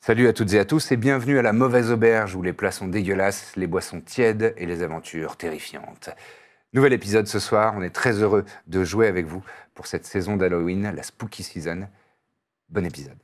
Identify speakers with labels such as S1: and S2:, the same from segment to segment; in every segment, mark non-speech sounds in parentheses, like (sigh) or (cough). S1: Salut à toutes et à tous et bienvenue à la mauvaise auberge où les plats sont dégueulasses, les boissons tièdes et les aventures terrifiantes. Nouvel épisode ce soir, on est très heureux de jouer avec vous pour cette saison d'Halloween, la Spooky Season. Bon épisode.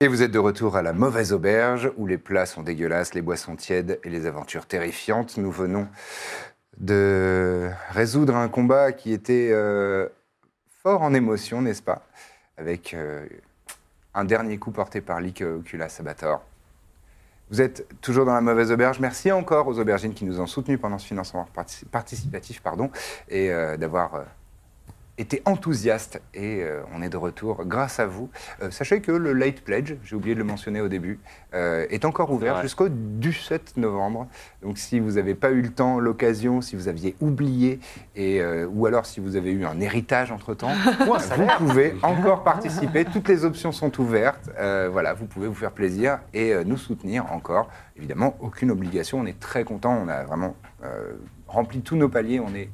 S1: Et vous êtes de retour à la mauvaise auberge où les plats sont dégueulasses, les boissons tièdes et les aventures terrifiantes. Nous venons de résoudre un combat qui était euh, fort en émotion, n'est-ce pas Avec euh, un dernier coup porté par Lick Ocula Sabator. Vous êtes toujours dans la mauvaise auberge. Merci encore aux aubergines qui nous ont soutenus pendant ce financement partici- participatif pardon, et euh, d'avoir euh, été enthousiastes. Et euh, on est de retour grâce à vous. Euh, sachez que le Late Pledge, j'ai oublié de le mentionner au début, euh, est encore ouvert
S2: vrai.
S1: jusqu'au 17 novembre. Donc si vous n'avez pas eu le temps, l'occasion, si vous aviez oublié, et, euh, ou alors si vous avez eu un héritage
S2: (laughs)
S1: entre-temps, vous pouvez encore participer. Toutes les options sont ouvertes. Euh, voilà, vous pouvez vous faire plaisir et euh, nous soutenir encore. Évidemment, aucune obligation. On est très content. On a vraiment euh, rempli tous nos paliers. On est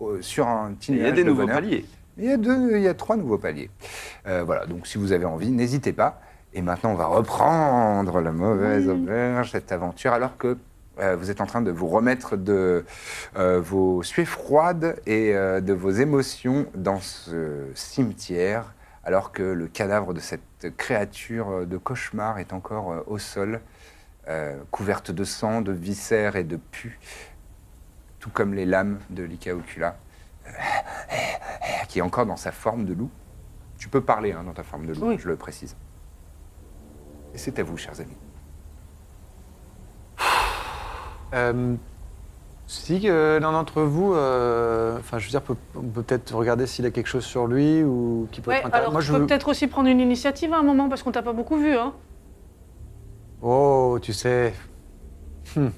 S1: euh, sur un petit
S2: Il y a
S1: nuage
S2: des
S1: de
S2: nouveaux
S1: bonheur.
S2: paliers.
S1: Il y a, deux, il y a trois nouveaux paliers. Euh, voilà, donc si vous avez envie, n'hésitez pas. Et maintenant, on va reprendre la mauvaise auberge, cette aventure, alors que euh, vous êtes en train de vous remettre de euh, vos suées froides et euh, de vos émotions dans ce cimetière, alors que le cadavre de cette créature de cauchemar est encore euh, au sol, euh, couverte de sang, de viscères et de pus, tout comme les lames de l'Ica Ocula qui est encore dans sa forme de loup. Tu peux parler hein, dans ta forme de loup, je le précise. Et c'est à vous, chers amis.
S3: Euh, si euh, l'un d'entre vous, euh, enfin je veux dire, peut, on peut peut-être regarder s'il a quelque chose sur lui ou qui peut
S4: Ouais,
S3: être intéressant.
S4: alors
S3: Moi
S4: tu
S3: je
S4: peux
S3: veux-
S4: peut-être aussi prendre une initiative à un moment parce qu'on t'a pas beaucoup vu. Hein.
S3: Oh, tu sais, Hmm.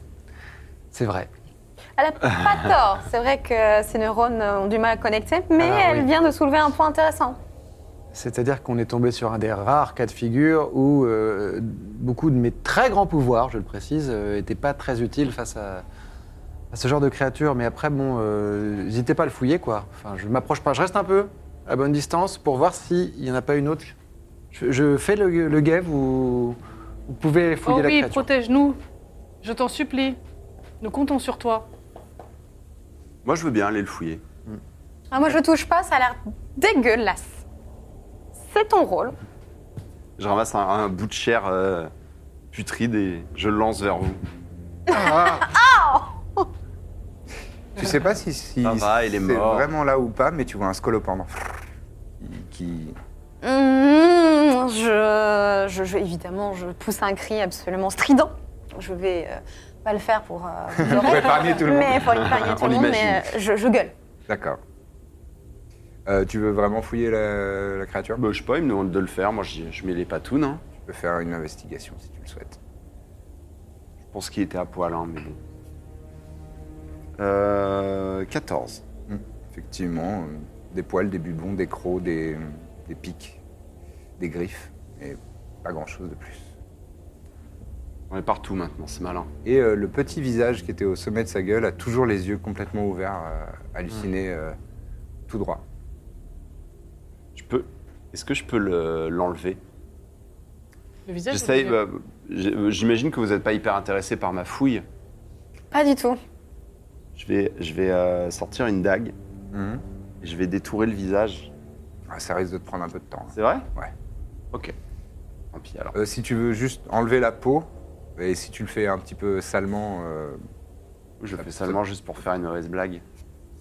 S3: c'est vrai.
S5: Elle a pas tort. C'est vrai que ces neurones ont du mal à connecter, mais
S3: Ah,
S5: elle
S3: oui.
S5: vient de soulever un point intéressant.
S3: C'est-à-dire qu'on est tombé sur un des rares cas de figure où euh, beaucoup de mes très grands pouvoirs, je le précise, n'étaient pas très utiles face à, à ce genre de créature. Mais après, bon, euh, j'hésitais pas à le fouiller, quoi. Enfin, je m'approche pas, je reste un peu à bonne distance pour voir s'il n'y en a pas une autre. Je, je fais le, le guet, vous, vous pouvez fouiller
S4: Oh
S3: la
S4: oui,
S3: créature.
S4: protège-nous. Je t'en supplie. Nous comptons sur toi.
S2: Moi, je veux bien aller le fouiller.
S5: Ah, moi, je touche pas, ça a l'air dégueulasse. C'est ton rôle.
S2: Je ramasse un, un bout de chair euh, putride et je le lance vers vous.
S1: Tu sais pas si, si
S2: Ça va, il est
S1: c'est
S2: mort.
S1: vraiment là ou pas, mais tu vois un scolopendre qui
S5: Mmh, je, je- je- évidemment, je pousse un cri absolument strident. Je vais euh, pas le faire pour, euh, vous
S1: pour
S5: aurait,
S1: épargner tout le monde.
S5: (laughs) mais pour épargner tout
S2: On
S5: le monde, mais
S2: l'imagine.
S5: euh, je, je gueule.
S1: D'accord. Euh, tu veux vraiment fouiller la, la créature
S2: Bah, je sais pas, il me demande de le faire. Moi, je, je mets les patounes. hein.
S1: Tu peux faire une investigation si tu le souhaites.
S2: Je pense qu'il était à poil, hein, mais bon. Euh, 14.
S1: Hmm. Effectivement, euh, des poils, des bubons, des crocs, des, des pics, des griffes, et pas grand-chose de plus.
S2: On est partout maintenant, c'est malin.
S1: Et euh, le petit visage qui était au sommet de sa gueule a toujours les yeux complètement ouverts, euh, halluciné, euh, tout droit.
S2: Je peux. Est-ce que je peux le- l'enlever
S4: Le visage.
S2: J'essaye.
S4: le-
S2: bah, j'ai- euh, J'imagine que vous n'êtes pas hyper intéressé par ma fouille.
S5: Pas du tout.
S2: Je vais, je vais euh, sortir une dague.
S1: Mhm.
S2: et Je vais détourer le visage.
S1: Ah, Ça risque de te prendre un peu de temps. hein.
S2: C'est vrai
S1: Ouais.
S2: Ok. Tant pis alors.
S1: Euh, si tu veux juste enlever la peau, et si tu le fais un petit peu salement, euh,
S2: Je fais seulement juste pour faire une mauvaise blague.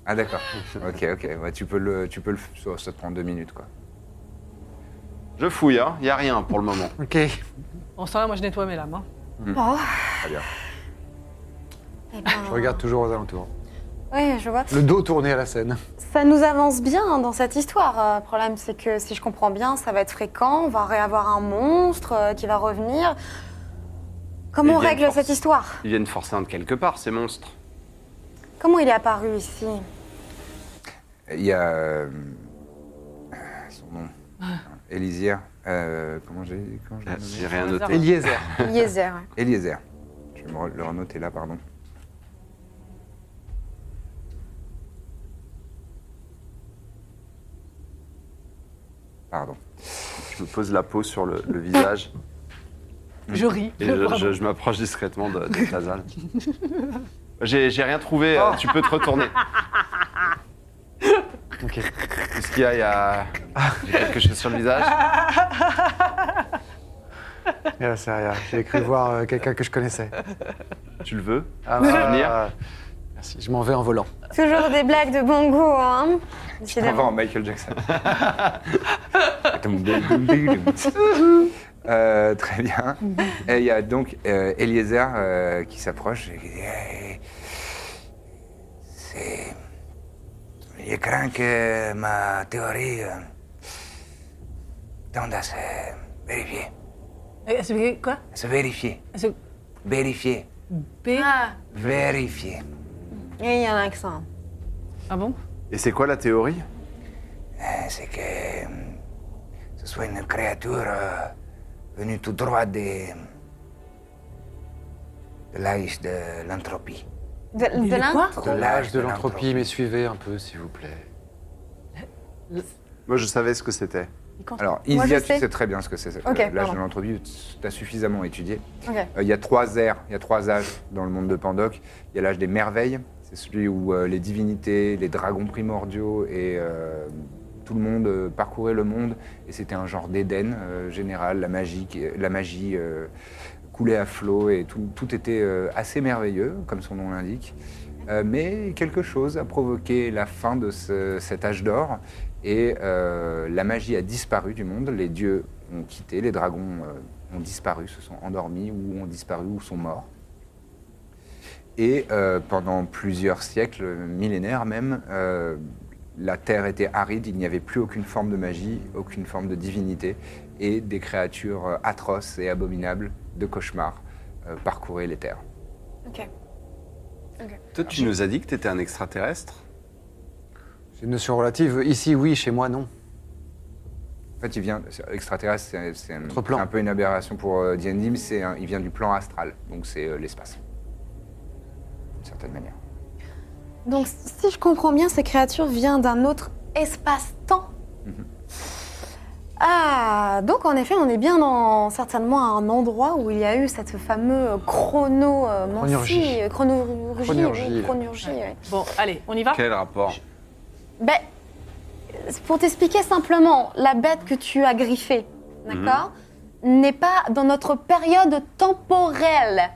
S1: Ah d'accord. ok, ok. Ouais, tu peux le, tu peux le, ça, ça te prend deux minutes quoi.
S2: Je fouille, hein. Y a rien pour le moment.
S3: Ok.
S4: En ce temps-là, moi, je nettoie mes lames. hein.
S5: Oh.
S1: Très bien.
S5: Eh ben,
S3: Je regarde toujours aux alentours.
S5: Ouais, je vois.
S3: Le dos tourné à la scène.
S5: Ça nous avance bien dans cette histoire. Euh, Le problème, c'est que si je comprends bien, ça va être fréquent. On va réavoir un monstre euh, qui va revenir.
S2: Et
S5: Comment on
S2: il y a une
S5: règle
S2: force.
S5: cette histoire
S2: Ils viennent forcément de quelque part, ces monstres.
S5: Comment il est apparu ici
S1: Il y a euh, son nom. Élisier. Euh, comment j'ai, comment je l'ai nommé
S2: J'ai rien
S4: hasard.
S2: noté.
S3: Eliezer.
S5: Yezer.
S1: Eliezer. Je vais me re- le renoter là, pardon. Pardon.
S2: Je me pose la peau sur le, le visage
S4: Je ris.
S2: Mm. et je,
S4: Vraiment.
S2: je- je m'approche discrètement de, de Tazal. J'ai j'ai rien trouvé, euh, tu peux te retourner.
S3: Ok.
S2: Qu'est-ce qu'il y a Il y a j'ai quelque chose sur le visage
S3: Ah, c'est rien. J'ai cru voir euh, quelqu'un que je connaissais.
S2: Tu le veux
S3: Ah,
S2: Un souvenir
S3: ah, Merci. Je m'en vais en volant.
S5: Toujours des blagues de bon goût, hein
S1: On va en Michael Jackson. Euh, très bien. Et il y a donc euh, Eliezer euh, qui s'approche et qui dit Eh, C'est. Je crains que ma théorie euh, tende à se vérifier.
S4: Eh, C'est quoi
S1: À se vérifier.
S4: C'est
S1: Vérifier.
S4: B. Ah,
S1: Vérifier.
S5: Et il y a un accent.
S4: Ah bon
S2: Et c'est quoi la théorie
S1: Euh, C'est que euh, ce soit une créature euh, venue tout droit des- de l'âge de l'entropie.
S5: De, de l'un
S1: De
S3: L'âge de l'entropie, mais suivez un peu, s'il vous plaît.
S2: Moi, je savais ce que c'était.
S1: Alors,
S5: Moi,
S1: Isia,
S5: je
S1: tu
S5: sais.
S1: sais très bien ce que c'est.
S5: Ok,
S1: euh, L'âge
S5: pardon.
S1: de l'entropie, tu as suffisamment étudié.
S5: Ok.
S1: Euh, Il y a trois ères, il y a trois âges dans le monde de Pandoc. Il y a l'âge des merveilles, c'est celui où euh, les divinités, les dragons primordiaux et euh, tout le monde euh, parcourait le monde. Et c'était un genre d'Éden euh, général, la magie, qui- la magie euh, coulait à flot et tout, tout était euh, assez merveilleux, comme son nom l'indique. Euh, mais quelque chose a provoqué la fin de ce- cet âge d'or et euh, la magie a disparu du monde. Les dieux ont quitté, les dragons euh, ont disparu, se sont endormis ou ont disparu ou sont morts. Et euh, pendant plusieurs siècles, millénaires même, euh, la terre était aride, il n'y avait plus aucune forme de magie, aucune forme de divinité, et des créatures euh, atroces et abominables de cauchemars euh, parcouraient les terres.
S2: Toi, tu nous as dit que t'étais un extraterrestre
S3: C'est une notion relative. Ici, oui, chez moi, non.
S1: En fait, il vient c'est- extraterrestre, c'est- c'est un,
S3: Autre plan.
S1: c'est un peu une aberration pour euh, D&D, mais c'est un- il vient du plan astral, donc c'est euh, l'espace, d'une certaine manière.
S5: Donc, si je comprends bien, ces créatures viennent d'un autre espace-temps.
S4: Mhm.
S5: Ah, donc en effet, on est bien dans certainement à un endroit où il y a eu cette fameuse chrono euh,
S3: Chronurgie.
S5: mancie- chronurgie,
S3: Chronurgie.
S5: oui, chronurgie, ouais.
S4: Bon, allez, on y va
S2: Quel rapport
S5: Ben, euh, pour t'expliquer simplement, la bête que tu as griffée,
S4: Mhm.
S5: d'accord, n'est pas dans notre période temporelle.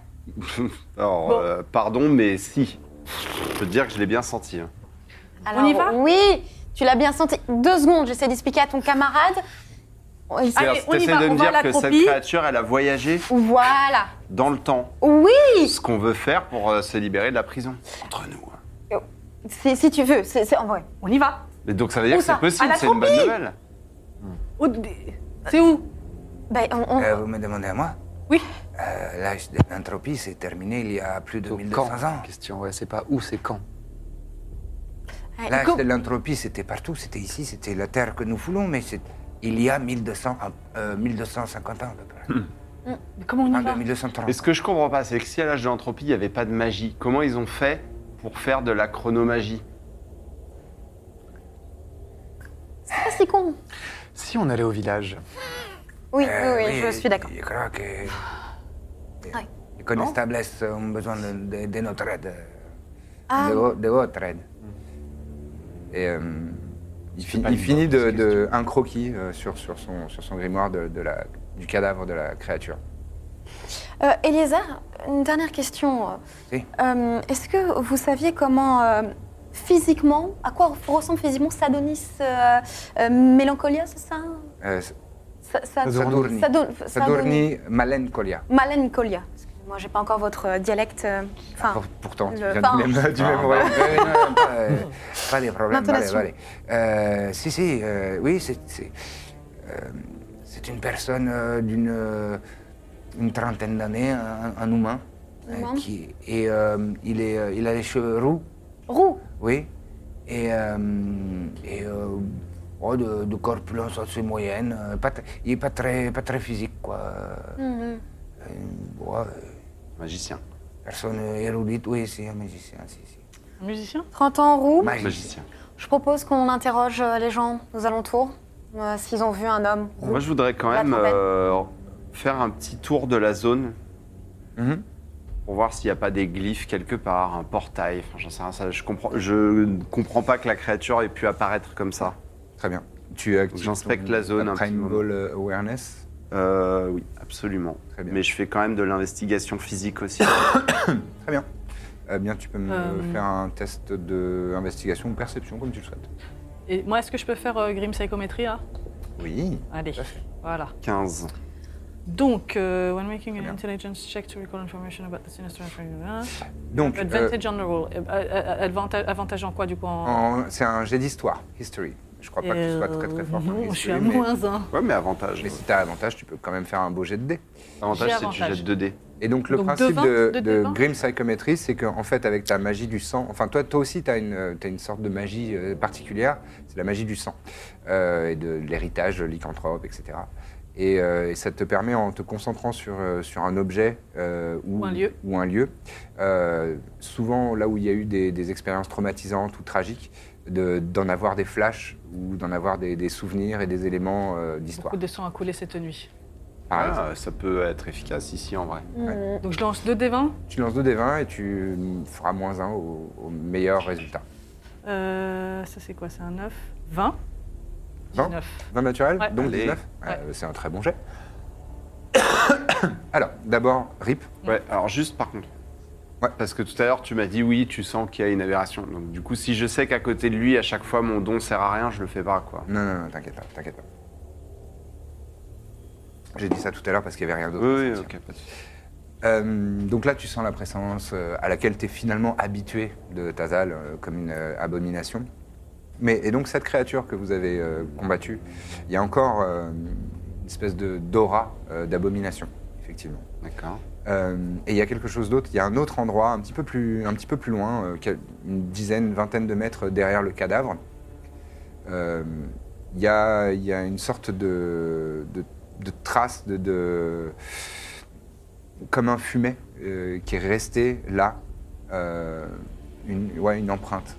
S2: Alors,
S4: Bon.
S2: euh, pardon, mais si. Je peux te dire que je l'ai bien senti. hein.
S5: Alors,
S4: y va
S5: Oui, tu l'as bien senti. Deux secondes, j'essaie d'expliquer à ton camarade.
S4: Allez,
S2: C'est-à-dire,
S4: on y
S2: t'essayes
S4: va,
S2: de
S4: on
S2: me
S4: va à
S2: dire
S4: la
S2: que cette
S4: copie.
S2: créature, elle a voyagé
S5: Voilà.
S2: dans le temps.
S5: Oui,
S2: Ce qu'on veut faire pour euh, se libérer de la prison. Entre nous. hein.
S5: si, si tu veux, c'est c'est- en vrai.
S4: On y va
S2: Mais donc, ça veut dire
S4: Où
S2: que
S4: ça
S2: c'est possible,
S4: À la
S2: c'est une bonne
S4: copie
S2: nouvelle.
S4: Au- des- C'est où
S5: Ben, on- on-
S1: Euh, vous me demandez à moi
S4: Oui.
S1: Euh, L'âge de l'entropie s'est terminé il y a plus de
S3: Au
S1: 1200 ans.
S3: Question, ouais, c'est pas où, c'est quand.
S1: L'âge
S4: quand-
S1: de l'entropie, c'était partout, c'était ici, c'était la terre que nous voulons, mais c'est il y a 1200, euh, 1250 ans à peu
S5: Hmm.
S1: près.
S4: Mais comment on
S1: Fin
S4: y va
S1: de 1230.
S2: Ah, Mais ce que je comprends pas, c'est que si à l'âge de l'entropie, il n'y avait pas de magie, comment ils ont fait pour faire de la chronomagie
S5: Ah, c'est pas si con.
S3: Si on allait au village.
S5: Oui,
S1: Euh,
S5: oui, oui, je suis d'accord.
S1: Je crois que les constables ont besoin de, de- de notre aide,
S5: Ah. Mm.
S1: de, vo- de votre aide. Et euh, il, fi-
S2: pas
S1: il
S2: une
S1: finit de,
S2: bonne
S1: de- un croquis euh, sur, sur son, sur son grimoire de, de la, du cadavre de la créature.
S5: Euh, Eliezer, une dernière question.
S1: Oui.
S5: Euh, Est-ce que vous saviez comment, euh, physiquement, à quoi ressemble physiquement Sadonis euh, euh, Mélancolia, c'est ça
S1: Euh,
S5: Sa- sa-
S1: Sadurni.
S5: Sadon- Sadoni-
S1: Sadurni Malenkolia.
S5: Malencolia. Excusez-moi, j'ai pas encore votre euh, dialecte. euh, Enfin,
S1: Pour- pourtant, tu
S5: le-
S1: viens
S5: enfin,
S1: du même, du même
S2: Ah,
S1: royaume. Ouais, non, non, pas,
S5: (laughs)
S1: euh, pas des problèmes, allez,
S5: L'intonation.
S1: allez. Euh, si, si, euh, oui, c'est... C'est euh, c'est une personne euh, d'une euh, une trentaine d'années, un, un humain. euh,
S5: Humain.
S1: qui, et euh, il, est, euh, il a les cheveux roux,
S5: roux.
S1: oui. Et, euh, et euh, ouais, de, de corpulence assez moyenne. euh, pas tr- il n'est pas très, pas très physique, quoi.
S5: Mhm.
S1: Euh, ouais, euh,
S2: Magicien.
S1: Personne érudite, oui, c'est un magicien, si, si.
S4: Un musicien
S5: 30 ans roux.
S1: Magicien.
S2: Magicien.
S5: Je propose qu'on interroge euh, les gens aux alentours, euh, s'ils ont vu un homme roux.
S2: Moi, je voudrais quand
S5: La
S2: même
S5: trentaine.
S2: euh, faire un petit tour de la zone
S1: Mhm.
S2: pour voir s'il n'y a pas des glyphes quelque part, un portail. Enfin, j'en sais rien, ça, je, comprends, je ne comprends pas que la créature ait pu apparaître comme ça.
S1: Très bien. Tu actives
S2: J'inspecte
S1: ton-
S2: la zone
S1: ta
S2: un petit
S1: Prime
S2: moment.
S1: Ball euh, Awareness.
S2: Euh, oui, absolument.
S1: Très bien.
S2: Mais je fais quand même de l'investigation physique aussi.
S1: Très bien. Eh bien, tu peux me
S4: Euh,
S1: faire un test d'investigation ou perception, comme tu le souhaites.
S4: Et moi, est-ce que je peux faire euh, Grim Psychometry là
S1: Oui.
S4: Allez,
S1: Tout à fait.
S4: voilà.
S2: 15.
S4: Donc, euh, when making an
S1: bien.
S4: intelligence check to recall information about the sinister information,
S1: Donc, euh,
S4: advantage on the roll. Euh, euh, advantage, avantage en quoi du coup en...
S1: en- c'est un jet d'histoire, history. Je crois pas que tu sois très très fort. en
S4: euh, non, je
S1: history,
S4: suis à
S1: mais,
S4: moins 1.
S2: Ouais, mais avantage.
S1: mais si t'as avantage, tu peux quand même faire un beau jet de dés.
S2: Avantage,
S4: J'ai
S2: c'est tu
S4: avantage.
S2: jettes 2D.
S1: Et donc, le
S4: Donc,
S1: principe
S4: de vingt,
S1: de,
S4: de
S1: de
S4: vingt.
S1: Grim Psychometry, c'est qu'en fait, avec ta magie du sang, enfin, toi, toi aussi, tu as, une sorte de magie euh, particulière, c'est la magie du sang, euh, et de, de l'héritage lycanthrope, etc. Et, euh, et ça te permet, en te concentrant sur, euh, sur un objet euh, ou,
S4: Ou un lieu.
S1: ou un lieu, euh, souvent là où il y a eu des, des expériences traumatisantes ou tragiques, de- d'en avoir des flashs ou d'en avoir des, des souvenirs et des éléments euh, d'histoire.
S4: Beaucoup de sang a coulé cette nuit.
S1: Par exemple.
S2: Ah, ça peut être efficace ici en vrai.
S5: Mhm.
S4: Donc je lance 2 D20.
S1: Tu lances 2 des 20 et tu feras moins 1 au, au meilleur résultat.
S4: Euh, ça c'est quoi C'est un 9 20
S1: 20
S4: 19.
S1: 20 naturel
S4: Ouais.
S1: Donc
S2: Allez.
S1: 19
S4: Ouais.
S1: Euh, C'est un très bon jet. (coughs) Alors, d'abord, RIP.
S2: Ouais, alors juste par contre.
S1: Ouais.
S2: Parce que tout à l'heure, tu m'as dit oui, tu sens qu'il y a une aberration. Donc du coup, si je sais qu'à côté de lui, à chaque fois, mon don sert à rien, je le fais pas quoi.
S1: Non, non, non, t'inquiète pas, t'inquiète pas. J'ai dit ça tout à l'heure parce qu'il n'y avait rien d'autre. à
S2: Oui, oui,
S1: sortir.
S2: ok, pas de souci.
S1: Euh, donc là, tu sens la présence euh, à laquelle tu es finalement habitué de Tazal euh, comme une euh, abomination. Mais, et donc, cette créature que vous avez euh, combattue, il y a encore euh, une espèce de- d'aura euh, d'abomination, effectivement.
S2: D'accord.
S1: Euh, et il y a quelque chose d'autre, il y a un autre endroit un petit peu plus, un petit peu plus loin, euh, quel- une dizaine, vingtaine de mètres derrière le cadavre. Euh, Il y, a, il y a une sorte de, de, de trace, de, de- comme un fumet euh, qui est resté là, euh, une, ouais, une empreinte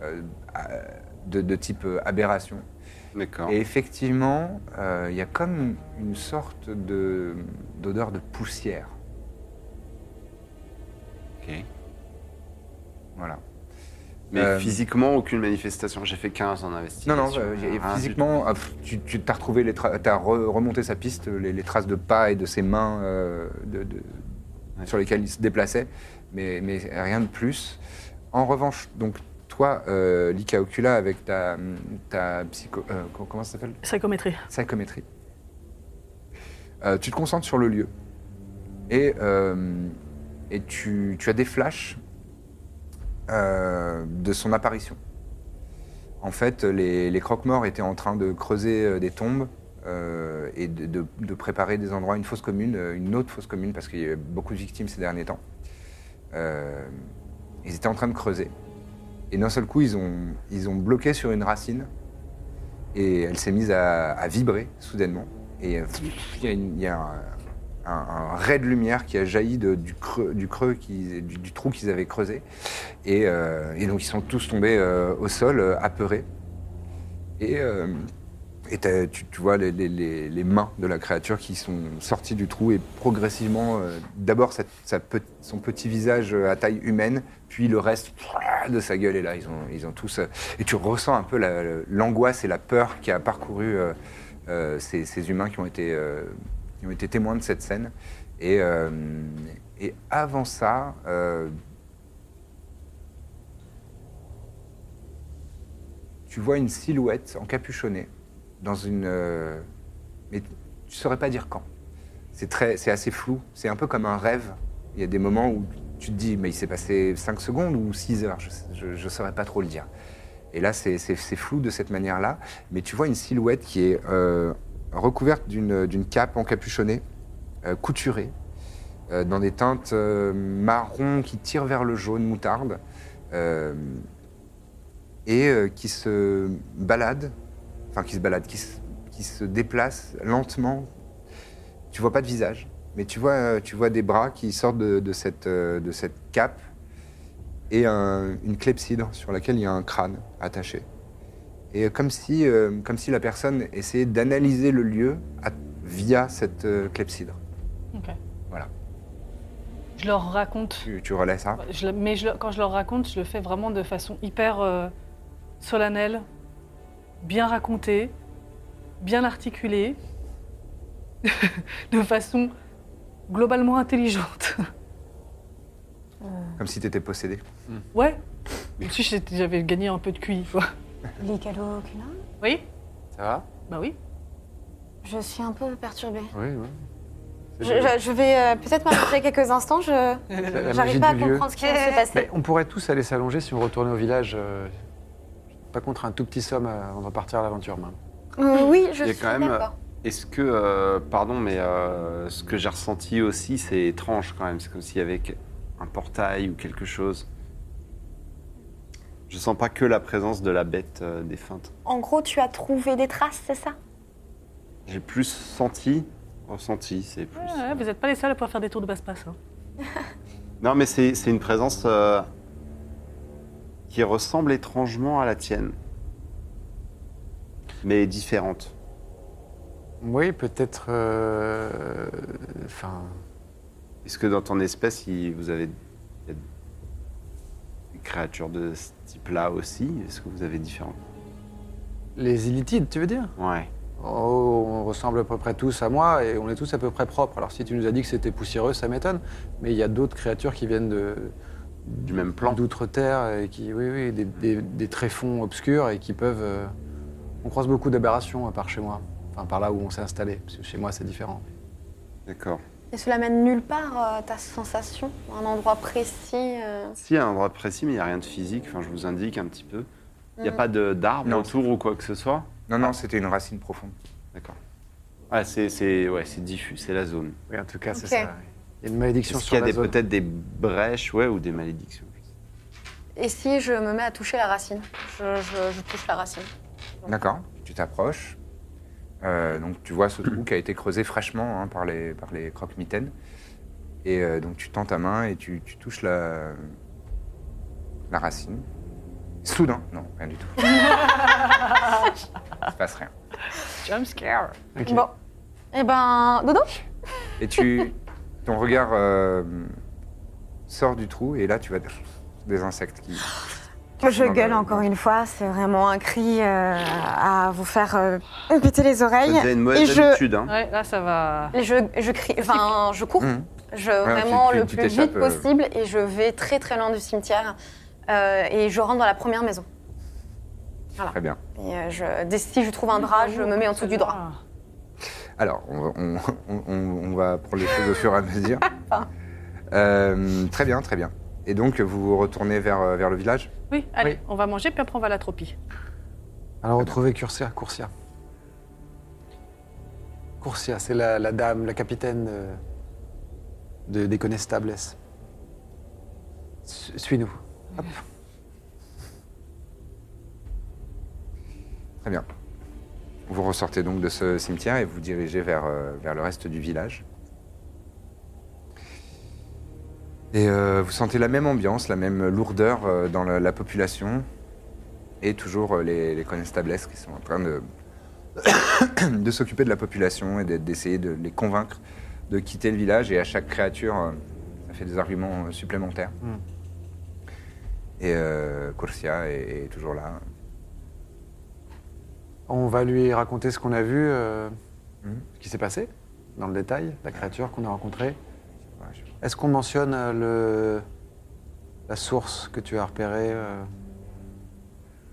S1: euh, à- de, de type euh, aberration.
S2: D'accord.
S1: Et effectivement, euh, il y a comme une sorte de- d'odeur de poussière.
S2: Ok.
S1: Voilà.
S2: Mais
S1: Euh,
S2: physiquement, aucune manifestation. J'ai fait 15 en
S1: Non,
S2: investigation.
S1: non, euh, y-
S2: Rien du
S1: physiquement, ah, pff, tu, tu as retrouvé, les tra- t'as re- remonté sa piste, les, les traces de pas et de ses mains euh, de- de-
S2: Ouais.
S1: sur lesquelles il se déplaçait, mais, mais rien de plus. En revanche, donc toi, euh, Lika Ocula, avec ta, ta psycho, euh, co- comment ça s'appelle
S4: Psychométrie.
S1: Psychométrie. Euh, tu te concentres sur le lieu. Et, euh, et tu, tu as des flashs euh, de son apparition. En fait, les, les croque-morts étaient en train de creuser euh, des tombes euh, et de, de- de préparer des endroits, une fosse commune, euh, une autre fosse commune, parce qu'il y a eu beaucoup de victimes ces derniers temps. Euh, ils étaient en train de creuser. Et d'un seul coup, ils ont, ils ont bloqué sur une racine et elle s'est mise à, à vibrer soudainement. Et euh, il y a, une- il y a un, un- un ray de lumière qui a jailli de- du creux, du, creux qu'ils- du, du trou qu'ils avaient creusé. Et, euh, et donc ils sont tous tombés euh, au sol, euh, apeurés. Et, euh, et t'as- tu, tu vois les, les- les- les mains de la créature qui sont sorties du trou et progressivement, euh, d'abord sa- sa pe- son petit visage euh, à taille humaine, puis le reste de sa gueule est là. Ils ont, ils ont tous. euh, et tu ressens un peu la- l'angoisse et la peur qui a parcouru euh, euh, ces, ces humains qui ont été, euh, qui ont été témoins de cette scène.
S6: Et, euh, et avant ça, euh, tu vois une silhouette encapuchonnée dans une. euh, mais tu saurais pas dire quand. C'est très, c'est assez flou. C'est un peu comme un rêve. Il y a des moments où tu te dis, mais il s'est passé 5 secondes ou 6 heures. Je, ne saurais pas trop le dire. Et là, c'est, c'est- c'est flou de cette manière-là. Mais tu vois une silhouette qui est euh, recouverte d'une, d'une cape encapuchonnée, euh, couturée, euh, dans des teintes euh, marron qui tirent vers le jaune moutarde, euh, et euh, qui se balade, enfin qui se balade, qui se, qui se déplace lentement. Tu vois pas de visage, mais tu vois, euh, tu vois des bras qui sortent de, de cette, euh, de cette cape et un- une clepsydre sur laquelle il y a un crâne attaché. Et comme si, euh, comme si la personne essayait d'analyser le lieu à- via cette euh, clepsydre.
S4: Ok.
S6: Voilà.
S4: Je leur raconte.
S6: Tu, tu relais ça
S4: Je le- mais je le- quand je leur raconte, je le fais vraiment de façon hyper euh, solennelle, bien racontée, bien articulée, (laughs) de façon globalement intelligente. (laughs)
S6: Comme si tu étais possédé.
S4: Ouais. Si j'étais- j'avais gagné un peu de QI, quoi.
S5: Hmm, Licalo Culin
S4: Oui
S3: Ça va
S4: Bah oui.
S5: Je suis un peu perturbée.
S3: Oui, oui.
S5: Je,
S3: C'est bien.
S5: je- je vais euh, peut-être m'arrêter quelques instants. Je
S3: La- la magie
S5: n'arrive pas à
S3: du lieu.
S5: comprendre ce qui va se passer.
S3: Mais Ben, on pourrait tous aller s'allonger si on retournait au village. euh, pas contre un tout petit somme euh, avant de repartir à l'aventure, même.
S5: Euh, Oui, je
S2: Il y a
S5: suis
S2: quand même-
S5: d'accord.
S2: Est-ce que, euh, pardon, mais euh, ce que j'ai ressenti aussi, c'est étrange quand même. C'est comme s'il y avait que- un portail ou quelque chose. Je sens pas que la présence de la bête euh, défunte.
S5: En gros, tu as trouvé des traces, c'est ça
S2: J'ai plus senti, ressenti, c'est plus.
S4: Ouais, ouais, vous n'êtes pas les seuls à pouvoir faire des tours de passe-passe. hein.
S2: Non, mais c'est c'est une présence euh, qui ressemble étrangement à la tienne, mais différente.
S3: Oui, peut-être. euh, Enfin.
S2: Est-ce que dans ton espèce, il- vous avez il y a des créatures de ce type-là aussi Est-ce que vous avez différents
S3: les illitides, tu veux dire
S2: Ouais.
S3: Oh, on ressemble à peu près tous à moi et on est tous à peu près propres. Alors si tu nous as dit que c'était poussiéreux, ça m'étonne. Mais il y a d'autres créatures qui viennent de
S2: Du même plan.
S3: d'outre-terre et qui, oui, oui, des, des- des tréfonds obscurs et qui peuvent. euh, On croise beaucoup d'aberrations à part chez moi, enfin par là où on s'est installé. Parce que chez moi, c'est différent.
S2: D'accord.
S5: Et cela mène nulle part euh, ta sensation, un endroit précis. euh.
S2: Si, il y a un endroit précis, mais il n'y a rien de physique. Enfin, je vous indique un petit peu. Il n'y a
S5: Mm.
S2: pas de- d'arbre
S6: Non.
S2: autour ou quoi que ce soit
S6: Non, non, c'était une racine profonde.
S2: D'accord. Ah, c'est c'est- ouais, c'est diffus, c'est la zone.
S3: Oui, en tout cas,
S5: c'est
S3: c'est
S5: Ok. ça,
S3: ça.
S5: oui.
S3: Il y a une malédiction
S2: Est-ce qu'il
S3: sur
S2: y a
S3: la
S2: des-
S3: zone.
S2: peut-être des brèches ouais, ou des malédictions
S5: Et si je me mets à toucher la racine je, je- je touche la racine.
S6: D'accord. Tu t'approches. Euh, donc tu vois ce trou qui a été creusé fraîchement hein, par les, par les croque-mitaines. Et euh, donc tu tends ta main et tu, tu touches la, la racine. Soudain, non, rien du tout. Il se passe rien.
S4: Jumpscare.
S3: Ok.
S5: Bon. Eh ben, Dodo
S6: Et tu, ton regard euh, sort du trou et là tu vois des, des insectes qui... qui
S5: Je
S6: sont dans
S5: gueule
S6: le-
S5: encore une fois, c'est vraiment un cri euh, à vous faire euh,
S6: Ah.
S5: péter les
S2: Ça
S5: oreilles.
S2: devient une
S5: Et
S2: mauvaise
S5: je-
S2: habitude. Hein.
S4: Ouais, là ça va.
S5: Et Je, je crie, enfin, je cours,
S6: Mhm.
S5: je,
S6: tu-
S5: vraiment
S6: tu-
S5: le
S6: tu
S5: plus
S6: t'échappes,
S5: vite
S6: euh.
S5: possible et je vais très très loin du cimetière euh, et je rentre dans la première maison.
S6: Très bien.
S5: Et euh, je, dès- si je trouve un drap, je me mets en dessous du drap.
S4: Ah.
S6: Alors, on va, on- on- on- on va prendre les choses au fur et à mesure. Euh, très bien, très bien. Et donc, vous vous retournez vers, euh, vers le village
S4: Oui, allez,
S3: Oui.
S4: on va manger, puis après on va à l'atropie.
S3: Alors retrouvez Cursia, Cursia. Cursia, c'est la, la dame, la capitaine euh, de, des Conestables. Su- Suis-nous.
S6: Très bien. Vous ressortez donc de ce cimetière et vous dirigez vers, euh, vers le reste du village. Et euh, vous sentez la même ambiance, la même lourdeur euh, dans la, la population et toujours euh, les, les conestables qui sont en train de, (coughs) de s'occuper de la population et d'e- d'essayer de les convaincre de quitter le village. Et à chaque créature, euh, ça fait des arguments euh, supplémentaires. Et euh, Corsia est, est toujours là.
S3: On va lui raconter ce qu'on a vu, euh,
S6: Mhm.
S3: ce qui s'est passé, dans le détail, la créature qu'on a rencontrée. Est-ce qu'on mentionne euh, le... la source que tu as repérée euh,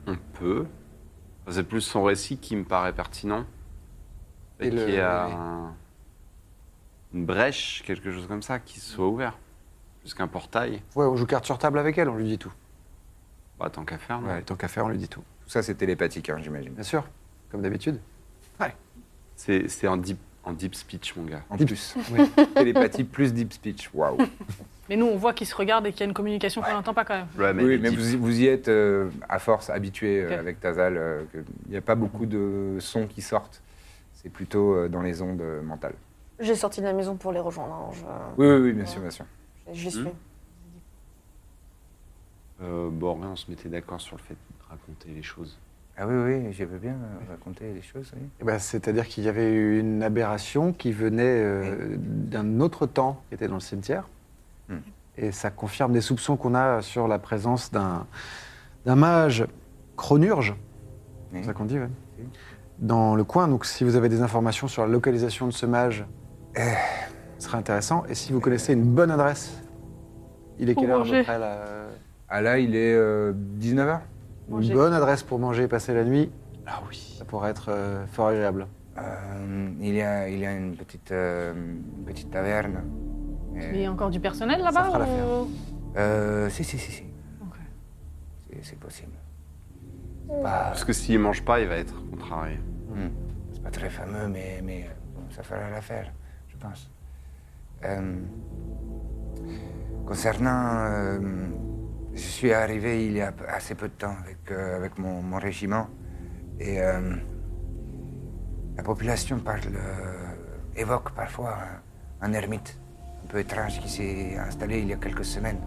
S2: On peut. C'est plus son récit qui me paraît pertinent. Et,
S3: Et le-
S2: qu'il y a
S3: oui.
S2: un- une brèche, quelque chose comme ça, qui soit ouvert. Plus qu'un portail.
S3: Ouais, on joue carte sur table avec elle, on lui dit tout.
S2: Bah, tant qu'à faire, non
S3: Ouais, tant qu'à faire, on lui dit tout.
S6: Tout ça, c'est télépathique, hein, j'imagine.
S3: Bien sûr, comme d'habitude.
S2: C'est c'est en deep, en deep speech, mon gars.
S6: En
S3: Deep-
S6: plus.
S3: Oui.
S6: (laughs) Télépathie plus deep speech. Waouh.
S4: Mais nous, on voit qu'ils se regardent et qu'il y a une communication qu'on n'entend pas quand même.
S2: Ouais,
S6: Oui,
S2: deep-
S6: mais vous, y- vous y êtes euh, à force habitué euh,
S4: Ok.
S6: avec Tazal. euh, que- Il n'y a pas beaucoup de sons qui sortent. C'est plutôt euh, dans les ondes euh, mentales.
S7: J'ai sorti de la maison pour les rejoindre. hein, je-
S6: Oui, oui, oui, bien sûr, bien sûr.
S7: Je, les suis.
S2: Hmm.
S6: Mmh.
S2: Euh, bon, rien, on se mettait d'accord sur le fait de raconter les choses.
S6: Ah oui, oui, je veux bien raconter les choses.
S3: Eh ben, C'est-à-dire qu'il y avait eu une aberration qui venait euh, d'un autre temps qui était dans le cimetière.
S6: Hmm.
S3: Et ça confirme des soupçons qu'on a sur la présence d'un d'un mage chronurge, c'est ça qu'on dit, ouais,
S6: Oui.
S3: dans le coin. Donc si vous avez des informations sur la localisation de ce mage, eh, ce serait intéressant. Et si vous connaissez une bonne adresse, il est
S4: Pour
S3: quelle heure à
S4: manger.
S3: peu près là
S6: Ah là, il est 19h
S3: Une
S4: Manger.
S3: bonne adresse pour manger et passer la nuit,
S6: Ah oui.
S3: ça pourrait être euh, fort agréable.
S6: Euh, il, y a, il y a une petite, euh, une petite taverne.
S1: Euh,
S6: Et-
S4: Mais il y a encore du personnel
S3: Ça fera
S4: là-bas
S3: l'affaire.
S4: ou-
S6: Euh, si, si, si, si.
S4: Ok.
S6: C'est- C'est possible. C'est pas,
S2: Parce que s'il mange pas, il va être contrarié.
S6: Hmm. c'est pas très fameux, mais, mais euh, bon, ça fera l'affaire, je pense. Euh, concernant. euh, je suis arrivé il y a assez peu de temps avec, euh, avec mon, mon régiment. Et euh, la population parle, euh, évoque parfois un, un ermite un peu étrange qui s'est installé il y a quelques semaines.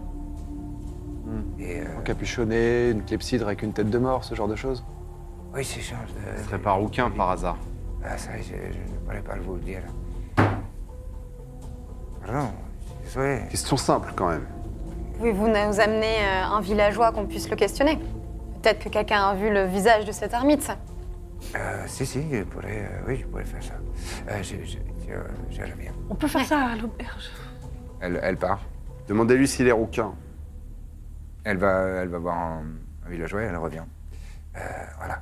S3: Hmm.
S6: Et, euh,
S3: Encapuchonné, une clepsydre avec une tête de mort, ce genre de choses.
S6: Oui, c'est ça. euh,
S2: Ce serait pas rouquin par hasard.
S6: Ah, ça, je, je ne pourrais pas vous le dire. Ah Pardon, désolé.
S2: Question simple, quand même.
S5: Pouvez-vous nous amener euh, un villageois qu'on puisse le questionner Peut-être que quelqu'un a vu le visage de cet ermite.
S6: Euh, si, si, je pourrais, euh, oui, je pourrais faire ça. Euh, je, je, je- je reviens.
S4: On peut faire ça à l'auberge.
S6: Elle, part.
S2: Demandez-lui s'il est rouquin.
S6: Elle va, elle va voir un, un villageois et elle revient. Euh, voilà.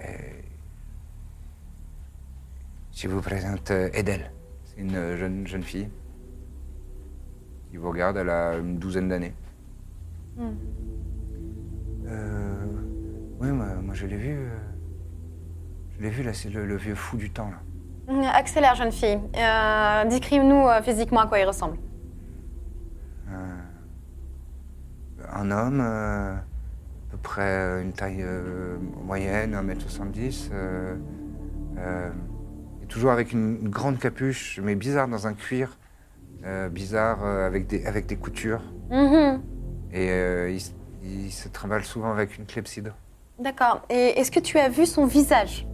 S6: Euh, je vous présente euh, Edel. C'est une euh, jeune, jeune fille qui vous regarde. Elle a une douzaine d'années.
S7: Mmh.
S6: Euh, oui, moi, moi, je l'ai vu. euh, je l'ai vu, là, c'est le, le vieux fou du temps, là.
S5: Hum, Accélère, jeune fille. Euh, Décrive-nous euh, physiquement à quoi il ressemble.
S6: Euh, Un homme, euh, à peu près euh, une taille euh, moyenne, 1m70. euh, euh, et toujours avec une, une grande capuche, mais bizarre, dans un cuir. euh, bizarre, euh, avec, des, avec des coutures.
S5: Mhm.
S6: Et euh, il, s- il se trimballe souvent avec une clepsydre.
S5: D'accord. Et est-ce que tu as vu son visage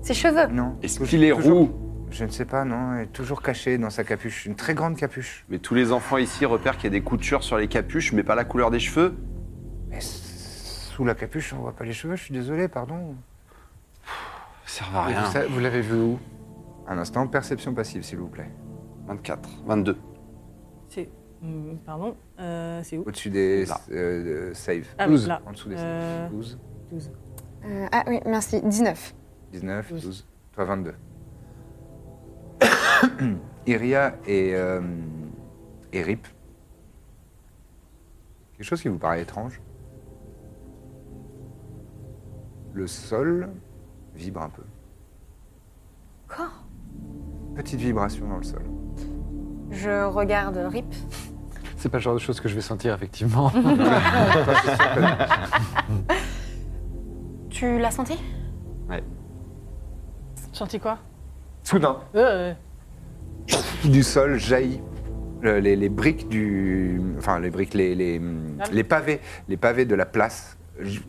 S5: Ses cheveux
S6: Non.
S2: Est-ce
S6: toujours-
S2: qu'il est
S6: toujours-
S2: roux
S6: Je ne sais pas, non. Elle est toujours cachée dans sa capuche. Une très grande capuche.
S2: Mais tous les enfants ici repèrent qu'il y a des coutures sur les capuches, mais pas la couleur des cheveux.
S6: Mais s- sous la capuche, on voit pas les cheveux. Je suis désolé, pardon.
S2: Ça sert à
S3: Et
S2: rien.
S3: vous sa- vous l'avez vu où
S6: Un instant, perception passive, s'il vous plaît.
S2: 24, 22.
S4: C'est. hum, Pardon, euh, c'est où
S6: Au-dessus des
S2: Là.
S6: euh, saves.
S4: Ah oui,
S6: 12.
S4: là.
S6: En dessous des
S4: Euh.
S6: saves. 12,
S5: Euh, Ah oui, merci. 19.
S6: 19, 12.
S4: 12.
S6: Toi, 22. (coughs) Iria et, euh, et Rip. Quelque chose qui vous paraît étrange. Le sol vibre un peu.
S5: Quoi
S6: Petite vibration dans le sol.
S5: Je regarde Rip.
S3: C'est pas le genre de choses que je vais sentir, effectivement.
S5: Tu l'as senti
S4: Senti quoi
S6: Soudain,
S4: Euh,
S6: du sol jaillit. Le- les, les briques du. Enfin, les briques, les, les, les pavés, les pavés de la place j-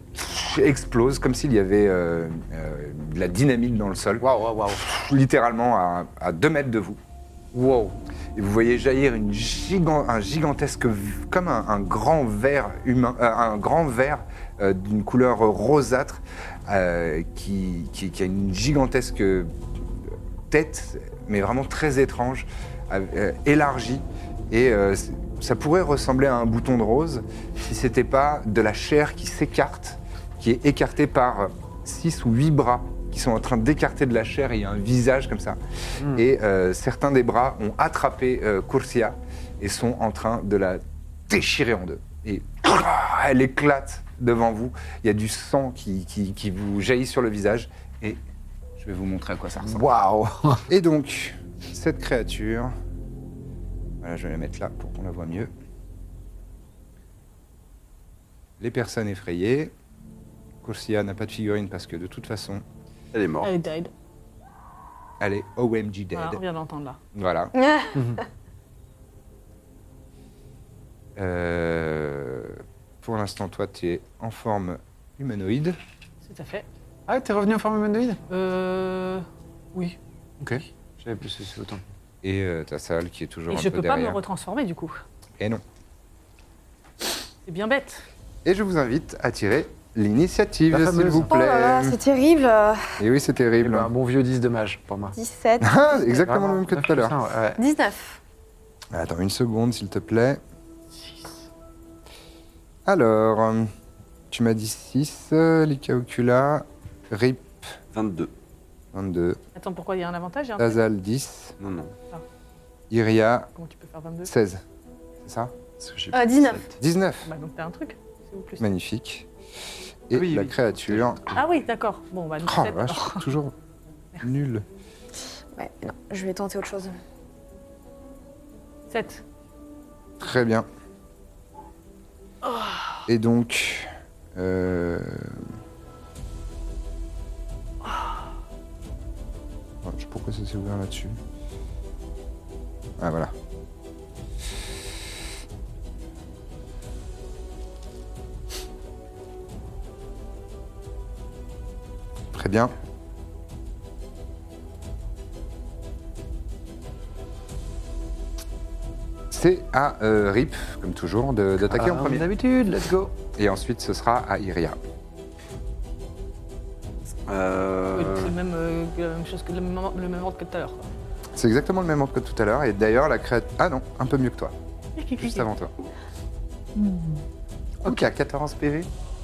S6: explosent comme s'il y avait euh, euh, de la dynamite dans le sol.
S3: (laughs) Waouh, waouh, waouh.
S6: Littéralement à, à deux mètres de vous.
S3: Wow.
S6: Et vous voyez jaillir une gigan- un gigantesque. v- comme un, un grand verre humain. euh, un grand verre euh, d'une couleur rosâtre euh, qui, qui- qui a une gigantesque tête, mais vraiment très étrange, av- euh, élargie, Et euh, c- ça pourrait ressembler à un bouton de rose si c'était pas de la chair qui s'écarte, qui est écartée par euh, 6 ou 8 bras qui sont en train d'écarter de la chair. et Il y a un visage comme ça. Et euh, certains des bras ont attrapé euh, Coursia et sont en train de la déchirer en deux. Et (coughs) elle éclate devant vous. Il y a du sang qui, qui- qui vous jaillit sur le visage. Et je vais vous montrer à quoi ça ressemble. (laughs)
S3: Waouh
S6: Et donc, cette créature. Voilà, je vais la mettre là pour qu'on la voit mieux. Les personnes effrayées. Corsia n'a pas de figurine parce que de toute façon,
S2: Elle est morte.
S4: Elle est dead.
S6: elle est OMG dead.
S4: Voilà, on vient d'entendre là.
S6: Voilà. Euh, pour l'instant, toi, tu es en forme humanoïde.
S4: Tout à fait.
S3: Ah, t'es revenu en forme humanoïde
S4: Euh. Oui.
S3: Ok. J'avais plus c'est autant.
S6: Et euh, ta salle qui est toujours
S4: Et
S6: un
S4: je
S6: peu
S4: peux pas me
S6: derrière.
S4: retransformer du coup.
S6: Et non.
S4: C'est bien bête.
S6: Et je vous invite à tirer l'initiative,
S3: La
S6: s'il
S3: fameuse.
S6: vous
S7: Oh
S6: plaît.
S7: là là, c'est terrible. euh,
S6: Et oui, c'est
S3: Eh
S6: terrible.
S3: ben, un bon vieux 10 de mage pour moi.
S7: 17.
S6: Ah, exactement le
S3: Vraiment,
S6: même que tout à l'heure.
S3: 9%, ouais, ouais.
S5: 19.
S6: Attends une seconde, s'il te plaît. Alors, euh, tu m'as dit 6, euh, Lika Ocula, Rip
S2: 22.
S6: 22,
S4: Attends, pourquoi il y a un avantage hein et un
S6: Tazal 10,
S2: Non, non.
S6: Iria
S4: Comment tu peux faire 22
S6: 16. C'est ça
S2: Parce que j'ai
S5: Euh, 19.
S6: 19.
S4: Bah donc t'as un truc. C'est ou plus.
S6: Magnifique. Et
S2: Ah Oui,
S6: la
S2: oui.
S6: créature.
S4: Ah oui, d'accord. Bon, bah nous
S6: Oh la vache,
S2: (laughs)
S6: toujours nul.
S7: Ouais, non, je vais tenter autre chose.
S4: 7.
S6: Très bien. Et donc. euh, Ah, je- Pourquoi ça s'est ouvert là-dessus Ah voilà. Très bien. C'est à euh, Rip, comme toujours, de- d'attaquer en
S3: Euh, Comme
S6: premier.
S3: d'habitude, let's go.
S6: Et ensuite, ce sera à Iria.
S2: Euh,
S4: C'est le même, euh, la même chose que le même, le même ordre que tout à l'heure. quoi.
S6: C'est exactement le même ordre que tout à l'heure. Et d'ailleurs, la créature. Ah non, un peu mieux que toi. Juste avant toi.
S3: Hmm.
S6: Ok, à 14 PV.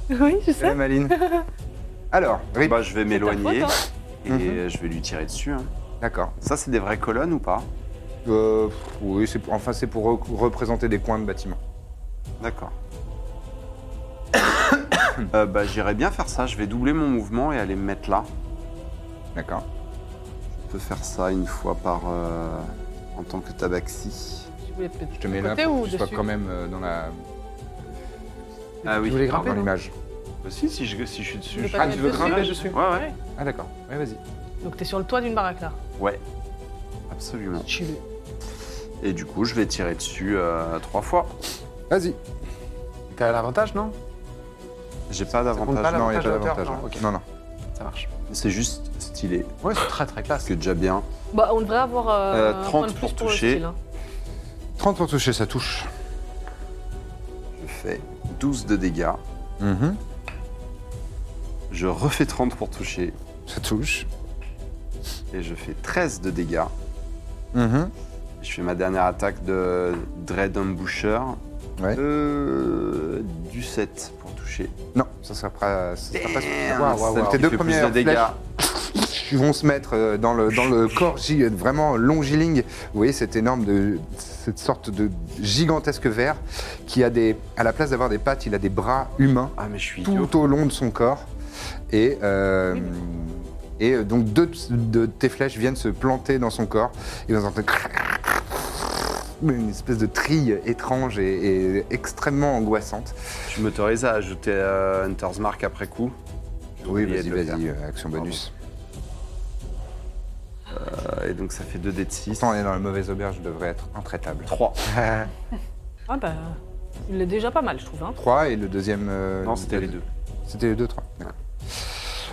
S4: Oui, je
S6: C'est la
S4: sais.
S6: maline.
S3: (laughs)
S6: Alors, Rip.
S2: bah, je vais m'éloigner
S4: ta hein.
S2: et
S3: Mhm.
S2: je vais lui tirer dessus. hein.
S6: D'accord.
S2: Ça, c'est des vraies colonnes ou pas
S6: Euh, pff, oui, c'est pour- enfin, c'est pour re- représenter des coins de bâtiments.
S2: D'accord. (coughs) Euh, bah, j'irai bien faire ça. Je vais doubler mon mouvement et aller me mettre là.
S6: D'accord.
S2: Je peux faire ça une fois par. euh, en tant que tabaxi.
S4: Je voulais peut-être
S6: Je te mets là
S4: côté
S6: pour
S4: ou
S6: que tu sois
S4: dessus
S6: quand même euh, dans la
S2: Ah oui.
S3: Tu voulais
S6: dans
S3: grimper, non
S6: l'image.
S2: Bah, si, si je, si je suis dessus.
S4: Tu veux
S2: je-
S4: pas te mettre dessus
S6: dessus
S2: Ouais, ouais.
S6: Ah d'accord. Ouais, vas-y.
S4: Donc t'es sur le toit d'une baraque là.
S2: Ouais. Absolument.
S4: Je suis
S2: Et du coup, je vais tirer dessus euh, trois fois.
S6: Vas-y.
S3: T'as l'avantage, non
S2: J'ai pas
S3: compte pas
S2: d'avantage.
S3: là
S6: non, il n'y a pas
S3: l'avantage
S6: d'avantage.
S3: à
S6: hein.
S3: hauteur, non,
S6: Non, non.
S3: Ça marche.
S2: C'est juste stylé.
S3: Ouais, c'est très très classe.
S2: C'est déjà bien.
S4: Bah on devrait avoir
S2: Euh,
S4: euh, un
S2: 30
S4: point de plus
S2: pour
S4: le
S2: toucher.
S4: style, hein.
S6: 30 pour toucher, ça touche.
S2: Je fais 12 de dégâts.
S6: Mhm.
S2: Je refais 30 pour toucher.
S6: Ça touche.
S2: Et je fais 13 de dégâts.
S6: Mhm.
S2: Je fais ma dernière attaque de Dread Embusher.
S6: Ouais.
S2: Euh, du 7 pour toucher.
S6: Non, ça sera pas, ça sera pas suffisant.
S3: Waouh, waouh,
S2: Celle
S3: waouh.
S2: qui
S6: Tes deux
S2: fait plus
S6: premières
S2: de dégâts.
S6: qui vont se mettre euh, dans le, dans le corps gi- vraiment longiligne. Vous voyez cette énorme, de, cette sorte de gigantesque verre qui a des, à la place d'avoir des pattes, il a des bras humains
S2: Ah, mais je suis idiot.
S6: tout au long de son corps. Et, euh,
S4: Oui,
S6: et euh, donc deux de- de tes flèches viennent se planter dans son corps et vous entendez une espèce de trille étrange et, et extrêmement angoissante.
S2: Tu m'autorises à ajouter euh, Hunter's Mark après coup J'ai
S6: Oui,
S2: oublié
S6: vas-y,
S2: de le
S6: vas-y, euh, action bonus.
S2: faire. Euh, Et donc ça fait 2 d de 6.
S6: Pourtant, on est dans la mauvaise auberge, je devrais être intraitable.
S2: 3.
S4: Ah bah il est déjà pas mal je trouve. Hein.
S6: 3 et le deuxième. euh,
S2: Non, c'était les deux. (laughs)
S6: C'était les deux, trois. D'accord.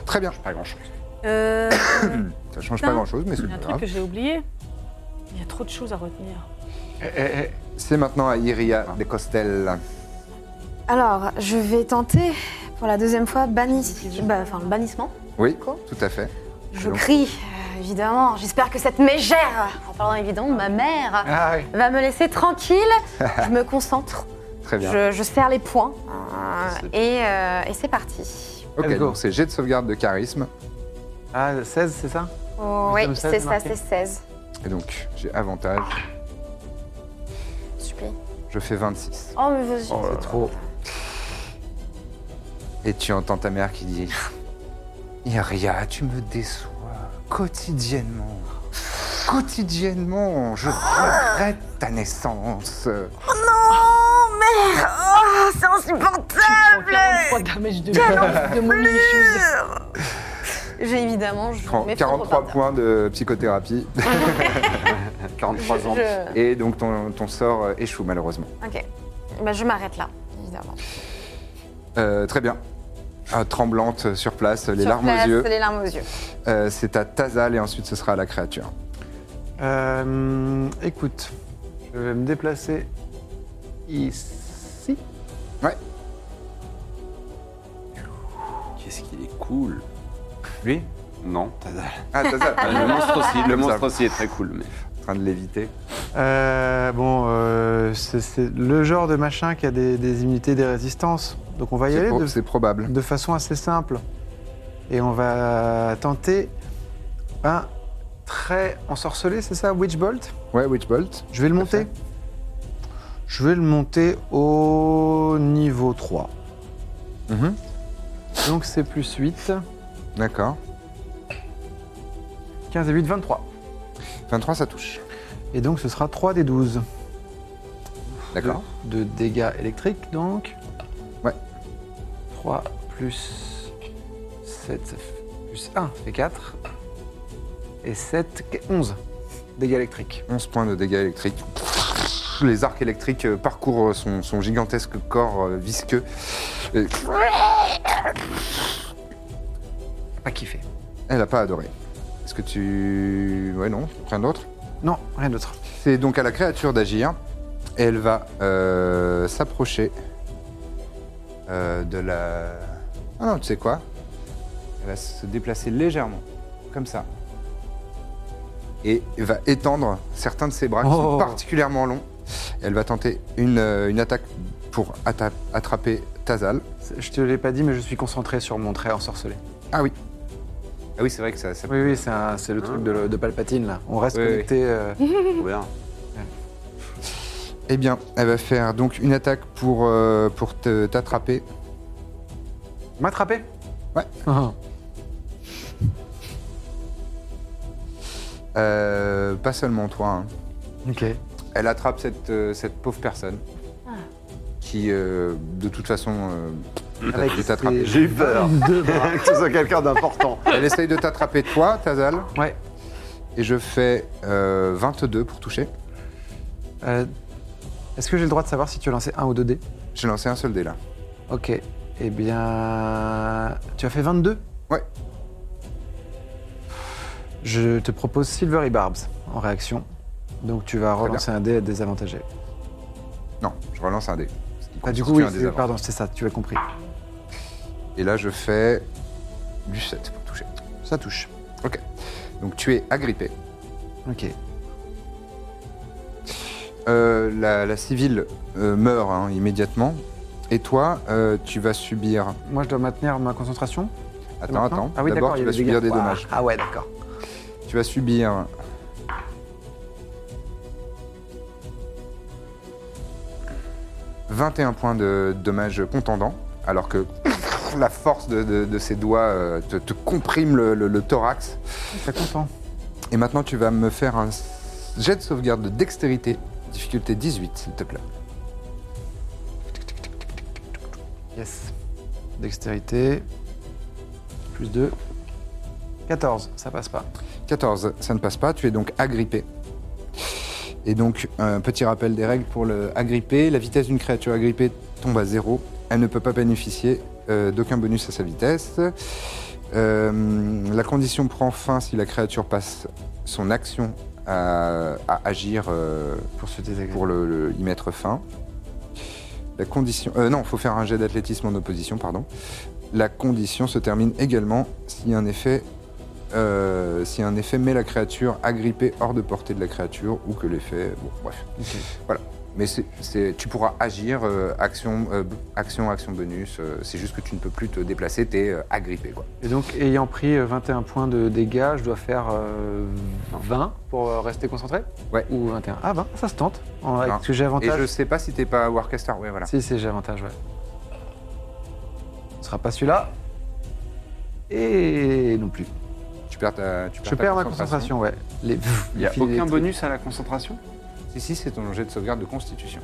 S6: Très bien.
S2: Pas grand chose.
S4: Euh, (coughs)
S6: Ça change
S4: Putain.
S6: pas grand chose, mais c'est
S4: il y a
S6: pas
S4: un truc
S6: grave.
S4: que j'ai oublié. Il y a trop de choses à retenir.
S3: Eh,
S6: C'est maintenant à Iria de Costel.
S7: Alors, je vais tenter pour la deuxième fois bannis... bah, enfin, le bannissement.
S6: Oui, tout à fait.
S7: Je
S6: Donc.
S7: crie
S5: euh, évidemment. J'espère que cette mégère, en parlant évidemment de ma mère,
S3: Ah oui.
S5: va me laisser
S6: (laughs)
S5: tranquille. je me concentre,
S6: Très bien.
S5: je, je serre les poings euh,
S2: C'est-
S5: et, euh, et c'est parti.
S6: Ok,
S3: Let's go.
S6: donc c'est jet de sauvegarde de charisme.
S3: Ah, 16, c'est ça
S5: oui,
S3: comme ça,
S5: Oh, c'est
S3: c'est
S5: ça,
S3: marqué.
S5: c'est 16.
S6: Et donc, j'ai avantage.
S5: Super.
S6: Je fais 26.
S5: Oh, mais vas-y.
S3: C'est trop.
S6: Et tu entends ta mère qui dit Iria, tu me déçois quotidiennement. Quotidiennement, je regrette ta naissance.
S5: Oh
S7: c'est insupportable
S4: prends 43 damage (laughs) de, de mon issues.
S5: J'ai évidemment, je
S6: Je prends
S5: mets
S6: 43 points de psychothérapie.
S2: 43 ans.
S5: Je,
S6: Et donc ton, ton sort euh, échoue malheureusement.
S5: ok. Bah, je m'arrête là, évidemment.
S6: Euh, très bien. Ah, tremblante euh, sur place, les
S5: Sur
S6: larmes
S5: place,
S6: aux yeux.
S5: Les larmes aux yeux.
S6: Euh, c'est à Tazal et ensuite ce sera à la créature.
S3: Euh, écoute, je vais me déplacer ici.
S2: Qu'est-ce qu'il est cool. Lui Non, Tazal.
S6: Ah, Tazal
S2: (laughs) Ah, le monstre aussi, le
S6: Ça
S2: monstre
S6: va.
S2: aussi est très cool. Mais...
S6: en train de l'éviter.
S3: Euh, bon, euh, c'est c'est le genre de machin qui a des, des immunités, des résistances. Donc on va Ah, y
S6: C'est
S3: aller
S6: pro-
S3: de,
S6: c'est probable.
S3: de façon assez simple. Et on va tenter un trait ensorcelé, c'est ça Witch Bolt
S6: Ouais, Witchbolt.
S3: Je vais le monter. Je vais le monter au niveau 3.
S6: Mhm.
S3: Donc c'est plus 8.
S6: D'accord.
S3: 15 et 8, 23.
S6: 23, ça touche.
S3: Et donc ce sera 3 des 12
S6: D'accord.
S3: de, de dégâts électriques donc.
S6: Ouais.
S3: 3 plus 7, ça fait- plus 1, ça fait 4. Et 7, 11 dégâts électriques.
S6: 11 points de dégâts électriques. Les arcs électriques euh, parcourent son, son gigantesque corps euh, visqueux. Et
S3: Pas kiffé.
S6: elle n'a pas adoré. Est-ce que tu. Ouais, non, rien d'autre
S3: Non, rien d'autre.
S6: C'est donc à la créature d'agir. Et elle va euh, s'approcher euh, de la. Ah non, tu sais quoi Elle va se déplacer légèrement, comme ça. Et va étendre certains de ses bras qui sont
S3: Oh.
S6: particulièrement longs. Elle va tenter une, euh, une attaque pour atta- attraper Tazal.
S3: C'est- Je te l'ai pas dit, mais je suis concentré sur mon trait ensorcelé.
S6: Ah oui. Ah oui, c'est vrai que ça. ça-
S3: Oui, oui, c'est un- c'est le truc de, de Palpatine là. On reste
S6: Oui, oui.
S3: connecté. euh, (laughs)
S2: Trop bien.
S6: Eh bien, elle va faire donc une attaque pour, euh, pour te- t'attraper.
S3: M'attraper
S6: Ouais.
S3: Ah.
S6: Euh, pas seulement toi. hein.
S3: Ok.
S6: Elle attrape cette, euh, cette pauvre personne qui, euh, de toute façon, euh,
S3: Avec
S6: de t'attraper.
S2: J'ai eu peur.
S3: Deux bras.
S2: que ce soit quelqu'un d'important.
S6: Elle essaye de t'attraper toi, Tazal,
S3: Ouais.
S6: et je fais euh, 22 pour toucher.
S3: Euh, Est-ce que j'ai le droit de savoir si tu as lancé un ou deux dés
S6: J'ai lancé un seul dé là.
S3: Ok. Eh bien. Tu as fait 22
S6: Ouais.
S3: Je te propose Silvery Barbs en réaction. Donc tu vas relancer un dé désavantagé.
S6: Non, je relance un dé. ce qui
S3: Ah, du coup,
S6: constitue
S3: oui,
S6: un
S3: c'est-
S6: désavantage.
S3: pardon, c'est ça, tu as compris.
S6: Et là, je fais du 7 pour toucher.
S3: Ça touche.
S6: Ok. Donc tu es agrippé.
S3: Ok.
S6: Euh, la, la civile euh, meurt hein, immédiatement. Et toi, euh, tu vas subir.
S3: Moi, je dois maintenir ma concentration
S6: Attends,
S3: maintenant
S6: attends.
S3: Ah oui,
S6: D'abord,
S3: d'accord, il y
S6: tu
S3: a
S6: vas
S3: des
S6: subir
S3: dégâts.
S6: des
S3: Ouah.
S6: dommages.
S3: Ah ouais, d'accord.
S6: Tu vas subir. « 21 points de dommages contendants, alors que (laughs) la force de, de- de ses doigts euh, te, te comprime le, le- le thorax.
S3: Très content.
S6: Et maintenant, tu vas me faire un jet de sauvegarde de dextérité, difficulté 18, s'il te plaît.
S3: Yes. Dextérité. Plus 2. 14, ça passe pas.
S6: 14, ça ne passe pas, tu es donc agrippé. Et donc, un petit rappel des règles pour le agrippé. La vitesse d'une créature agrippée tombe à zéro. Elle ne peut pas bénéficier euh, d'aucun bonus à sa vitesse. Euh, la condition prend fin si la créature passe son action à, à agir euh,
S3: Pour ce désagrément.
S6: pour le, le- y mettre fin. La condition. euh, non, il faut faire un jet d'athlétisme en opposition, pardon. La condition se termine également si un effet Euh, si un effet met la créature agrippée hors de portée de la créature ou que l'effet. Bon, bref. Voilà. Mais c'est- c'est- tu pourras agir, euh, action, euh, b- action, action bonus. euh, c'est juste que tu ne peux plus te déplacer, t'es euh, agrippé, quoi.
S3: Et donc, ayant pris euh, 21 points de dégâts, je dois faire euh, 20 pour euh, rester concentré
S6: Ouais.
S3: Ou 21 Ah, 20, ça se tente. En- avec-
S6: Non.
S3: Parce que j'ai
S6: Et
S3: avantage.
S6: je sais pas si t'es pas Warcaster, ouais, voilà.
S3: Si, si, j'ai avantage, ouais. Ce sera pas celui-là. Et non plus.
S6: Tu perds ta. Tu
S3: Je
S6: ta
S3: perds ma concentration, ouais. Les-
S2: Il n'y
S3: les
S2: a
S3: fils
S2: aucun
S3: électriques.
S2: bonus à la concentration
S6: Si, si, c'est ton jet de sauvegarde de constitution.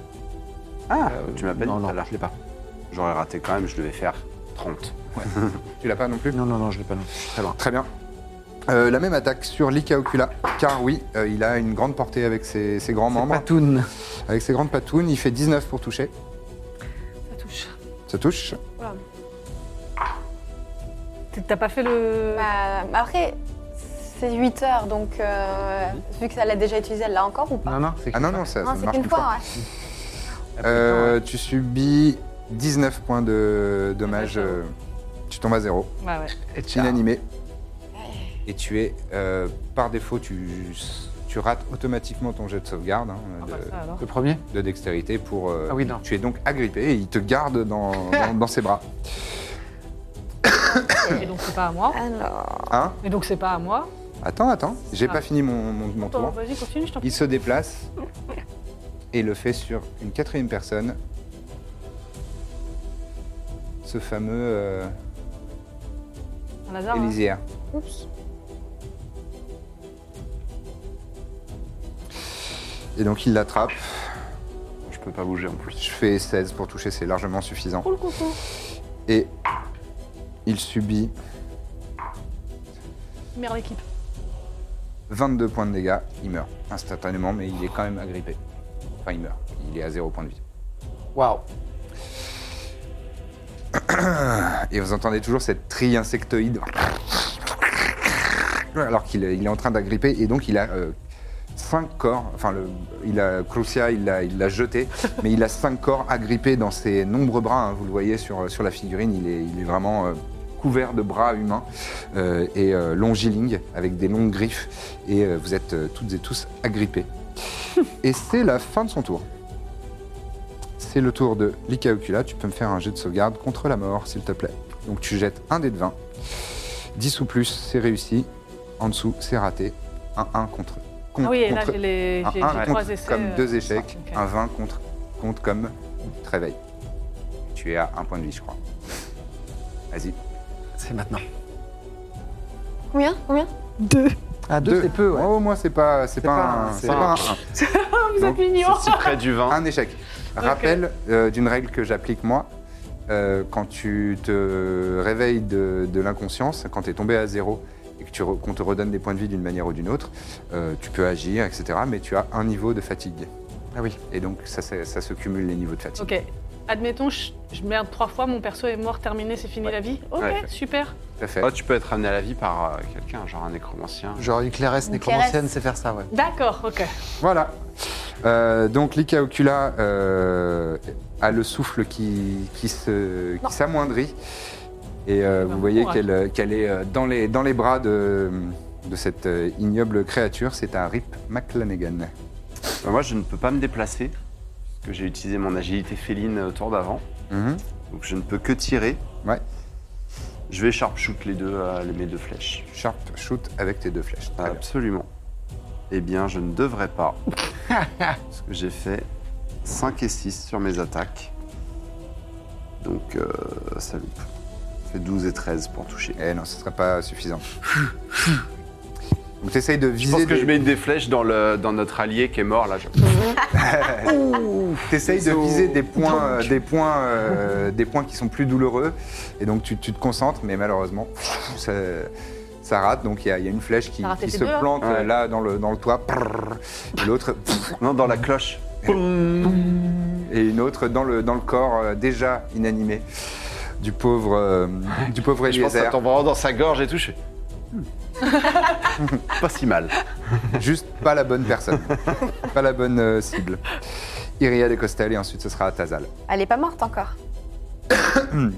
S2: Ah,
S3: Euh,
S2: tu m'as pas dit
S3: non,
S2: tout
S3: non,
S2: à l'heure.
S3: je l'ai pas.
S2: J'aurais raté quand même, je devais faire 30.
S6: Tu l'as pas non plus
S3: Non, non, non, je l'ai pas. non. Je suis Très loin.
S6: Très bien. Euh, la même attaque sur Lika Ocula, car oui, euh, il a une grande portée avec ses, ses grands
S3: C'est
S6: membres.
S3: Patoun.
S6: Avec ses grandes patounes, il fait 19 pour toucher.
S4: Ça touche.
S6: Ça touche
S4: T'es- T'as pas fait le.
S5: Bah, après, c'est 8 heures, donc euh, vu que ça l'a déjà utilisé, elle l'a encore ou pas
S3: Non, non, c'est
S6: Ah non, non, ça, ça
S5: Non, c'est
S6: marche
S5: qu'une
S6: une fois.
S5: fois, ouais.
S3: hein.
S6: Euh, tu subis 19 points de dommages. euh, tu tombes à zéro.
S4: Bah ouais.
S3: Et
S6: Tu es inanimé. Et tu es, euh, par défaut, tu, tu rates automatiquement ton jet de sauvegarde hein,
S4: Ah bah, ça
S6: de,
S4: alors.
S3: Le premier
S6: de dextérité pour. euh,
S3: Ah oui, non.
S6: Tu es donc agrippé et il te garde
S4: (laughs)
S6: dans, dans- dans ses bras.
S4: (coughs) Et donc c'est pas à moi.
S5: Alors.
S6: Hein
S4: Et donc c'est pas à moi.
S6: Attends, attends, j'ai
S4: Ah.
S6: pas fini mon, mon, mon
S4: Attends, bah.
S6: tour.
S4: vas-y, continue, je t'en prie.
S6: Il se déplace et le fait sur une quatrième personne. Ce fameux euh,
S4: Un hasard. hein.
S6: Élysée.
S5: Oups.
S6: Et donc il l'attrape.
S2: Je peux pas bouger en plus.
S6: Je fais 16 pour toucher, c'est largement suffisant.
S4: Cool, cool, cool.
S6: Et il subit
S4: Merde, l'équipe.
S6: 22 points de dégâts. Il meurt instantanément, mais il est quand même agrippé. Enfin, il meurt. Il est à 0 point de vie.
S3: Waouh.
S6: Ah, Et vous entendez toujours cette tri insectoïde. Alors qu'il est, il est en train d'agripper et donc il a 5 corps. Enfin, le, il a Crucia, il l'a il l'a jeté, mais il a 5 corps agrippés dans ses nombreux bras. hein. vous le voyez sur, sur la figurine, il est, il est vraiment euh, couvert de bras humains euh, et euh, longiligne avec des longues griffes. Et euh, vous êtes euh, toutes et tous agrippés. et c'est la fin de son tour. C'est le tour de Lika Ocula. Tu peux me faire un jet de sauvegarde contre la mort, s'il te plaît. Donc tu jettes un dé de 20. 10 ou plus, c'est réussi. En dessous, c'est raté. Un 1 contre.
S4: Ah oui, et là
S6: Mm. contre-
S4: j'ai les
S6: un
S4: j'ai-
S6: 1
S4: j'ai
S6: compte
S4: trois essais.
S6: comme
S4: euh,
S6: deux échecs,
S4: ok.
S6: un 20 contre, compte comme réveil. Tu es à un point de vie, je crois. Vas-y.
S3: C'est maintenant.
S5: Combien Combien
S3: Ah, deux, c'est peu, ouais.
S6: Oh, moi, c'est pas, c'est pas, un, c'est pas un un.
S4: Ah, Vous êtes
S6: Donc,
S4: mignons.
S2: C'est si près du 20.
S6: Un échec. Rappel euh, d'une règle que j'applique moi. euh, quand tu te réveilles de, de l'inconscience, quand tu es tombé à zéro et que tu re- qu'on te redonne des points de vie d'une manière ou d'une autre, euh, tu peux agir, etc. Mais tu as un niveau de fatigue.
S3: Ah oui.
S6: Et donc, ça, c'est- ça se cumule les niveaux de fatigue.
S4: Ok. Admettons, je, je merde trois fois, mon perso est mort, terminé, c'est fini la vie. Ok,
S2: Ouais.
S4: super.
S6: Tout à fait.
S2: Oh, tu peux être ramené à la vie par euh, quelqu'un, genre un nécromancien.
S3: Genre une clairesse
S5: Une
S3: nécromancienne,
S5: clairesse.
S3: c'est faire ça, ouais.
S4: D'accord, ok.
S6: Voilà. Euh, donc Lika Ocula euh, a le souffle qui, qui se- qui s'amoindrit. Et euh, vous voyez
S4: courage.
S6: qu'elle euh, qu'elle est euh, dans les, dans les bras de, de cette euh, ignoble créature. C'est un Rip McLanegan.
S2: Bah, moi, je ne peux pas me déplacer, parce que j'ai utilisé mon agilité féline au tour d'avant.
S6: Mhm.
S2: Donc, je ne peux que tirer.
S6: Ouais.
S2: Je vais sharpshoot les deux, euh, les- mes deux flèches.
S6: Sharp shoot avec tes deux flèches.
S2: Ah.
S6: Très bien.
S2: Absolument. Eh bien, je ne devrais (laughs) pas. parce que j'ai fait 5 et 6 sur mes attaques. Donc, euh, ça loupe. C'est 12 et 13 pour toucher.
S6: Eh non, ce ne sera
S2: (laughs)
S6: pas suffisant. donc t'essayes de
S2: Je pense
S6: viser,
S2: que je
S6: des,
S2: mets des flèches dans, le, dans notre allié qui est mort là. Je-
S6: t'essayes de viser des points, euh, des, points, euh, des points qui sont plus douloureux. Et donc tu, tu te concentres, mais malheureusement, ça, ça rate. Donc il y, a- il y a une flèche qui,
S4: Ça rate
S6: qui
S4: tes
S6: se
S4: deux, hein.
S6: plante euh,
S2: Ouais.
S6: là dans le, dans le toit. Prrr. Et L'autre, pff,
S2: (laughs) Non, dans la cloche.
S6: et une autre dans le, dans le corps euh, déjà inanimé du pauvre, euh, du pauvre
S2: Et je pense que
S6: Eliezer.
S2: ça tombe vraiment dans sa gorge et tout. je fais, hmm. (laughs) pas si mal.
S6: Juste pas la
S2: (laughs)
S6: bonne personne. pas la bonne euh, cible. Iria de Costel et ensuite ce sera à Tazal.
S5: Elle est pas morte encore.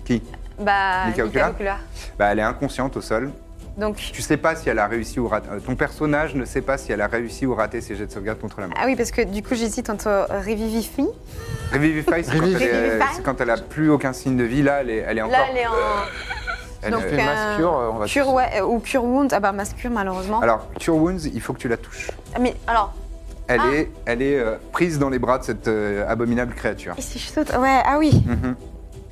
S6: Qui
S5: Bah,
S6: Lika
S5: Lika
S6: Okula Bah, elle est inconsciente au sol
S5: Donc,
S6: Tu sais pas si elle a réussi ou raté. euh, Ton personnage ne sait pas si elle a réussi ou raté ses jets de sauvegarde contre la mort.
S5: ah oui, parce que du coup, j'hésite entre euh, Revivify.
S6: Revivify, c'est quand, elle est- euh,
S5: Revivify.
S6: c'est quand elle a plus aucun signe de vie. Là, elle est, elle est encore.
S5: Là, elle est en
S6: (laughs) elle
S5: donc,
S6: est-
S3: fait masse cure, euh, on va
S5: cure,
S3: tous-
S5: ouais, euh, ou Cure Wound. Ah bah, masse cure, malheureusement.
S6: Alors, Cure Wounds, il faut que tu la touches.
S5: Ah, mais alors,
S6: Elle
S5: Ah.
S6: est, elle est euh, prise dans les bras de cette euh, abominable créature.
S5: et si je saute Ouais, ah oui. (laughs)
S6: Mhm.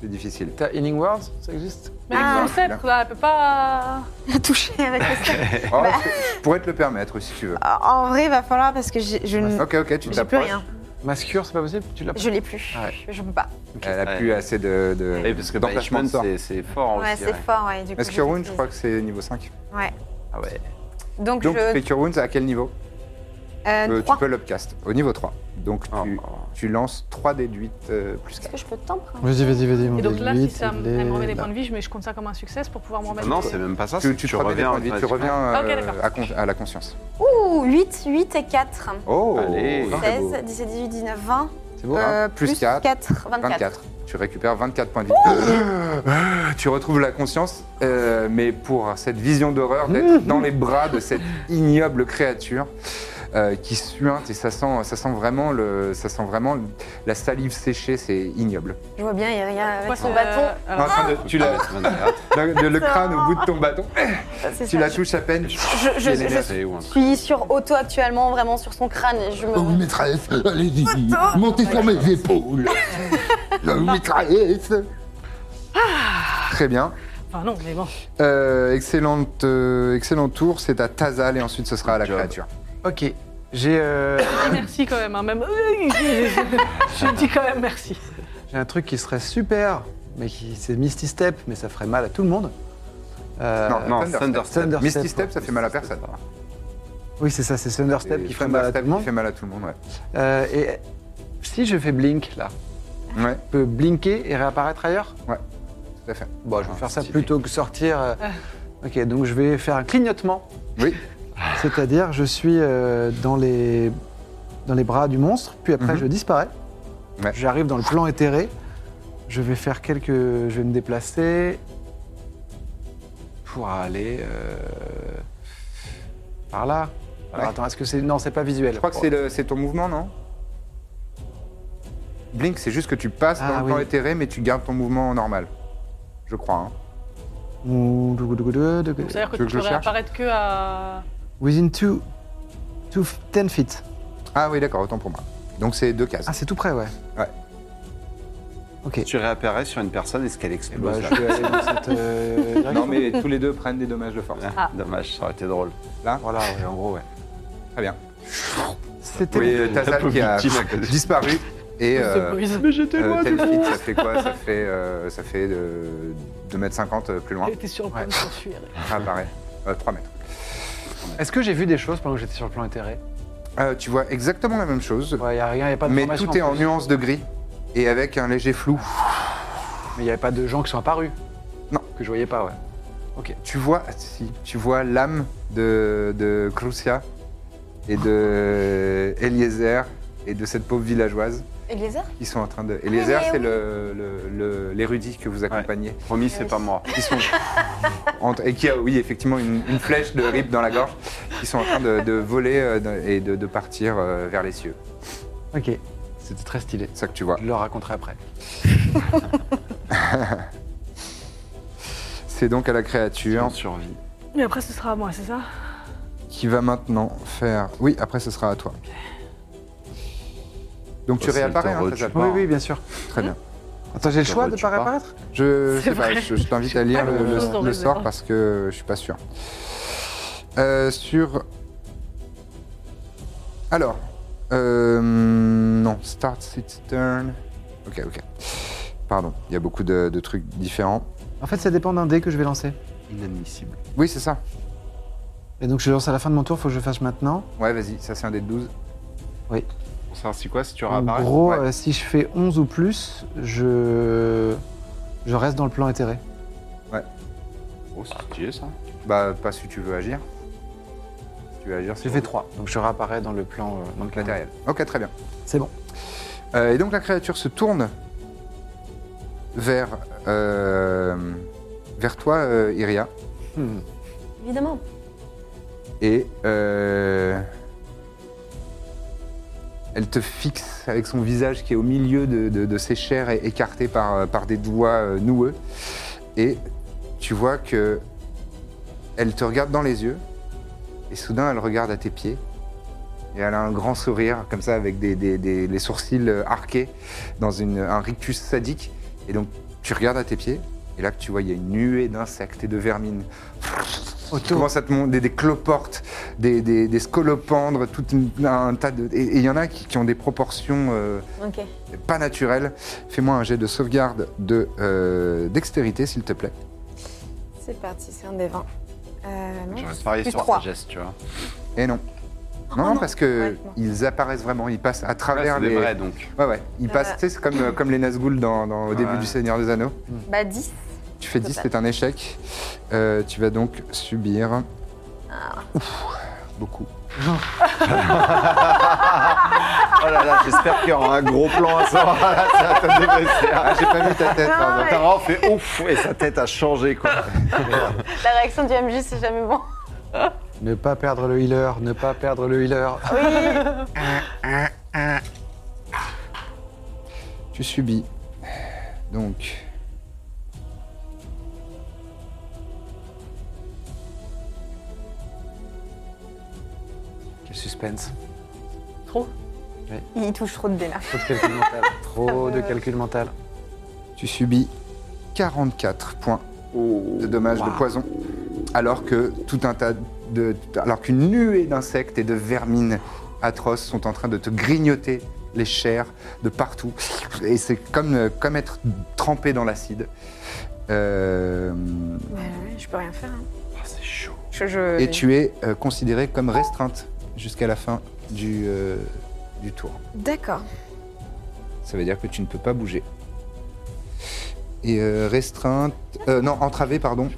S6: C'est difficile.
S2: (laughs)
S3: T'as Healing Words Ça existe
S4: Mais avec
S5: Ah.
S4: son sceptre, là, elle peut pas.
S5: Toucher avec le
S6: (laughs)
S5: sceptre.
S6: Oh, je- je pourrais te le permettre si tu veux.
S5: En vrai, il va falloir parce que j'ai- je ne.
S6: Ok, ok, Bah, tu
S5: J'ai plus
S6: t'approches.
S5: rien.
S3: Masse cure, c'est pas possible Tu l'as pas
S5: Je l'ai plus.
S3: Ah ouais.
S5: Je peux pas.
S6: Elle a plus assez de. de
S2: Et parce que
S6: d'emplacement
S2: Bashman,
S6: de sort.
S2: c'est c'est fort
S5: Ouais,
S2: aussi.
S5: c'est fort, ouais. Du coup,
S6: Parce que
S5: j'ai
S6: Cure Wounds, je
S5: maîtrise.
S6: crois que c'est niveau 5.
S5: Ouais.
S2: Ah ouais.
S5: Donc,
S6: Donc, tu
S5: je.
S6: fais Cure Wounds à quel niveau
S5: euh,
S6: Euh, Tu
S5: trois.
S6: peux l'upcast. Au niveau 3. Donc,
S2: Oh,
S6: tu,
S2: oh.
S6: tu lances 3 déduites euh, plus
S5: Est-ce
S6: 4.
S5: que je peux t'emprunter
S3: Vas-y, vas-y, vas-y. mon
S4: Et donc là, si
S3: D8,
S4: ça
S3: il
S4: me- elle me remet
S3: est
S4: des
S3: là.
S4: points de vie, je, mets, je compte ça comme un succès pour pouvoir me
S5: Oh,
S4: remettre.
S2: Non,
S5: bah,
S4: des-
S2: c'est même pas ça.
S6: Tu,
S2: c'est
S6: tu,
S2: que
S6: te remets des points de vie, tu
S2: automatiquement.
S6: reviens
S4: Ah, ok,
S6: euh,
S4: d'accord.
S6: à, con- à la conscience.
S5: Ouh, 8, 8 et 4.
S6: Oh
S2: Allez.
S6: très beau.
S5: 16, 17, 18, 19, 20.
S3: C'est beau
S5: euh,
S6: Oh, hein. Plus
S5: plus
S6: quatre,
S5: 4, 24.
S6: 24. Tu récupères 24 points de vie. tu retrouves la conscience, euh, mais pour cette vision d'horreur d'être dans les bras de cette ignoble créature euh, qui suinte et ça sent, ça sent vraiment, le, ça sent vraiment le- la salive séchée, c'est ignoble.
S5: Je vois bien, il rien avec
S4: Poisson,
S5: son
S4: euh,
S5: bâton.
S6: En
S4: alors,
S6: train de- tu la-
S2: Ah.
S6: le, le crâne au bout de ton bâton,
S5: C'est
S6: tu
S5: ça.
S6: la touches à peine.
S5: Je, je- je
S2: C'est où, hein.
S5: suis sur auto actuellement, vraiment sur son crâne. Et je me...
S8: Oh, maîtresse, allez-y, montez sur mes épaules. Oh, maîtresse.
S6: Très bien.
S4: Enfin, non, mais bon.
S6: Euh, excellente, euh, excellent tour, c'est à Tazal et ensuite ce sera à la
S2: Job.
S6: créature.
S3: Ok. J'ai euh,
S4: Je dis merci quand même, hein, même. (laughs) je dis quand même merci.
S3: j'ai un truc qui serait super, mais qui c'est Misty Step, mais ça ferait mal à tout le monde. Euh,
S6: Non,
S2: Non, Thunder
S6: Thunder Step.
S2: Step.
S3: Thunder
S6: Misty
S3: Step,
S6: Step, ça fait mal à personne.
S3: Oui, c'est ça, c'est Thunder Step
S6: Et
S3: qui ferait
S6: Thunder
S3: mal à tout
S6: Step
S3: le monde.
S6: qui fait mal à tout le monde, ouais.
S3: Euh, et si je fais Blink là,
S6: Ouais,
S3: je peux blinker et réapparaître ailleurs
S6: tout à fait.
S3: Bon, je vais faire ça
S2: stylé.
S3: plutôt que sortir. euh, Ok, donc je vais faire un clignotement.
S6: Oui.
S3: C'est-à-dire, je suis euh, dans, les, dans les bras du monstre, puis après
S6: Mhm.
S3: je disparais.
S6: Ouais.
S3: J'arrive dans le plan éthéré. Je vais faire quelques. Je vais me déplacer pour aller euh, par là. Alors
S6: Ouais.
S3: attends, est-ce que c'est. Non, c'est pas visuel.
S6: Je crois que c'est le- c'est ton mouvement, non Blink, c'est juste que tu passes
S3: Ah,
S6: dans le plan
S3: oui.
S6: éthéré, mais tu gardes ton mouvement normal. Je crois. hein.
S4: Donc, c'est-à-dire que tu,
S6: Tu veux que je le
S4: pourrais
S6: cherche
S4: apparaître que à.
S3: Within two, two, 10 feet.
S6: Ah oui, d'accord, autant pour moi. Donc c'est deux cases.
S3: Ah, c'est tout près,
S6: (laughs)
S3: ouais.
S6: Ouais.
S3: Ok.
S2: Tu réapparais sur une personne, est-ce qu'elle
S3: Eh ben,
S2: explose là
S3: je
S6: (laughs)
S3: vais aller dans cette. euh, direction.
S6: non, mais tous les deux prennent des dommages de force.
S2: Ah, (laughs) Dommage, ça aurait été drôle.
S6: Là,
S3: Voilà, ouais, en gros, ouais.
S6: très bien.
S3: C'était.
S6: Oui,
S3: bon.
S6: euh, Tazal qui a disparu. Et euh,
S4: Brise.
S6: euh, Telfit, ça fait quoi Ça fait, euh, ça fait euh, 2m50 plus
S3: (laughs)
S6: loin.
S4: Elle était sur le point de s'enfuir.
S6: Ah, pareil. Euh, 3 mètres.
S3: Est-ce que j'ai vu des choses pendant que j'étais sur le plan éthéré
S6: Euh, tu vois exactement la même chose,
S3: Ouais, y a rien, y a pas de
S6: mais
S3: formation
S6: tout est en
S3: plus.
S6: nuances de gris et avec un léger flou.
S3: Mais il n'y avait pas de gens qui sont apparus
S6: Non.
S3: Que je voyais pas, ouais.
S6: Tu vois, ah, si, tu vois l'âme de, de Crucia et de Eliezer et de cette pauvre villageoise
S5: Eliezer
S6: qui sont en train de. Eliezer,
S5: Ah, mais
S6: c'est
S5: oui.
S6: le- le- le- l'érudit que vous accompagnez.
S2: Promis, c'est pas moi.
S6: Qui sont en- et qui a, oui, effectivement, une, une flèche de rip dans la gorge. Qui sont en train de, de voler euh, de- et de, de partir euh, vers les cieux.
S3: Ok. C'était très stylé.
S6: C'est ça que tu vois.
S3: Je le raconterai après.
S6: C'est donc à la créature
S2: En survie.
S4: Mais après, ce sera à moi, c'est ça
S6: qui va maintenant faire. Oui, après, ce sera à toi. Donc tu
S2: Oh, c'est le
S6: réapparais, hein,
S2: tarot,
S6: ça
S2: tu-
S6: s'appelle.
S3: Oui, oui, bien sûr.
S6: Très bien.
S3: (laughs) Attends, j'ai le choix de
S2: Tu
S3: pas
S2: pars.
S3: réapparaître
S6: Je, je
S4: C'est
S6: sais pas,
S4: vrai.
S6: je, je t'invite à
S4: J'ai
S6: lire
S4: pas
S6: le,
S4: grand
S6: le-
S4: chose dans
S6: le
S4: le
S6: sort
S4: verre.
S6: parce que je suis pas sûr. Euh, sur. Alors. euh, non, start its turn. Ok, ok. Pardon, il y a beaucoup de, de trucs différents.
S3: En fait, ça dépend d'un dé que je vais lancer.
S2: Inadmissible.
S6: Oui, c'est ça.
S3: Et donc, je le lance à la fin de mon tour, faut que je le fasse maintenant.
S6: Ouais, vas-y, ça c'est un dé de 12.
S2: Pour savoir si quoi, si tu
S3: En
S2: réapparais
S3: gros,
S6: ouais.
S3: euh, si je fais 11 ou plus, je. Je reste dans le plan éthéré.
S2: Oh, c'est stylé ça.
S3: euh,
S6: Bah, pas si tu veux agir. Si tu veux agir,
S3: J'ai fait 3, donc je réapparais dans le plan. euh, dans le plan.
S6: matériel. Ok, très bien.
S3: C'est bon.
S6: Euh, et donc la créature se tourne vers, euh, vers toi, euh, Iria.
S3: Hmm.
S5: évidemment.
S6: Et euh, elle te fixe avec son visage qui est au milieu de, de- de ses chairs et écarté par, par des doigts euh, noueux. Et tu vois que elle te regarde dans les yeux. Et soudain, elle regarde à tes pieds. Et elle a un grand sourire, comme ça, avec des, des- des- les sourcils euh, arqués, dans une, un rictus sadique. Et donc, tu regardes à tes pieds. Et là, tu vois, il y a une nuée d'insectes et de vermines qui
S3: Otto,
S6: commence à te monter des cloportes, des, des, des scolopendres, tout un, un tas de. Et et il y en a qui, qui ont des proportions euh,
S5: Ok.
S6: pas naturelles. Fais-moi un jet de sauvegarde de euh, dextérité, s'il te plaît.
S5: C'est parti, c'est un des 20. Euh, non,
S2: J'aurais parié
S5: Plus
S2: sur
S5: trois.
S2: la geste, tu vois.
S6: Et non. Oh Non, non, parce que
S5: ouais, non.
S6: ils apparaissent vraiment, ils passent à
S2: Ouais,
S6: travers
S2: Ah, c'est des
S6: les.
S2: vrais, donc.
S6: Ouais, ouais. Ils
S5: Euh.
S6: passent, tu sais, c'est comme, euh, comme les Nazgûl dans, dans- au début
S2: Ah Ouais.
S6: du Seigneur des Anneaux.
S5: Bah 10.
S6: Tu fais 10,
S5: Total.
S6: c'est un échec. Euh, tu vas donc subir. Ouf, beaucoup.
S2: Oh là là, j'espère qu'il y aura un gros plan à ça. (laughs) Là, ça va te dégraisser.
S6: Ah, j'ai pas vu ta tête, pardon.
S2: T'as vraiment fait ouf et sa tête a changé quoi.
S5: La réaction du MJ, c'est jamais bon.
S3: ne pas perdre le healer, ne pas perdre le healer.
S6: Tu subis. Donc.
S3: Quel suspense.
S4: Trop.
S5: Il touche trop de dés là.
S3: Trop de calcul mental. Trop de calcul mental.
S6: Tu subis 44 points de dommages de poison, alors que tout un tas de, alors qu'une nuée d'insectes et de vermines atroces sont en train de te grignoter les chairs de partout, et c'est comme euh, comme être trempé dans l'acide. Euh,
S5: je peux rien faire. hein.
S2: c'est chaud.
S5: Je, je-
S6: et tu es euh, considéré comme restreinte jusqu'à la fin du euh, du tour.
S5: D'accord.
S6: Ça veut dire que tu ne peux pas bouger. Et euh, restreinte, euh, non, entravée, pardon.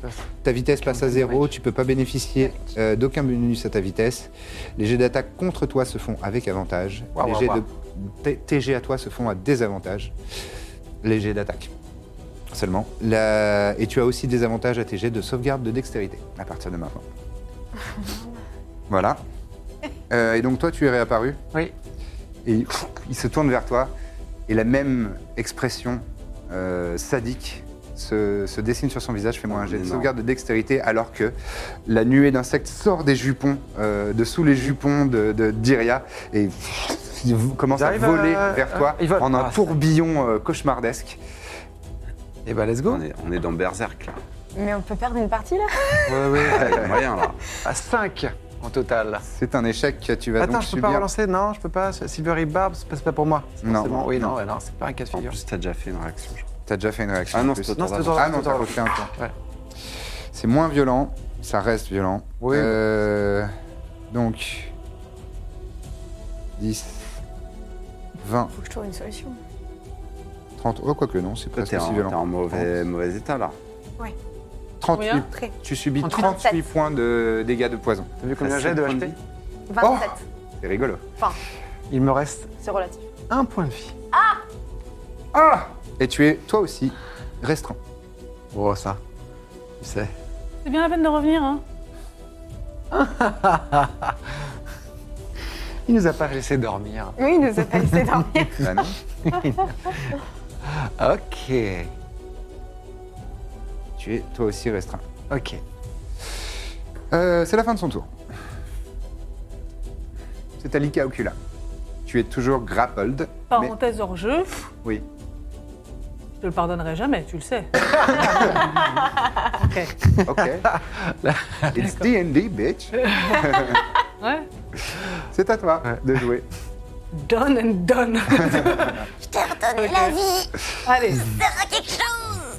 S6: Ta vitesse passe à zéro, tu peux pas bénéficier euh, d'aucun bonus à ta vitesse. Les jets d'attaque contre toi se font avec avantage.
S3: Waouh,
S6: Les
S3: waouh,
S6: jets de T- TG à toi se font à désavantage. Les jets d'attaque. Seulement. La- Et tu as aussi des avantages à tes jets de sauvegarde de dextérité à partir de maintenant. voilà. Euh, et donc toi, tu es réapparu
S3: Oui.
S6: Et pff, il se tourne vers toi et la même expression euh, sadique se, se dessine sur son visage. Fais-moi un jet de
S2: Énorme.
S6: sauvegarde de dextérité alors que la nuée d'insectes sort des jupons, euh, de sous les jupons de, de d'Iria et il v- commence
S3: Ils
S6: à
S3: arrivent
S6: voler
S3: à-
S6: vers toi
S3: ils volent.
S6: en un
S3: Ah, ça.
S6: tourbillon euh, cauchemardesque.
S3: Et bah, let's
S2: (laughs)
S3: go.
S2: On est, on est dans Berserk là.
S5: Mais on peut perdre une partie là
S3: Ouais, ouais.
S2: Il y a moyen là.
S3: À 5 en total.
S6: C'est un échec, tu vas
S3: Attends,
S6: donc
S3: je peux
S6: subir.
S3: pas relancer Non, je peux pas. Silvery Barb, c'est pas- c'est pas pour moi. C'est
S6: Non.
S3: forcément- Oui, non, ouais, non, c'est pas un cas de
S2: En
S3: figure.
S2: plus, t'as déjà fait une réaction. je crois.
S6: T'as déjà fait une réaction.
S2: Ah
S6: en
S2: non,
S6: plus.
S2: c'est
S3: Non,
S2: pas
S3: c'est
S2: ton
S3: toi.
S6: Ah non,
S3: Tout
S6: t'as
S3: à l'heure.
S6: refait un tour.
S3: Ouais.
S6: C'est moins violent, ça reste violent.
S3: Oui.
S6: Euh, donc. 10, 20,
S5: Faut que je trouve une solution.
S6: 30. Oh, quoique non, c'est
S2: Toi,
S6: presque
S2: t'es
S6: si
S2: en, t'es
S6: violent.
S2: en mauvais, mauvais état là.
S6: 38.
S4: Combien
S5: Très.
S6: Tu subis
S3: 38.
S6: 38 points de dégâts de poison.
S3: T'as vu combien
S2: T'as
S3: j'ai de
S2: cinq points de
S3: HP
S2: vie.
S5: 27,
S6: C'est rigolo.
S3: Il me reste
S5: c'est relatif.
S3: un point de vie.
S6: Ah Et tu es toi aussi restreint.
S3: Oh, ça. Tu sais.
S4: C'est bien la peine de revenir, hein.
S3: Il nous a pas laissé dormir.
S5: Oui, il nous a pas laissé dormir.
S6: Bah non.
S3: Ok.
S6: tu es toi aussi restreint.
S3: Ok.
S6: Euh, c'est la fin de son tour. C'est Alika Ocula. Tu es toujours (laughs) grappled. mais-
S4: Parenthèse hors jeu,
S6: Oui.
S4: je te le pardonnerai jamais, tu le sais. ok.
S6: Ok. It's D&D, bitch.
S4: Ouais.
S6: C'est à toi de jouer.
S4: Done and
S6: (laughs)
S4: done.
S7: Je t'ai redonné la vie
S4: Allez,
S7: Sers à quelque chose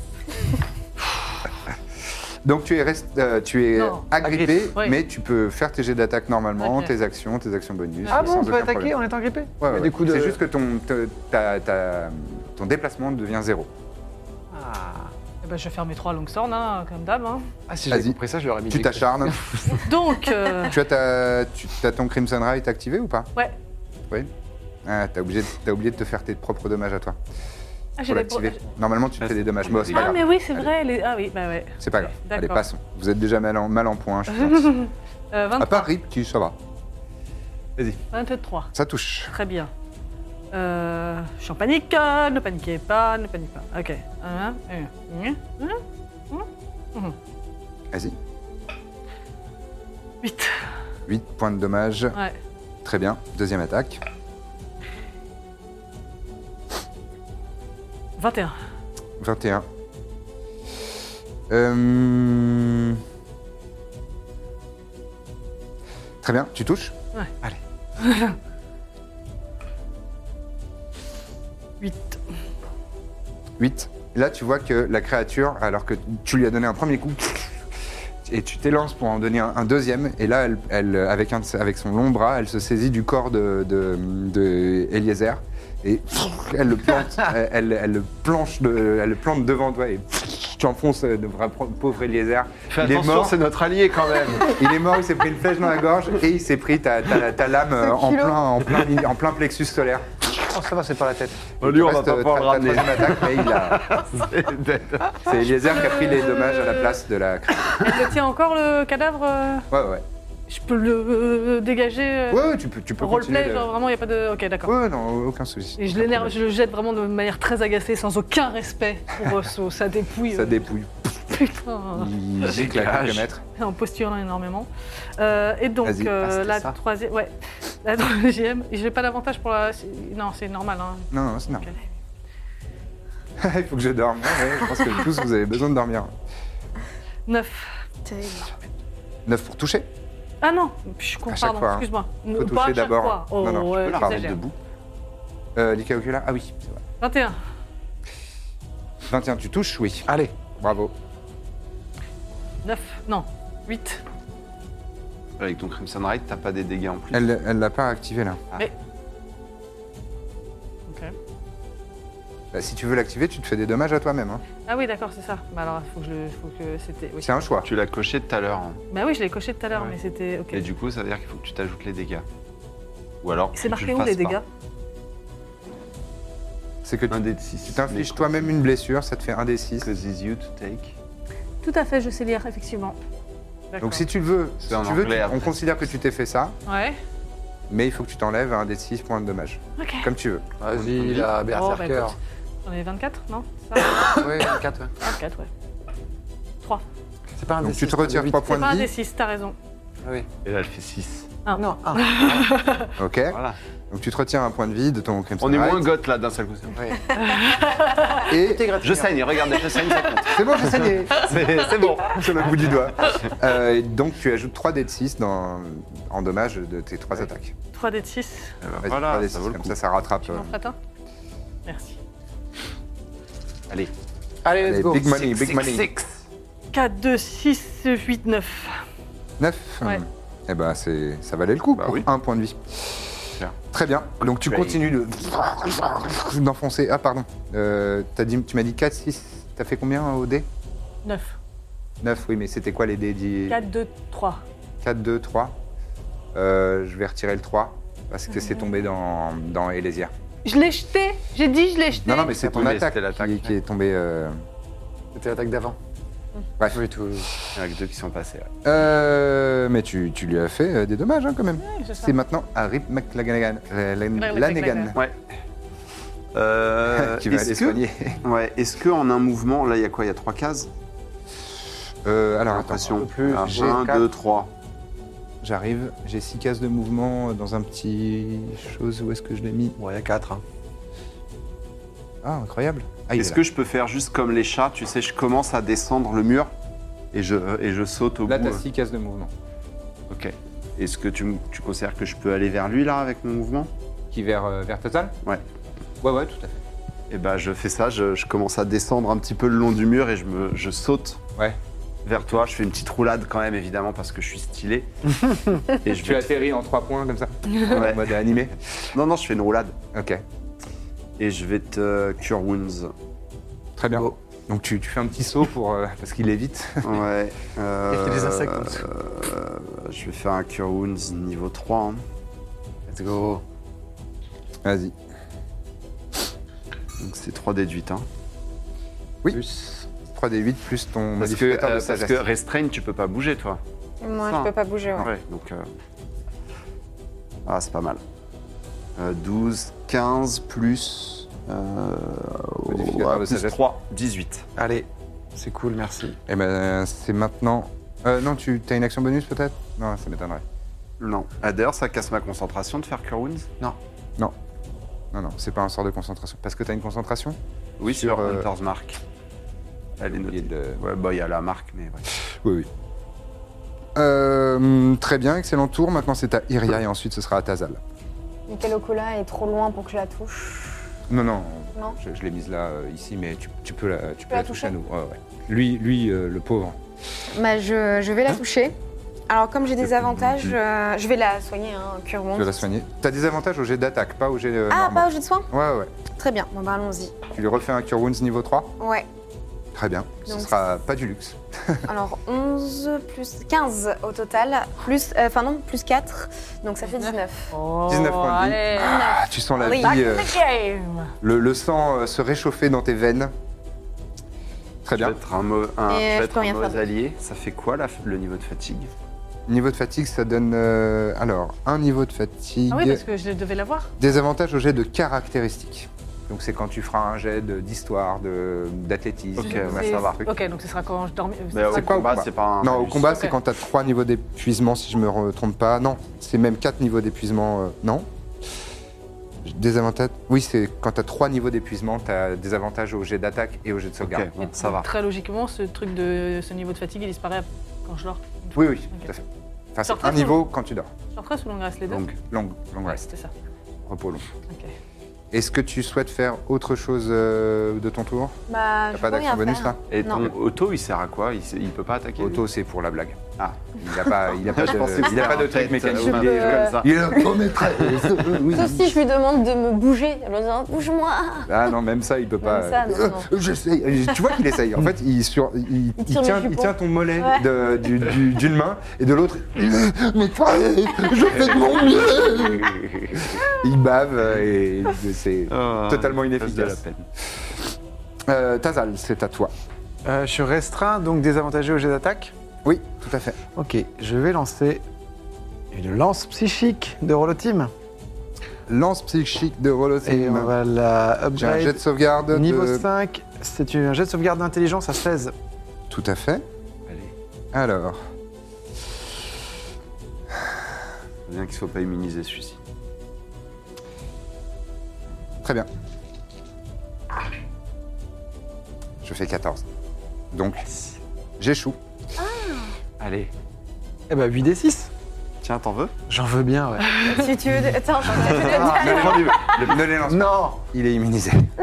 S6: Donc tu es, rest- euh, tu es
S4: Non.
S6: agrippé,
S4: Agrippé, oui.
S6: mais tu peux faire tes jets d'attaque normalement,
S4: Ok.
S6: tes actions, tes actions bonus.
S3: Ah bon,
S6: sans
S3: on peut
S6: aucun
S3: attaquer
S6: problème.
S3: en étant grippé
S6: Ouais,
S3: Mais
S6: ouais,
S3: du
S6: ouais.
S3: coup de-
S6: C'est juste que ton, te- ta- ta- ton déplacement devient zéro.
S3: Ah,
S4: Eh ben, je vais faire mes trois longues sornes, hein, comme d'hab. hein.
S3: Ah, si j'avais
S6: Vas-y.
S3: compris ça, je l'aurais mis.
S6: Tu
S3: direct.
S6: t'acharnes.
S4: Donc, euh,
S6: tu as, ta, tu, as ton Crimson Right activé ou pas
S4: ouais.
S6: Ah, t'as oublié, de- t'as oublié de te faire tes propres dommages à toi.
S4: Ah, j'ai
S6: Faut
S4: des
S6: l'activer.
S4: pro-
S6: Normalement, tu te fais des dommages. Bon, c'est pas
S4: Ah, mais
S6: grave.
S4: oui, c'est vrai. les- Ah oui, bah ouais.
S6: C'est pas grave. Allez,
S4: D'accord.
S6: passons. Vous êtes déjà mal en, mal en point,
S4: (laughs)
S6: je pense.
S4: Euh, 20
S6: À part Rip, tu, ça va.
S4: 23.
S6: Ça touche.
S4: Très bien. Euh, je suis en panique, euh, ne paniquez pas, ne paniquez pas. Ok. Un, un, un, un.
S6: Vas-y.
S4: Huit.
S6: 8 points de dommage.
S4: Ouais.
S6: Très bien. Deuxième attaque.
S4: 21.
S6: 21. Euh, Très bien, tu touches
S4: 8.
S6: 8. Là, tu vois que la créature, alors que tu lui as donné un premier coup, et tu t'élances pour en donner un, un deuxième, et là, elle, elle, avec, un de ses- avec son long bras, elle se saisit du corps de, de, de Eliezer, et elle
S4: (laughs)
S6: le plante, elle, elle- elle le planche de- elle le plante devant toi, et tu enfonces euh, le bras- pauvre Eliezer.
S2: Fais
S6: Il est
S2: attention,
S6: mort.
S2: c'est notre allié quand même.
S6: Il est mort, il s'est pris une flèche dans la gorge et il s'est pris ta, ta- ta lame euh, en
S5: culot.
S6: plein, en, plein, li- en plein plexus solaire.
S3: Oh, ça va, c'est par la tête.
S2: Bon, Oh, lui, on va
S6: Reste,
S2: pas
S6: euh,
S2: pouvoir
S6: ta-
S2: le
S6: ta
S2: ramener.
S6: troisième attaque, mais il a-
S2: (laughs)
S6: C'est Eliezer qui a pris les dommages à la place de la créature.
S4: Elle le tient encore le cadavre euh,
S6: Ouais, ouais.
S4: Je peux le euh, dégager euh,
S6: Ouais, ouais, tu peux, tu peux continuer.
S4: Roleplay,
S6: de-
S4: genre vraiment, il n'y a pas de. Ok, d'accord.
S6: Ouais, non, aucun souci.
S4: Et je l'énerve, je le jette vraiment de manière très agacée, sans aucun respect pour euh, (laughs) ce- sa dépouille.
S6: Ça
S4: euh,
S6: dépouille.
S4: Putain,
S6: Il gicle à quelques mètres.
S4: (laughs) en postulant énormément. Euh, et donc,
S6: Vas-y,
S4: euh,
S3: ah, c'était
S4: la
S3: ça.
S4: troisième. Ouais, (laughs) la troisième. Et j'ai pas l'avantage pour la. c'est- Non, c'est normal. Hein.
S6: Non, non, c'est normal. (laughs) il faut que je dorme. Ouais, ouais, je pense que tous, vous avez besoin de dormir.
S4: 9.
S5: Terrible.
S6: 9 pour toucher.
S4: Ah non, je suis con,
S6: À chaque
S4: pardon,
S6: fois, hein.
S4: excuse-moi. Ne-
S6: toucher
S4: pas à chaque
S6: d'abord.
S4: fois. Oh,
S6: Non, non, tu
S4: ouais,
S6: peux la
S4: j'exagère.
S6: remettre debout. Euh, Lika Ocula. Ah oui, c'est vrai.
S4: 21.
S6: 21, tu touches, oui.
S3: Allez,
S6: Bravo.
S4: 9. Non. 8.
S2: Avec ton Crimson Ride, t'as pas des dégâts en plus.
S6: Elle elle l'a pas activé là.
S4: Ok.
S6: Bah, si tu veux l'activer, tu te fais des dommages à toi-même. hein.
S4: Ah oui, d'accord, c'est ça. Bah alors, faut que je le- faut que c'était. Oui.
S6: C'est un choix.
S2: Tu l'as coché tout à l'heure. hein.
S4: Bah oui, je l'ai coché tout à l'heure,
S2: Ouais.
S4: mais c'était. Ok.
S2: Et du coup, ça veut dire qu'il faut que tu t'ajoutes les dégâts. Ou alors. que
S4: C'est
S2: tu
S4: marqué
S2: le
S4: où les
S2: fasses pas.
S4: dégâts
S6: C'est que
S2: Un
S6: tu
S2: des 6.
S6: tu t'infliges toi-même une blessure, ça te fait un des 6.
S2: Because it's you to take.
S4: Tout à fait, je sais lire, effectivement. D'accord.
S6: Donc si tu le veux,
S2: C'est
S6: si
S2: en
S6: tu veux
S2: anglais,
S6: tu-
S2: après.
S6: on considère que tu t'es fait ça,
S4: Ouais.
S6: mais il faut que tu t'enlèves un des 6 points de dommage.
S4: Ok. Oh, bah,
S6: Comme tu veux.
S3: vas-y, la berserker.
S4: écoute. J'en ai 24, non C'est
S6: (coughs)
S4: ça
S3: Ouais, quatre, ouais.
S4: 24, ouais.
S3: C'est pas un des
S6: Donc tu
S3: six,
S6: te retires
S3: huit.
S6: 3
S4: C'est pas
S6: points
S4: un
S6: de
S4: des
S6: vie.
S4: 6, t'as raison.
S3: Ah oui.
S2: Et là, elle fait 6.
S4: Ah.
S3: Non, un.
S6: Ok.
S2: Voilà.
S6: Donc tu te retiens un point de vie de ton Crimson
S2: On est
S6: Rite.
S2: moins goth là d'un seul coup.
S3: Ouais.
S6: Et
S2: Je saigne, regardez, je saigne, ça compte.
S6: c'est bon, j'ai saigné.
S2: (laughs) C'est c'est bon.
S6: Sur le bout du doigt. Euh, et donc tu ajoutes 3 des 6 dans... en dommage de tes 3 attaques.
S4: 3 d 6.
S6: Vas-y,
S2: Ben Voilà,
S6: 3 des
S2: ça
S6: 6,
S2: vaut le
S6: comme
S2: coup.
S6: ça ça rattrape.
S4: Tu
S6: euh,
S4: m'en feras un Merci.
S2: Allez,
S3: Allez, let's
S6: les
S3: go.
S6: Big money,
S2: Six,
S6: big
S2: six,
S6: money.
S2: six.
S4: 4, 2, 6, 8, 9.
S6: 9
S4: Ouais.
S6: Eh ben, c'est, ça valait le coup
S2: Bah
S6: pour
S2: oui.
S6: un point de vie.
S2: Bien.
S6: Très bien. Donc tu
S2: Great.
S6: continues de... d'enfoncer. Ah pardon. Euh, t'as dit, tu m'as dit 4, 6. T'as fait combien au dé
S4: 9.
S6: 9, oui, mais c'était quoi les dés dix-
S4: 4, 2, 3.
S6: 4, 2, 3. Euh, je vais retirer le 3 parce que c'est tombé dans, dans Elésia.
S4: Je l'ai jeté J'ai dit je l'ai jeté
S6: Non, non, mais c'est ton
S2: Oui, mais
S6: attaque,
S2: c'était l'attaque.
S6: qui, qui est tombée. euh,
S3: C'était l'attaque d'avant.
S6: Bref.
S3: Oui, tout.
S2: Il y en a que deux qui sont passés. (laughs) ouais.
S6: Euh, mais tu, tu lui as fait euh, des dommages hein, quand même.
S4: c'est ça.
S6: c'est maintenant à Rip McLanagan. Lanagan.
S2: Ouais. Euh,
S6: (laughs) qui va
S2: est-ce
S6: aller
S2: que-
S6: soigner.
S2: Ouais, est-ce que en un mouvement, là, il y a quoi Il y a trois cases
S6: Euh,
S2: J'ai
S6: alors attends.
S2: l'impression.
S3: plus,
S2: Alors,
S6: j'ai
S2: Un,
S6: quatre.
S2: deux, trois.
S6: J'arrive, j'ai 6 cases de mouvement dans un petit chose, où est-ce que je l'ai mis
S3: Bon, il y a quatre. hein.
S6: Ah, incroyable ah, il
S2: Est-ce
S6: est
S2: que je peux faire juste comme les chats Tu sais, je commence à descendre le mur et je, et je saute au
S6: Là,
S2: bout. euh,
S6: t'as 6 cases de mouvement,
S2: Ok. Est-ce que tu, m- tu considères que je peux aller vers lui là avec mon mouvement
S6: qui vers, euh, vers Total
S2: Ouais.
S6: Ouais, ouais, tout à fait.
S2: Et bah je fais ça, je, je commence à descendre un petit peu le long du mur et je, me, je saute
S6: Ouais.
S2: vers toi. Je fais une petite roulade quand même évidemment parce que je suis stylé. (laughs) et je
S6: Tu
S2: vais...
S6: atterris en 3 points comme ça,
S2: Ouais.
S6: en mode animé.
S2: Non non, je fais une roulade
S6: Ok,
S2: et je vais te cure (laughs) wounds.
S6: très bien. Donc tu, tu fais un petit saut pour, euh, parce qu'il est vite.
S2: Ouais. euh,
S3: Il y a des insectes en dessous.
S2: euh, je vais faire un cure wounds niveau 3. hein.
S3: Let's go.
S6: Vas-y.
S2: Donc c'est 3 déduites. Hein.
S6: Oui.
S3: Plus.
S6: 3d8 plus ton
S2: Parce, que,
S6: modificateur
S2: euh,
S6: de
S2: parce
S6: sagesse.
S2: que restrain, tu peux pas bouger toi.
S5: Moi,
S2: Ça.
S5: je peux pas bouger. ouais.
S2: Ouais, donc. euh, Ah, c'est pas mal. Euh, 12, 15 plus. Euh...
S6: Modificateur
S2: ouais,
S6: de
S2: plus
S6: sagesse.
S2: 3, 18.
S3: Allez, c'est cool, merci.
S6: Eh ben, c'est maintenant. Euh, non, tu as une action bonus peut-être Non, ça m'étonnerait.
S2: Non. Ah, D'ailleurs, ça casse ma concentration de faire Cure Wounds
S6: Non, non, c'est pas un sort de concentration. Parce que t'as une concentration
S2: Oui, sur,
S6: Sur, euh,
S2: Hunter's Mark. Elle est
S6: oublié
S2: notée.
S6: de-
S2: Ouais, bah, il y a la marque, mais ouais.
S6: Oui, oui. Euh, très bien, excellent tour. Maintenant, c'est à Iria et ensuite, ce sera à Tazal.
S5: Nikalokula est trop loin pour que je la touche.
S6: Non, non.
S5: Non.
S6: Je, je l'ai mise là, euh, ici, mais tu, tu peux la, tu peux
S5: la
S6: la
S5: toucher
S6: toucher à nous. Ouais, ouais. Lui, lui euh, le pauvre.
S5: Bah, je, je
S6: Hein
S5: vais la toucher. Alors, comme j'ai des avantages, euh, je vais la soigner, hein, cure
S6: Tu vas la soigner. T'as des avantages au jet d'attaque, pas au jet euh,
S5: Ah, pas
S6: normal.
S5: au jeu de soin
S6: Ouais, ouais.
S5: Très bien, bon, bah, allons-y.
S6: Tu lui refais un Cure Wounds niveau 3
S5: Ouais,
S6: Très bien. Ce
S5: Donc,
S6: sera pas du luxe.
S5: alors 11 plus 15 au total, plus, euh, enfin non, plus 4, donc ça fait 19.
S6: 19 points de vie.
S4: Oh, allez.
S6: Ah, tu sens la
S5: Oui.
S6: vie, euh,
S4: Back to the game.
S6: le, le sang euh, se réchauffer dans tes veines. Très
S2: Je
S6: bien.
S2: vais être un, mau- un-
S5: Et
S2: je vais
S5: je
S2: être
S5: peux
S2: un
S5: rien
S2: mauvais
S5: faire.
S2: allié. Ça fait quoi la- le niveau de fatigue
S6: Niveau de fatigue, ça donne. euh, alors, un niveau de fatigue.
S4: Ah oui, parce que je devais l'avoir.
S6: Des avantages au jet de caractéristiques. Donc, c'est quand tu feras un jet de- d'histoire, de- d'athlétisme.
S2: Ok,
S6: de
S2: ouais,
S6: machin,
S2: ça va.
S6: truc.
S4: Ok, donc ce sera quand je dormais. ce
S2: Bah,
S4: sera
S2: Au
S6: quoi, au
S2: combat,
S6: combat
S2: c'est pas un.
S6: Non, au
S2: malus.
S6: combat, c'est
S4: Ok.
S6: quand t'as 3 niveaux d'épuisement, si je me re- trompe pas. Non, c'est même 4 niveaux d'épuisement. euh, non Des avantages. Oui, c'est quand t'as 3 niveaux d'épuisement, t'as des avantages au jet d'attaque et au jet de
S2: Ok,
S6: sauvegarde.
S2: bon, ça va.
S4: Très logiquement, ce truc de ce niveau de fatigue, il disparaît quand je dors.
S6: Oui, oui,
S4: Ok.
S6: tout à fait. Enfin,
S4: Sur
S6: c'est
S4: quoi
S6: un niveau quand tu dors.
S4: Je dors sous l'ongrasse, les deux
S2: Donc,
S6: Long, long
S4: Ouais,
S6: rest,
S4: c'était ça.
S6: repos long.
S4: Ok.
S6: Est-ce que tu souhaites faire autre chose euh, de ton tour
S5: Bah,
S6: T'as
S5: je
S6: pas
S5: peux rien
S6: d'action bonus
S5: faire.
S6: là
S2: et
S5: Non.
S2: ton auto, il sert à quoi il, s- il peut pas attaquer lui
S6: Auto, c'est pour la blague.
S2: Ah.
S6: Il a pas, (laughs) il a pas
S2: Je pensais
S6: de,
S2: que
S6: il a pas de
S2: c'était
S6: truc
S2: en Euh, tête,
S6: mécanique.
S2: euh,
S5: Je
S2: des
S5: peux,
S2: trucs
S5: euh,
S2: comme ça.
S8: Il est comme une
S6: (laughs)
S8: traître. Oui.
S5: Sauf si je lui demande de me bouger, elle va dire bouge-moi
S6: Ah non, même ça, il peut pas.
S5: Même ça, non, non.
S6: Euh, J'essaye. Tu vois qu'il essaye. En fait, il, sur, il, il
S5: tire le
S6: tient, il
S5: jupon.
S6: tient ton mollet
S5: Ouais.
S6: de- du- du- d'une main et de l'autre,
S8: Il est une traître. Je fais de mon mieux.
S6: il bave euh, et c'est
S2: Ah,
S6: totalement
S2: ça se
S6: inefficace.
S2: fait de la peine.
S6: Euh, Tazal, c'est à toi.
S3: Euh, je suis restreint, donc désavantagé au jet d'attaque.
S6: Oui, tout à fait.
S3: Ok, je vais lancer une lance psychique de Rolotim.
S6: Lance psychique de
S3: Et on
S6: Rolosim.
S3: va la
S6: J'ai un jet de
S3: upgrade.
S6: sauvegarde. de-
S3: Niveau 5, c'est un jet de sauvegarde d'intelligence à 16.
S6: Tout à fait.
S2: Allez,
S6: Alors,
S2: faut bien qu'il soit pas immunisé celui-ci.
S6: très bien. Je fais 14. Donc, j'échoue.
S2: Allez,
S3: Eh bah 8 des 6.
S2: tiens, t'en veux
S3: J'en veux bien, ouais.
S5: Si tu veux. Attends,
S6: Ah, Ne les lance pas.
S3: non
S6: Il est immunisé.
S2: Mais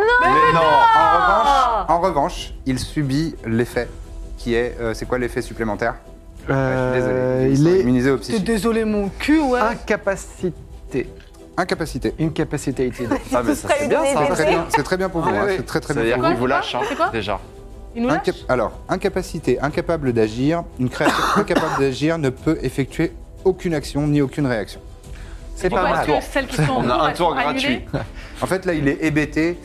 S2: non
S6: En revanche, en revanche, il subit l'effet qui est. euh, c'est quoi l'effet supplémentaire Ouais, je suis
S3: Euh,
S6: Désolé. Ils
S3: Il
S6: sont
S3: est
S6: immunisé au
S4: T'es
S6: psychique.
S4: désolé, mon cul, ouais.
S3: incapacité.
S6: Incapacité.
S3: Incapacité.
S2: Ah, mais ça c'est bien ça
S6: Très bien, C'est très bien pour vous.
S3: Ouais,
S6: hein,
S3: Ah ouais.
S6: C'est très très
S2: Ça veut dire
S6: bien. pour
S2: qu'il
S6: vous.
S2: vous lâche, hein,
S4: C'est quoi
S2: déjà.
S4: Il nous lâche
S6: Inca- Alors, incapacité, incapable d'agir. Une créature (coughs) incapable d'agir ne peut effectuer aucune action ni aucune réaction.
S3: C'est
S4: Pourquoi
S3: pas mal.
S4: est-ce que celles qui sont en
S2: On a
S4: cours,
S2: un
S4: elles
S2: tour
S4: sont annulées
S6: En fait, là, il est hébété.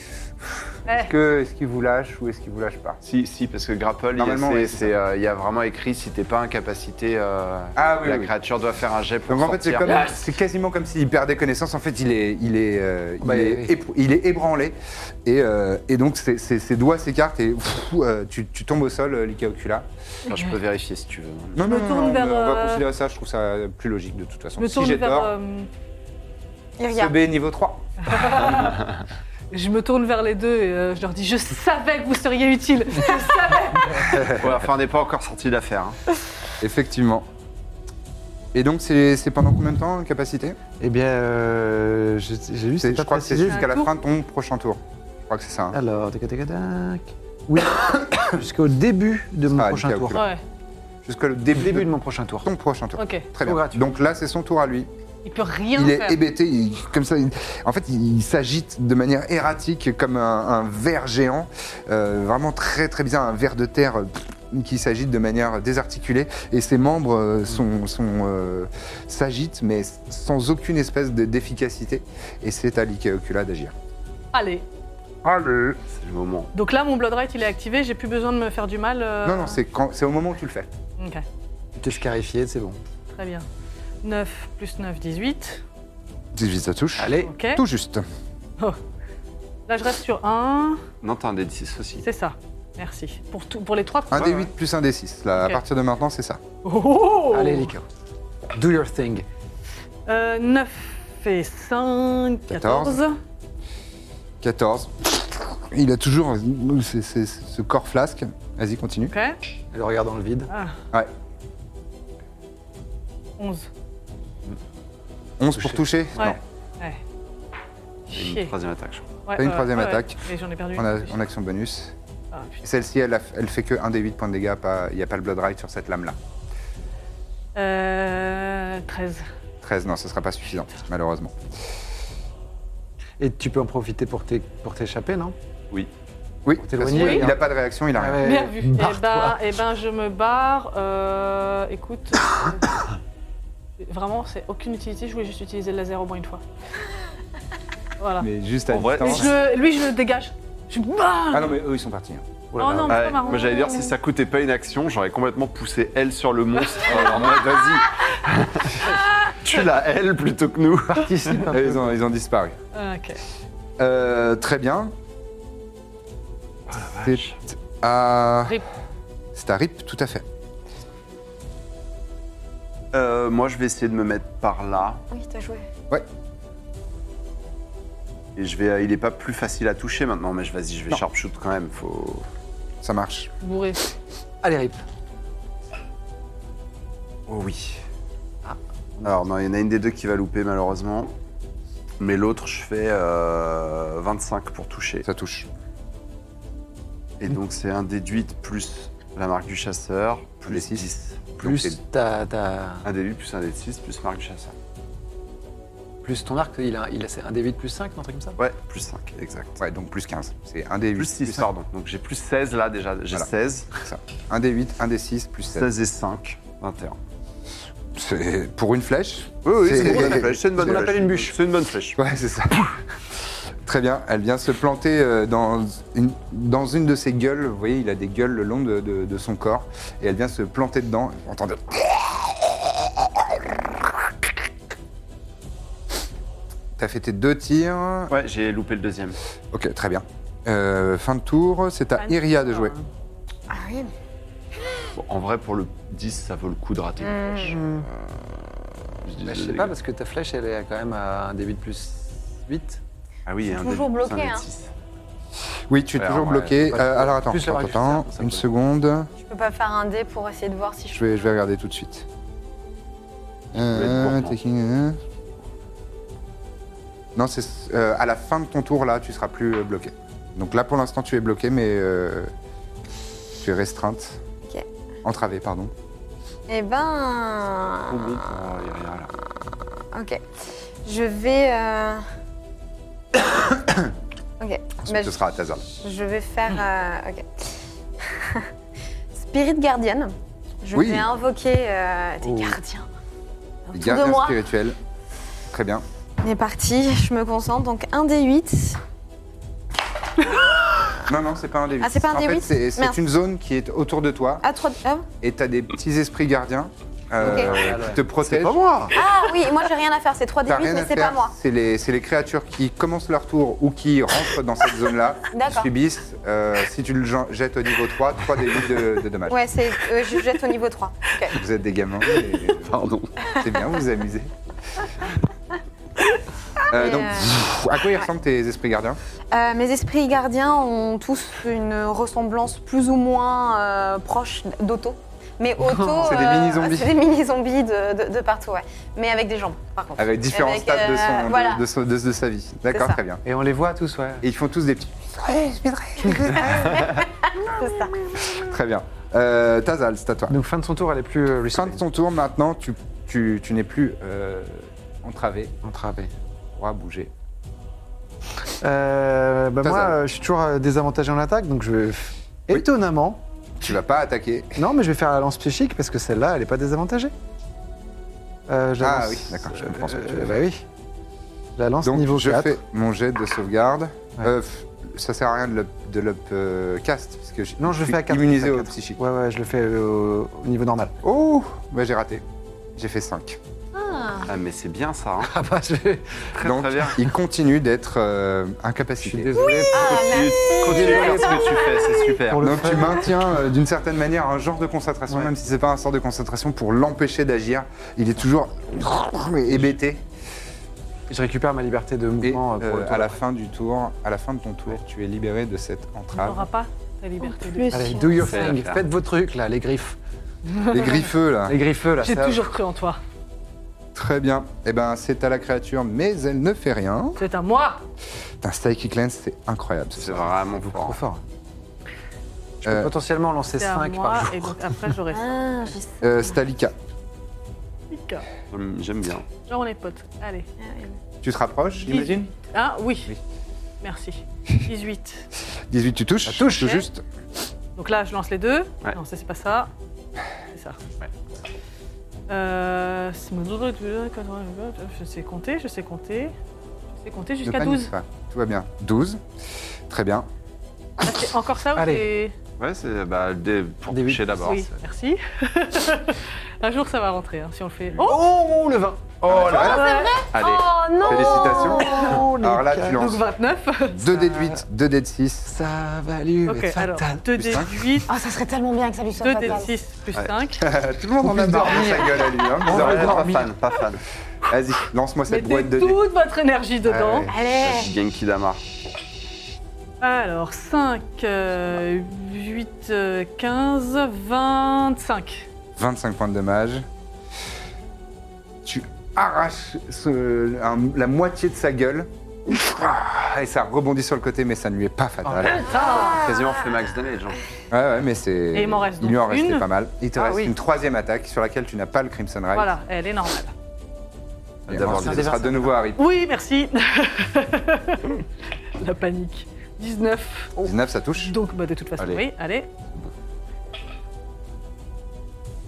S4: Ouais.
S6: Est-ce que- est-ce qu'il vous lâche ou est-ce qu'il vous lâche pas
S2: Si, si, parce que Grapple, il y a,
S6: Normalement,
S2: c'est-
S6: oui, c'est
S2: c'est, euh, il y a vraiment écrit si t'es pas incapacité, euh,
S6: Ah oui,
S2: la
S6: oui.
S2: créature doit faire un jet pour
S6: Donc en fait, c'est
S2: sortir.
S6: comme- c'est quasiment comme s'il perdait connaissance. En fait, il est, il est, euh,
S3: Bah,
S6: il,
S3: oui.
S6: est éprou- il est ébranlé. Et, euh, et donc, ses, ses- ses doigts s'écartent et pff, euh, tu, tu tombes au sol, euh, Lika Ocula.
S2: Enfin, je peux vérifier si tu veux.
S4: Je
S6: Non,
S4: me tourne vers,
S6: on va
S4: euh,
S6: considérer ça, je trouve ça plus logique de toute façon.
S4: Je me
S6: si
S4: tourne
S6: j'ai
S4: vers.
S6: tort,
S4: euh,
S6: ce B niveau 3.
S4: Je me tourne vers les deux et euh, je leur dis Je savais que vous seriez utiles.
S6: (laughs)
S4: Je savais.
S2: (laughs) Ouais, enfin, on n'est pas encore sorti d'affaire. Hein.
S6: Effectivement. Et donc, c'est c'est pendant combien de temps, capacité
S3: Eh bien, euh, j'ai j'ai lu,
S6: C'est-
S3: c'est
S6: Je
S3: pas
S6: crois que c'est
S3: précisé.
S6: jusqu'à la
S4: Un tour
S6: fin de ton prochain tour. Je crois que c'est ça. hein.
S3: Alors, tac, tac, tac. Oui, (coughs) jusqu'au début de mon
S6: Ah,
S3: prochain
S6: nickel,
S3: tour.
S6: cool.
S4: Ouais,
S6: Jusqu'au
S3: Au
S6: début,
S3: début
S6: de
S3: de mon prochain tour.
S6: ton prochain tour.
S4: ok.
S6: Très
S3: Tout
S6: bien.
S3: gratuit.
S6: Donc là, c'est son tour à lui.
S4: Il peut rien
S6: Il est
S4: faire.
S6: hébété, il- comme ça. il- en fait, il, il s'agite de manière erratique, comme un, un ver géant, euh, vraiment très très bizarre, un ver de terre euh, pff, qui s'agite de manière désarticulée, et ses membres euh, sont, sont, euh, s'agitent, mais sans aucune espèce de- d'efficacité. Et c'est à l'Ikeocula d'agir.
S4: Allez.
S6: Allez.
S2: C'est le moment.
S4: Donc là, mon Blood Right, il est activé, j'ai plus besoin de me faire du mal. euh,
S6: Non, non, c'est quand- c'est au moment où tu le fais.
S4: Ok,
S3: Tu t'es scarifié, c'est bon.
S4: très bien. 9 plus 9, 18.
S6: 18, ça touche.
S3: Allez,
S4: Ok.
S6: Tout juste.
S4: Là, je reste sur 1.
S2: Non, t'as un D6 aussi.
S4: C'est ça. Merci. Pour, tout, pour les trois
S6: Un
S2: Ouais,
S6: D8
S2: ouais.
S6: plus un D6. Là,
S4: Ok.
S6: à partir de maintenant, c'est ça.
S4: Oh
S3: allez, Lika. Do your thing.
S4: Euh, 9 et 5, 14.
S6: 14. 14. Il a toujours euh, c'est- c'est- ce corps flasque. Vas-y, continue.
S4: Ok.
S3: Elle regarde dans le vide.
S4: Ah.
S6: Ouais.
S4: 11.
S6: 11 pour toucher
S4: Ouais.
S6: Non.
S4: Ouais.
S2: Et
S4: Chier.
S2: une troisième attaque, je crois.
S4: Ouais,
S6: T'as une troisième attaque.
S4: Et j'en ai perdu
S6: En,
S4: une.
S6: a- en action bonus.
S4: Ah, putain.
S6: Et Celle-ci, elle, a- elle fait que 1 des 8 points de dégâts. pas- Il n'y a pas le Blood Ride sur cette lame-là.
S4: Euh, 13.
S6: 13, non, ce ne sera pas suffisant, malheureusement.
S3: Et tu peux en profiter pour t'é- pour t'échapper, non
S2: Oui.
S6: Oui,
S3: Pour
S6: de toute façon,
S3: t'éloigner,
S6: il
S3: hein.
S6: n'a pas de réaction, il a rien.
S5: Euh,
S3: Ouais,
S4: Bien vu. Eh
S3: barre-toi.
S4: ben, eh ben, je me barre. Euh, écoute, euh, vraiment, c'est aucune utilité. Je voulais juste utiliser le laser au moins une fois. Voilà.
S6: Mais juste à
S2: En vrai,
S4: Mais
S6: distance.
S4: je le- lui, je le dégage. Je me barre.
S6: Ah non, mais eux, ils sont partis. hein.
S4: Oh non, mais c'est
S2: Ouais,
S4: pas marrant.
S2: moi j'allais dire, si ça coûtait pas une action, j'aurais complètement poussé elle sur le monstre. en mode, vas-y. tu la elle plutôt que nous.
S3: Participe un
S6: Eux,
S3: peu.
S6: ils, ont, ils ont disparu.
S4: Ah, Ok.
S6: Euh, très bien.
S2: Oh
S6: C'est à.
S4: Rip.
S6: C'est à Rip, tout à fait.
S2: Euh, moi je vais essayer de me mettre par là.
S5: Oui, t'as joué.
S2: Et je vais. euh, Il est pas plus facile à toucher maintenant, mais je vas-y, je vais
S6: Non.
S2: sharpshoot quand même. Faut.
S6: Ça marche.
S4: Bourré.
S3: Allez, Rip.
S2: Oh oui. Alors non, il y en a une des deux qui va louper malheureusement. Mais l'autre, je fais euh, 25 pour toucher.
S6: Ça touche.
S2: Et donc c'est un déduite plus la marque du chasseur, plus
S6: D6.
S2: 10.
S3: Plus,
S2: Donc,
S3: ta, ta-
S2: c'est un déduit plus un D6 plus marque du chasseur.
S3: plus ton arc, il a, il a c'est un D8 plus 5, un truc comme ça
S2: Ouais, plus 5, exact.
S6: Ouais, donc plus 15. C'est 1 des 8.
S2: Plus 6,
S6: un-
S2: pardon. Donc j'ai plus 16 là déjà. J'ai
S6: Voilà.
S2: 16.
S6: ça. 1 des 8, 1 des 6, plus 7.
S2: 16 et 5, 21.
S6: C'est pour une flèche
S2: Oui, oui,
S6: C'est-
S2: c'est une bonne flèche. C'est une bonne
S3: ce qu'on
S2: flèche.
S3: appelle une bûche.
S2: C'est une bonne flèche.
S6: Ouais, c'est ça. Très bien, elle vient se planter euh, dans une, dans une de ses gueules. Vous voyez, il a des gueules le long de, de- de son corps. Et elle vient se planter dedans. Vous entendez- T'as fait tes deux tirs.
S2: Ouais, j'ai loupé le deuxième.
S6: Ok, très bien. Euh, fin de tour, c'est à Iria de jouer.
S5: Ah oui.
S2: Bon, en vrai, pour le 10, ça vaut le coup de rater une flèche. Euh, je dis
S3: Bah, Je
S2: deux
S3: sais
S2: dégâts.
S3: pas, parce que ta flèche, elle est quand même à un D8 plus 8.
S2: Ah oui, un
S5: toujours
S2: dé-
S5: bloqué,
S2: c'est un dé
S5: hein.
S2: six.
S6: Oui, tu es
S2: Alors,
S6: toujours
S2: ouais,
S6: bloqué.
S3: pas de-
S6: Euh, alors attends,
S3: plus la
S6: attends,
S3: règle du
S6: attends,
S3: cercle, ça
S6: une
S3: peut-
S6: seconde.
S5: Je peux pas faire un dé pour essayer de voir si je
S6: Je vais, je vais regarder tout de suite.
S2: être
S6: Euh,
S2: gourmand.
S6: taking, euh. Non, c'est euh, à la fin de ton tour là, tu seras plus euh, bloqué. Donc là, pour l'instant, tu es bloqué, mais euh, tu es restreinte,
S5: Ok.
S6: entravée, pardon.
S5: Eh ben.
S2: Trop bon pour, euh, y a rien, là.
S5: Ok. Je vais. euh, (coughs) ok.
S6: Ensuite,
S5: Bah,
S6: ce
S5: je,
S6: sera à Tazal.
S5: je vais faire.
S6: Hmm.
S5: euh, Ok. (laughs) Spirit Guardian. Je
S6: Oui.
S5: vais invoquer euh, tes
S3: Oh.
S5: gardiens. Autour de
S6: Gardien
S5: moi.
S6: spirituel. Très bien.
S5: On est parti. Je me concentre. Donc 1 des 8.
S6: Non, non, c'est pas un des huit.
S5: Ah, c'est pas un
S6: En
S5: des
S6: fait,
S5: huit
S6: c'est- C'est
S5: Merde.
S6: une zone qui est autour de toi
S5: À hein 3
S6: et t'as des petits esprits gardiens euh, qui te
S2: C'est
S6: protègent.
S2: pas moi
S5: Ah oui, moi j'ai rien à faire. C'est 3 des
S6: T'as
S5: 8,
S6: rien
S5: mais
S6: à
S5: c'est pas
S6: faire.
S5: moi.
S6: C'est les, c'est les créatures qui commencent leur tour ou qui rentrent dans cette zone-là, qui
S5: (laughs) D'accord.
S6: subissent, euh, si tu le jen- jettes au niveau 3, 3 des 8 de, de dommages.
S5: Ouais, c'est, euh, je jette au niveau 3. Ok.
S6: Vous êtes des gamins, et euh,
S2: Pardon.
S6: c'est bien, vous
S5: (laughs)
S6: vous amusez. Euh,
S5: Et
S6: donc,
S5: euh,
S6: pff, à quoi ils ressemblent tes esprits gardiens
S5: Euh, mes esprits gardiens ont tous une ressemblance plus ou moins euh, proche d'Otto.
S6: (laughs)
S5: Mais Otto.
S6: C'est des
S5: euh,
S6: mini-zombies.
S5: C'est des mini-zombies de, de- de partout, ouais. Mais avec des jambes, par contre.
S6: Avec différents
S5: Avec,
S6: stades de,
S5: euh,
S6: son, de-
S5: voilà.
S6: de, son- de- de sa vie. D'accord,
S5: ça.
S6: très bien.
S3: Et on les voit tous, ouais.
S6: Et ils font tous des petits. (laughs)
S5: C'est ça.
S6: Très bien. Euh, Tazal, c'est à toi.
S3: Donc, fin de son tour, elle est plus euh,
S6: Fin de ton tour, maintenant, tu, tu, tu n'es plus euh, entravé,
S3: entravée.
S6: droit à bouger.
S3: Euh, bah,
S6: Ça,
S3: moi,
S6: ça.
S3: euh, je suis toujours euh, désavantagé en attaque, donc je vais. f-
S6: Oui.
S3: Étonnamment,
S6: Tu vas pas attaquer.
S3: non, mais je vais faire la lance psychique parce que celle-là, elle n'est pas désavantagée. Euh, je la
S6: Ah
S3: lance-
S6: oui, d'accord, je comprends ce que tu
S3: Euh,
S6: veux
S3: Bah oui. Je La lance
S6: Donc
S3: niveau
S6: je
S3: 4.
S6: fais mon jet de sauvegarde.
S3: Ouais.
S6: Euh, f- ça sert à rien de l'up- de l'upcast. parce que je-
S3: Non, je le
S6: suis
S3: fais à 4.
S6: Immunisé au psychique.
S3: Ouais, ouais, je le fais euh, au, au niveau normal.
S6: Oh Bah j'ai raté. J'ai fait 5.
S5: Ah,
S2: Ah, mais c'est bien ça. hein.
S3: Ah bah, je,
S2: Très
S6: Donc
S2: très bien.
S6: il continue d'être euh,
S3: je suis
S6: incapacité.
S3: désolé.
S2: Continue, continue à faire ce que tu fais, c'est super.
S3: Pour le
S6: Donc
S3: fun.
S6: tu maintiens euh, d'une certaine manière un genre de concentration,
S3: Ouais.
S6: même si c'est pas un sort de concentration, pour l'empêcher d'agir. Il est toujours hébété.
S3: Je récupère ma liberté de
S6: Et
S3: mouvement euh, pour
S6: euh,
S3: le tour.
S6: à la fin du tour, à la fin de ton tour, tu es libéré de cette
S4: Tu n'auras
S6: entrave.
S4: pas ta liberté. de-
S5: plus.
S3: Allez, do your
S2: C'est
S3: thing.
S2: l'affaire.
S3: Faites vos trucs, là, les griffes.
S6: Les griffeux là.
S3: Les griffeux, là.
S4: J'ai
S3: ça-
S4: toujours cru en toi.
S6: Très bien. Eh ben c'est à la créature, mais elle ne fait rien.
S4: C'est à moi.
S6: Putain, Psychic Lens, c'est incroyable. ce
S2: C'est
S6: soir.
S2: vraiment
S3: Trop
S2: fort.
S3: fort. Je
S6: Euh,
S3: peux potentiellement lancer
S4: C'est à
S3: 5 par
S4: moi.
S3: jour.
S4: Et donc après, j'aurai
S5: Ah, je sais.
S6: Euh, Stalika,
S4: Pika.
S2: J'aime j'aime bien.
S4: Genre, on est potes. Allez.
S6: tu te rapproches, j'imagine
S4: Ah oui.
S6: Oui.
S4: Merci. 18.
S6: 18, tu touches.
S4: Ça touche.
S6: Tout juste.
S4: Donc là, je lance les deux.
S2: Ouais.
S4: Non, ça, c'est pas ça. C'est ça.
S2: Ouais.
S4: Euh, c'est mon double- je sais compter, je sais compter. Je sais compter
S6: Ne
S4: jusqu'à
S6: panique
S4: 12.
S6: pas. Tout va bien. 12. Très bien.
S4: Ah, c'est encore ça ou
S3: Allez.
S4: c'est-
S2: Ouais, c'est bah, des- pour
S3: Des huit.
S2: toucher d'abord.
S4: Oui,
S2: c'est-
S4: merci. (laughs) Un jour, ça va rentrer hein, si on le fait. Oh
S3: Oh, le 20
S2: Oh là là
S4: Ouais.
S2: Allez,
S5: Oh non
S6: Félicitations.
S3: Oh,
S6: Alors là,
S3: Lucas.
S6: tu
S4: Donc
S6: lances
S4: 29.
S6: 2 d 8, 2 d 6.
S3: Ça va lui
S4: ok,
S3: être
S4: alors
S3: fatal.
S4: 2
S6: Plus cinq.
S4: D8,
S5: Ah, ça serait tellement bien que ça lui soit
S4: 2
S5: fatal.
S4: D6 plus
S2: Ouais.
S4: 5.
S6: Tout le monde en a marre de sa gueule à lui. hein,
S3: On va
S6: bizarrement.
S2: pas
S3: dormir.
S2: fan, pas fan.
S6: Vas-y, lance-moi cette boîte
S4: Mettez
S6: de dés.
S4: toute votre énergie dedans.
S6: Ouais.
S5: Allez
S2: Genki Dama.
S4: Alors, euh, 5, 8, 15, 25.
S6: 25 points de dommage. Tu arraches ce- un- la moitié de sa gueule. Ah, Et ça rebondit sur le côté, mais ça ne lui est pas fatal.
S2: Quasiment fait max damage. hein.
S6: Ouais, ouais, mais c'est.
S4: Et il m'en reste
S6: lui en
S4: donc
S6: restait
S4: une.
S6: pas mal. Il te
S4: Ah
S6: reste
S4: oui.
S6: une troisième attaque sur laquelle tu n'as pas le Crimson Ride.
S4: Voilà, elle est normale.
S6: Et
S2: D'abord,
S6: ensuite,
S3: des
S6: ce sera
S3: versions.
S6: de nouveau Harry.
S4: Oui, merci. (laughs) La panique. 19.
S6: 19, ça touche.
S4: Donc, bah, de toute façon,
S2: Allez.
S4: oui, allez.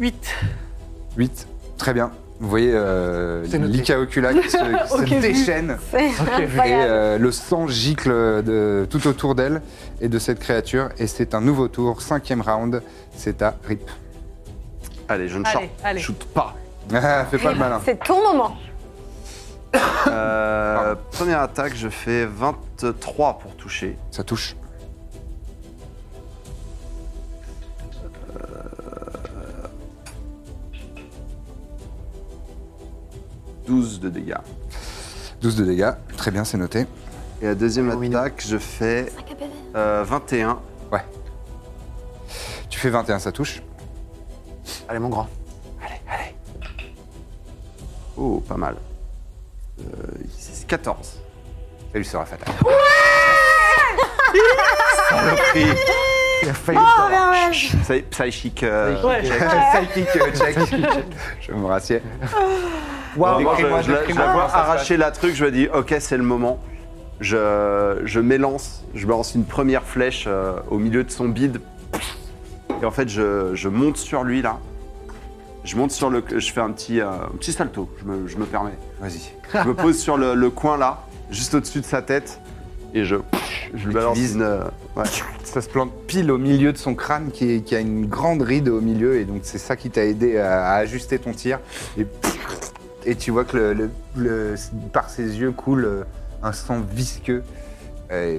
S4: 8.
S6: 8. Très bien. Vous voyez euh,
S3: C'est noté.
S6: Lika Ocula qui se,
S4: (laughs)
S6: qui se
S4: Ok, vu.
S6: déchaîne.
S5: C'est (laughs)
S6: Et
S5: incroyable.
S6: euh, le sang gicle de, tout autour d'elle et de cette créature. Et c'est un nouveau tour, cinquième round. C'est à Rip. (laughs)
S2: Allez, je ne
S4: Allez, allez.
S2: shoot
S4: (laughs)
S2: pas.
S6: Ah, Fais pas le malin.
S5: C'est ton moment.
S2: Euh, première attaque, je fais 23 pour toucher.
S6: Ça touche.
S2: Euh, 12 de dégâts.
S6: 12 de dégâts. Très bien, c'est noté.
S2: Et la deuxième
S3: Oui, non.
S2: attaque, je fais euh, 21.
S6: Tu fais 21, ça touche.
S3: Allez, mon grand.
S2: Oh, pas mal. Euh, 14.
S6: Ça lui sera fatal.
S3: Il a
S5: Oh,
S3: failli le faire.
S2: Psy- Psychic. euh,
S4: Ouais.
S6: Check, Psychic euh, check. Je me rassieds.
S3: Waouh.
S2: Vraiment, je,
S6: Décris-moi,
S2: je la- je
S6: décris-moi
S2: la
S6: comment
S2: vois
S6: ça se passe.
S2: arracher la truc, je me dis, ok, c'est le moment. Je, je m'élance, je balance une première flèche euh, au milieu de son bide. Et en fait, je, je monte sur lui là. Je monte sur le. Je fais un petit, euh, un petit salto, je me, je me permets.
S6: Vas-y.
S2: Je me pose sur le, le coin là, juste au-dessus de sa tête. Et je. Je lui balance
S6: vises.
S2: une. euh, ouais.
S6: Ça se plante pile au milieu de son crâne qui, est- qui a une grande ride au milieu. Et donc, c'est ça qui t'a aidé à, à ajuster ton tir. Et, et tu vois que le- le- le- par ses yeux coule euh, un sang visqueux. Euh,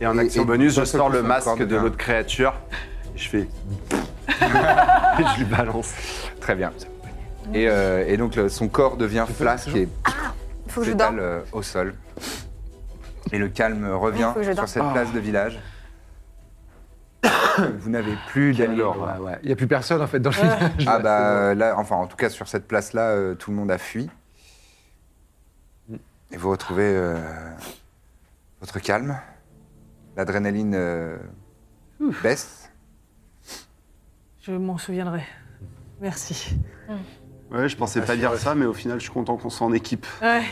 S2: Et en
S6: Et-
S2: action
S6: et
S2: bonus, je
S6: d'un seul
S2: sors
S6: coup,
S2: le
S6: ça
S2: masque
S6: encore
S2: de
S6: devient-
S2: l'autre créature. Et je fais.
S6: (laughs)
S2: (laughs) et je lui balance.
S6: Très bien. Et, euh, et donc le- son corps devient flasque et
S5: Faut que je
S6: s'étale
S5: dorme.
S6: euh, au sol. Et le calme revient
S5: Il faut que je
S6: sur
S5: dorme.
S6: cette place de village. (coughs) Vous n'avez plus d'allure.
S3: Ouais, ouais. Il n'y a plus personne en fait dans le village.
S6: Ah bah là, enfin en tout cas sur cette place-là, euh, tout le monde a fui. Et vous retrouvez euh, votre calme. L'adrénaline euh, baisse.
S4: Je m'en souviendrai. Merci.
S2: Ouais, je pensais pas dire ça, mais au final, je suis content qu'on soit en équipe.
S4: Ouais.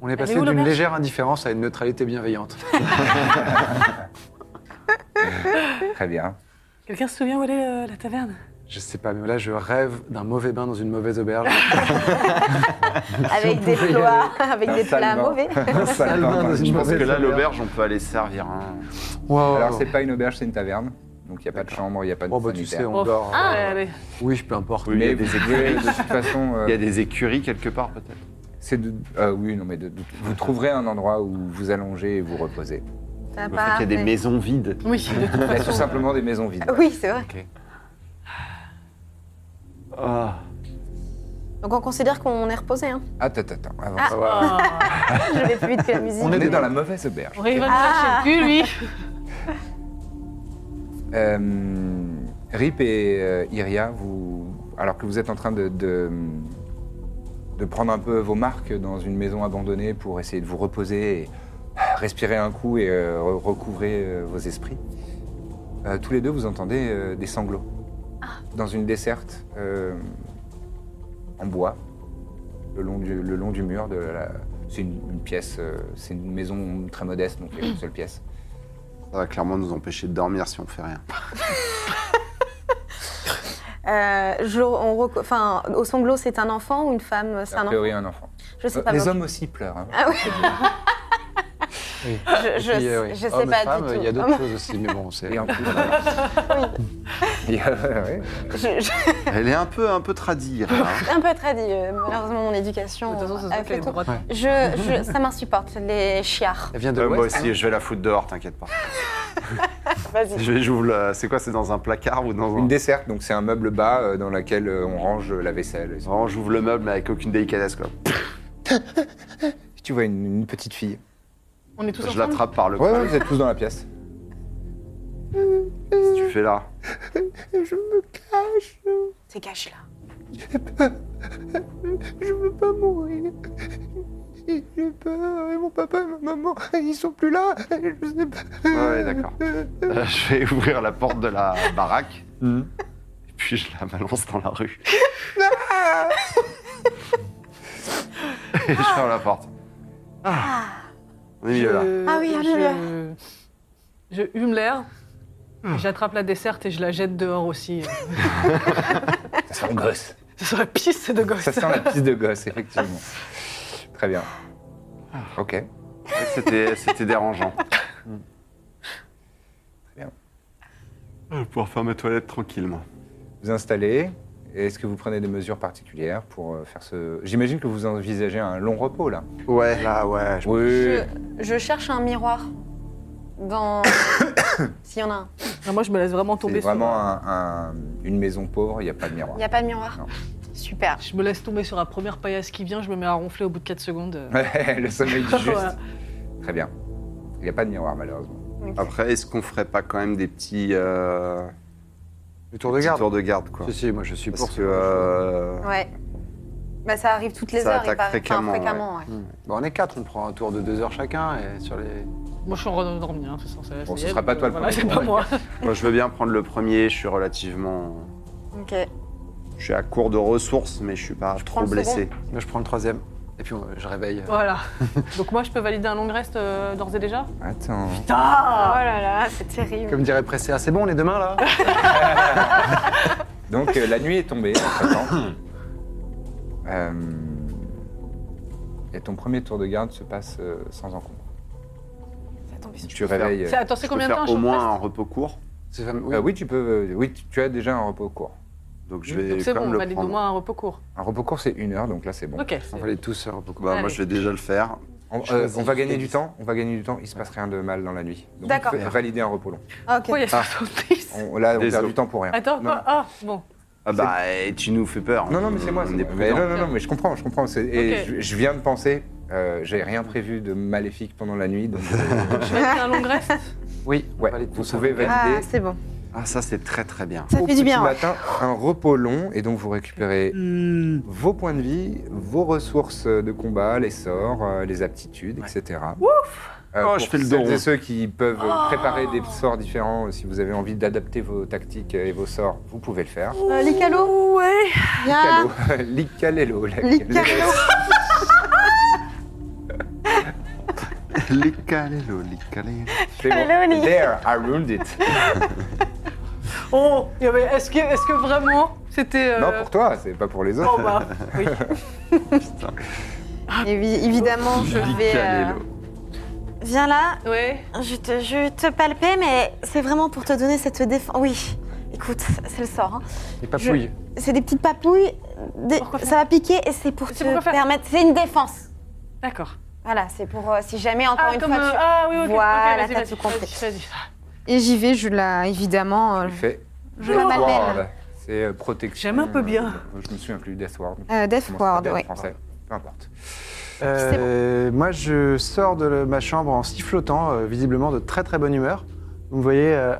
S3: On est passé
S4: Elle est où,
S3: d'une
S4: l'auberge
S3: légère indifférence à une neutralité bienveillante.
S6: Très bien. (laughs)
S4: Quelqu'un se souvient où elle est euh, la taverne
S3: Je sais pas, mais là, je rêve d'un mauvais bain dans une mauvaise
S5: (laughs)
S3: auberge.
S6: (laughs)
S5: Avec des
S3: pouvait y
S5: plats, (laughs) avec
S6: Un
S5: des plats
S6: sale bain. (laughs)
S5: mauvais.
S6: Un sale bain dans
S3: Je
S6: une
S2: Je pense que
S6: mauvaise
S2: là,
S6: auberge.
S2: l'auberge, euh, on peut aller servir hein. un.
S3: Wow.
S6: Alors, c'est pas une auberge, c'est une taverne. Donc, il n'y a pas de chambre, il n'y a pas de
S3: Oh, bah, tu
S6: sanitaire.
S3: sais, on
S4: Oh.
S3: dort. euh,
S5: Ah.
S4: Allez, allez.
S3: Oui, je peux importe.
S2: Oui, il y
S6: Mais
S2: a des
S6: vous pouvez, de toute façon, euh,
S2: (laughs) Il y a des écuries quelque part, peut-être.
S6: c'est de- euh, oui, non, mais de- de- vous trouverez un endroit où vous allongez et vous reposez.
S5: Ça
S2: Peut-être
S5: part,
S2: qu'il y a des
S5: mais-
S2: maisons vides.
S4: Oui, de toute
S6: Il y a tout
S4: façon.
S6: simplement des maisons vides.
S5: Oui, c'est vrai.
S2: Ah.
S5: Donc on considère qu'on est reposé. Hein. (laughs)
S6: Attends, attends, attends, avance.
S5: Ah.
S4: Ah,
S5: Je vais plus vite que la musique.
S6: On est dans la mauvaise auberge.
S4: on va
S5: Ah.
S4: nous lâcher le cul, lui.
S6: Euh, Rip et euh, Iria, vous, alors que vous êtes en train de, de, de prendre un peu vos marques dans une maison abandonnée pour essayer de vous reposer, et respirer un coup et euh, re- recouvrer euh, vos esprits, euh, tous les deux vous entendez euh, des sanglots
S5: Ah.
S6: dans une desserte euh, en bois le long du, le long du mur de la. C'est une, une pièce, euh, c'est une maison très modeste, donc il
S5: (clears throat)
S6: y a une seule pièce.
S2: Ça va clairement nous empêcher de dormir si on fait rien.
S5: Euh, je- on reco- enfin, au sanglot, c'est un enfant ou une femme C'est
S6: A
S5: un enfant.
S6: priori, un enfant.
S5: Je sais
S6: Euh,
S5: pas.
S6: les
S5: moi.
S6: hommes aussi pleurent. hein.
S3: Oui.
S5: Je, je,
S3: Et puis, euh, oui.
S5: je sais
S3: Hommes et
S5: pas
S3: femmes,
S5: du tout. Oh,
S3: Il y a d'autres choses aussi, mais bon, c'est.
S6: Et en plus, Il y a- ouais.
S5: Je- je-
S2: (laughs) Elle est un peu, un peu tradire.
S5: (laughs)
S2: hein.
S5: un peu très dit. euh, malheureusement, mon éducation.
S4: De toute façon,
S5: euh,
S4: ça
S5: a
S4: se
S5: fait
S4: qu'elle est
S5: tout.
S4: droite.
S5: je, je- ça m'insupporte les chiards.
S3: Elle vient de
S2: Euh, moi
S3: l'Ouest.
S2: aussi, je vais la foutre dehors, t'inquiète pas.
S5: Vas-y.
S2: Je vais- J'ouvre la- C'est quoi C'est dans un placard ou dans un.
S6: Une desserte, donc c'est un meuble bas euh, dans lequel euh, on range euh, la vaisselle. Et ça.
S2: Vraiment, j'ouvre le meuble mais avec aucune délicatesse. Quoi.
S6: Tu vois une, une petite fille.
S4: On est tous
S2: Je
S4: ensemble.
S2: l'attrape par le
S6: Ouais,
S2: col.
S6: ouais, vous êtes tous dans la pièce.
S2: Qu'est-ce que tu fais là
S6: Je me cache,
S5: C'est cache là.
S6: je veux pas mourir. J'ai peur, et mon papa et ma maman, ils sont plus là. Je sais pas.
S2: Ah Ouais, d'accord. Euh, je vais ouvrir la porte de la baraque. Et puis je la balance dans la rue. (laughs) Et je ferme la porte. Ah. On est milieu là.
S4: Je-
S5: Ah oui, ah oui, oui.
S4: Je, je hume l'air.
S2: Ah.
S4: J'attrape la desserte et je la jette dehors aussi.
S6: Ça sent le gosse.
S4: (laughs) Ce serait pisse, ces deux gosses.
S6: Ça sent la piste de gosse, effectivement. Très bien. Ok.
S2: Ouais, C'était c'était dérangeant.
S6: bien.
S2: Je vais pouvoir faire mes toilettes tranquillement.
S6: Vous installez. Et Est-ce que vous prenez des mesures particulières pour euh, faire ce. J'imagine que vous envisagez un long repos là.
S2: Ouais, là, ouais. je-
S6: Oui.
S5: Je, je cherche un miroir dans. (coughs) S'il y en a un.
S4: Non, moi, je me laisse vraiment
S6: C'est
S4: tomber sur...
S6: vraiment un- un- une maison pauvre, il n'y a pas de miroir. (laughs)
S5: Il n'y a pas de miroir
S6: Non.
S5: Super.
S4: Je me laisse tomber sur la première paillasse qui vient, je me mets à ronfler au bout de 4 secondes.
S6: Ouais, le sommeil du
S4: (laughs)
S6: juste.
S4: Voilà.
S6: Très bien. Il n'y a pas de miroir, malheureusement.
S2: Après, est-ce qu'on ferait pas quand même des petits, euh,
S3: Le tour de
S2: petits
S3: garde.
S2: tours de garde, quoi
S3: Si, si, moi je suis pour
S2: Parce
S3: ce
S2: que euh,
S5: Ouais. Bah, ça arrive toutes les
S2: Ça
S5: heures. il
S2: attaque
S5: paraît. Enfin,
S2: fréquemment, ouais.
S5: fréquemment ouais.
S3: Hmm. Bon, on est quatre, on prend un tour de deux heures chacun et sur les.
S4: Moi, je suis en rendormi, hein, de toute façon. ça-
S6: Bon,
S4: ça
S6: ce
S4: y est,
S6: sera pas toi le
S4: voilà,
S6: premier
S4: c'est
S6: pour
S4: pas
S6: (laughs)
S4: moi.
S2: moi, je veux bien prendre le premier. Je suis relativement,
S5: Ok.
S2: je suis à court de ressources, mais je suis pas trop
S5: prends le
S2: blessé.
S3: Moi je prends le troisième et puis on- je réveille.
S4: Voilà. Donc moi, je peux valider un long rest euh, d'ores et déjà
S6: Attends.
S5: Oh là là, c'est terrible.
S3: Comme dirait Pressé, ah, c'est bon, on est demain
S5: (laughs)
S3: là
S6: Donc, euh, la nuit est tombée, entre-temps. Euh, et ton premier tour de garde se passe euh, sans encombre.
S5: Ça tombe sur-
S6: Tu réveilles. euh,
S4: C'est- Attends, c'est
S2: Je peux
S4: combien de temps
S2: faire
S4: je
S2: au
S4: suis en
S2: moins un
S4: rest
S2: repos court.
S3: C'est fam-
S6: euh, oui, tu peux. euh, oui, tu- tu as déjà un repos court.
S2: Donc je vais
S4: Donc c'est
S2: quand
S4: bon, bah,
S2: même
S4: on
S2: le
S4: valide au
S2: prendre.
S4: moins un repos court.
S6: euh, Un repos court, c'est une heure, donc là, c'est bon.
S4: Ok.
S3: On va les tous euh, beaucoup.
S2: Bah, moi,
S4: Allez.
S2: je vais déjà le faire.
S6: On, euh,
S3: Choisis.
S6: on va gagner du temps. On va gagner du temps. Il se passe rien de mal dans la nuit. Donc,
S5: D'accord.
S6: on peut valider un repos long.
S5: Ah, ok.
S4: Pourquoi il y a 70
S6: On- là, on perd
S2: Désolé.
S6: du temps pour rien.
S4: Attends,
S6: Non,
S4: quoi Ah,
S6: (laughs)
S4: bon.
S2: Ah bah, et tu nous fais peur.
S6: Non, non, mais c'est moi.
S2: On
S6: c'est
S2: est
S6: moi. Mais
S2: prudent.
S6: non, non, non, mais je comprends, je comprends. C'est- Et
S4: Ok.
S6: je, je viens de penser, euh, j'ai rien prévu de maléfique pendant la nuit. donc, euh,
S4: Je vais faire un long rest.
S3: Oui, on
S6: ouais,
S3: valide
S6: vous
S3: tous, hein.
S6: pouvez
S5: Ah,
S6: valider
S5: c'est bon.
S2: Ah, ça, c'est très très bien.
S6: (laughs)
S5: Ça
S6: au
S5: fait du
S6: petit
S5: bien. ouais.
S6: matin un repos long. Et donc, vous récupérez
S5: Hmm.
S6: vos points de vie, vos ressources de combat, les sorts, euh, les aptitudes, etc. Ouf
S2: Oh, je fais le don.
S6: celles et ceux qui peuvent
S5: Oh.
S6: préparer des sorts différents, euh, si vous avez envie d'adapter vos tactiques et vos sorts, vous pouvez le faire.
S5: Euh, Licalo Ouais.
S6: Calo. (laughs) Licalelo. la-
S5: Licalo.
S2: Licalélo, licalélo.
S6: C'est bon.
S5: Allô, Nick.
S6: There, I ruled it.
S4: Oh, il y avait- est-ce que, est-ce que vraiment c'était. euh,
S6: Non, pour toi, c'est pas pour les
S4: Oh
S6: autres.
S4: bah, oui.
S2: Putain.
S4: Ah.
S5: Évi-
S4: Oh,
S5: évidemment, je
S2: Big
S5: vais. euh,
S2: Calélo.
S5: Viens là,
S4: Ouais.
S5: je te, je te palpais, mais c'est vraiment pour te donner cette défense. Oui, écoute, c'est le sort. hein.
S3: Et papouille.
S5: C'est des petites papouilles, des-
S4: Pourquoi faire
S5: ça va piquer et c'est pour
S4: C'est
S5: te
S4: pourquoi faire
S5: permettre. C'est une défense.
S4: D'accord.
S5: Voilà, c'est pour euh, si jamais encore
S4: Ah,
S5: une
S4: comme.
S5: fois.
S4: euh,
S5: tu-
S4: ah, oui, ok. ok,
S5: Voilà,
S4: vas-y,
S5: t'as
S4: vas-y,
S5: tout compris.
S4: vas-y, vas-y.
S5: Et j'y vais, je la. Évidemment, euh,
S6: Tu fais
S5: je la malmène.
S6: Ward. C'est euh, protection.
S4: J'aime un peu bien.
S6: euh, je me souviens plus, Death Ward.
S5: Euh, Death
S6: Comment ça
S5: Ward,
S6: s'appelle en
S5: oui.
S6: français. Peu importe.
S3: Euh, Moi, je sors de le- ma chambre en sifflotant, euh, visiblement de très très bonne humeur. Vous me voyez euh,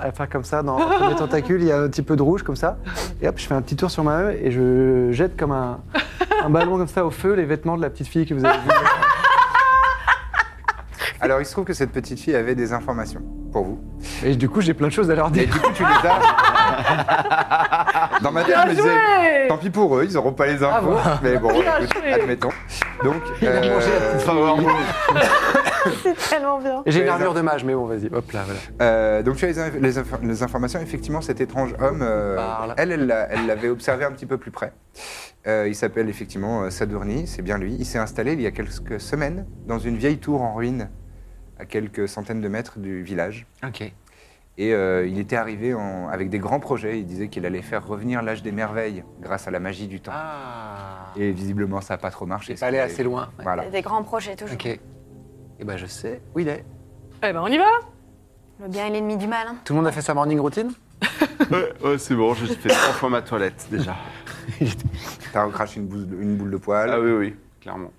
S3: à faire comme ça, dans entre mes tentacules, il y a un petit peu de rouge comme ça. Et hop, je fais un petit tour sur ma main et je jette comme un, un ballon comme ça au feu les vêtements de la petite fille que vous avez vue.
S6: Alors, il se trouve que cette petite fille avait des informations pour vous.
S3: Et du coup, j'ai plein de choses à leur
S6: Et
S3: dire.
S6: du coup, tu les as. Dans ma tête, je me disais,
S4: Ouais.
S6: tant pis pour eux, ils n'auront pas les infos. mais bon,
S4: Ah Bien
S6: écoute,
S4: joué.
S6: admettons. Donc, euh,
S5: Tellement bien.
S3: Et j'ai une
S6: les
S3: armure de mage, mais bon, vas-y, hop là, voilà.
S6: Euh, donc tu as les, inf- les inf- les informations. Effectivement, cet étrange homme, euh,
S3: Parle.
S6: elle, elle l'a- elle l'avait observé un petit peu plus près. Euh, il s'appelle effectivement euh, Sadurni, c'est bien lui. Il s'est installé il y a quelques semaines dans une vieille tour en ruine, à quelques centaines de mètres du village.
S3: Ok.
S6: Et euh, il était arrivé en- avec des grands projets. Il disait qu'il allait faire revenir l'âge des merveilles grâce à la magie du temps.
S3: Ah.
S6: Et visiblement, ça n'a pas trop marché.
S3: J'ai pas allé
S6: Et-
S3: assez loin. ouais.
S6: Voilà.
S5: Des grands projets toujours.
S3: Ok. Et ben, je sais où il est.
S4: Eh ben, on y va.
S5: Le bien et l'ennemi du mal. hein.
S3: Tout le monde a fait sa morning routine
S2: (laughs) Ouais, ouais, c'est bon, j'ai fait trois fois ma toilette déjà.
S6: T'as recraché une, bouse- une boule de poil.
S2: Ah oui, oui, clairement.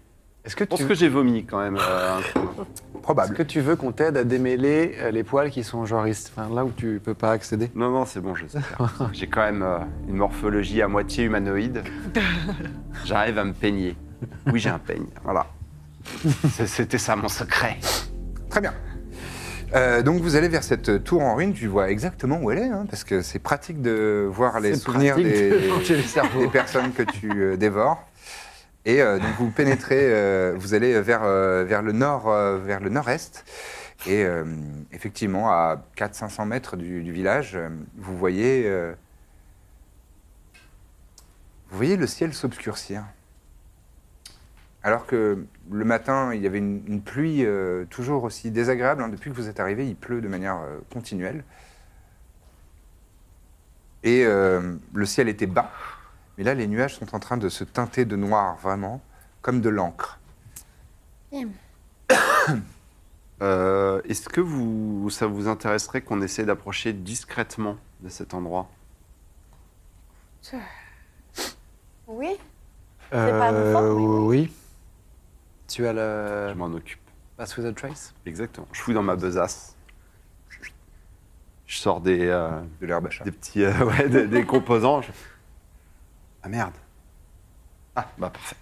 S3: Est-ce que
S2: Je pense
S3: tu
S2: que j'ai vomi quand même.
S6: (laughs)
S2: euh, un coup.
S3: Est-ce
S6: Probable.
S3: que tu veux qu'on t'aide à démêler euh, les poils qui sont genre ici- enfin, là où tu peux pas accéder
S2: non, non, c'est bon, je sais. faire. J'ai quand même euh, une morphologie à moitié humanoïde. J'arrive à me peigner. Oui, j'ai un peigne, voilà. C'est- C'était ça mon secret.
S6: Très bien. Euh, donc vous allez vers cette tour en ruine, tu vois exactement où elle est, hein, parce que c'est pratique de voir les
S3: C'est
S6: souvenirs
S3: pratique
S6: des,
S3: de manger le cerveau.
S6: des personnes que tu euh, dévores. Et euh, donc vous pénétrez, euh, vous allez vers, euh, vers le nord, euh, vers le nord-est. Et euh, effectivement, à 400-500 mètres du, du village, euh, vous voyez, euh, vous voyez le ciel s'obscurcir. Alors que le matin, il y avait une, une pluie euh, toujours aussi désagréable. hein. Depuis que vous êtes arrivé, il pleut de manière euh, continuelle. Et euh, le ciel était bas. Mais là, les nuages sont en train de se teinter de noir, vraiment, comme de l'encre.
S2: Euh, Est-ce que vous, ça vous intéresserait qu'on essaie d'approcher discrètement de cet endroit
S5: Oui. pas
S3: Euh,
S5: avant, oui,
S3: oui. Tu as
S2: Je
S3: le
S2: m'en occupe.
S3: Pass Without Trace
S2: Exactement. Je fouille dans ma besace. Je sors des, euh,
S6: De l'herbe à chat.
S2: des petits euh, (laughs) ouais, des, des composants. Je- Ah merde. Ah bah parfait.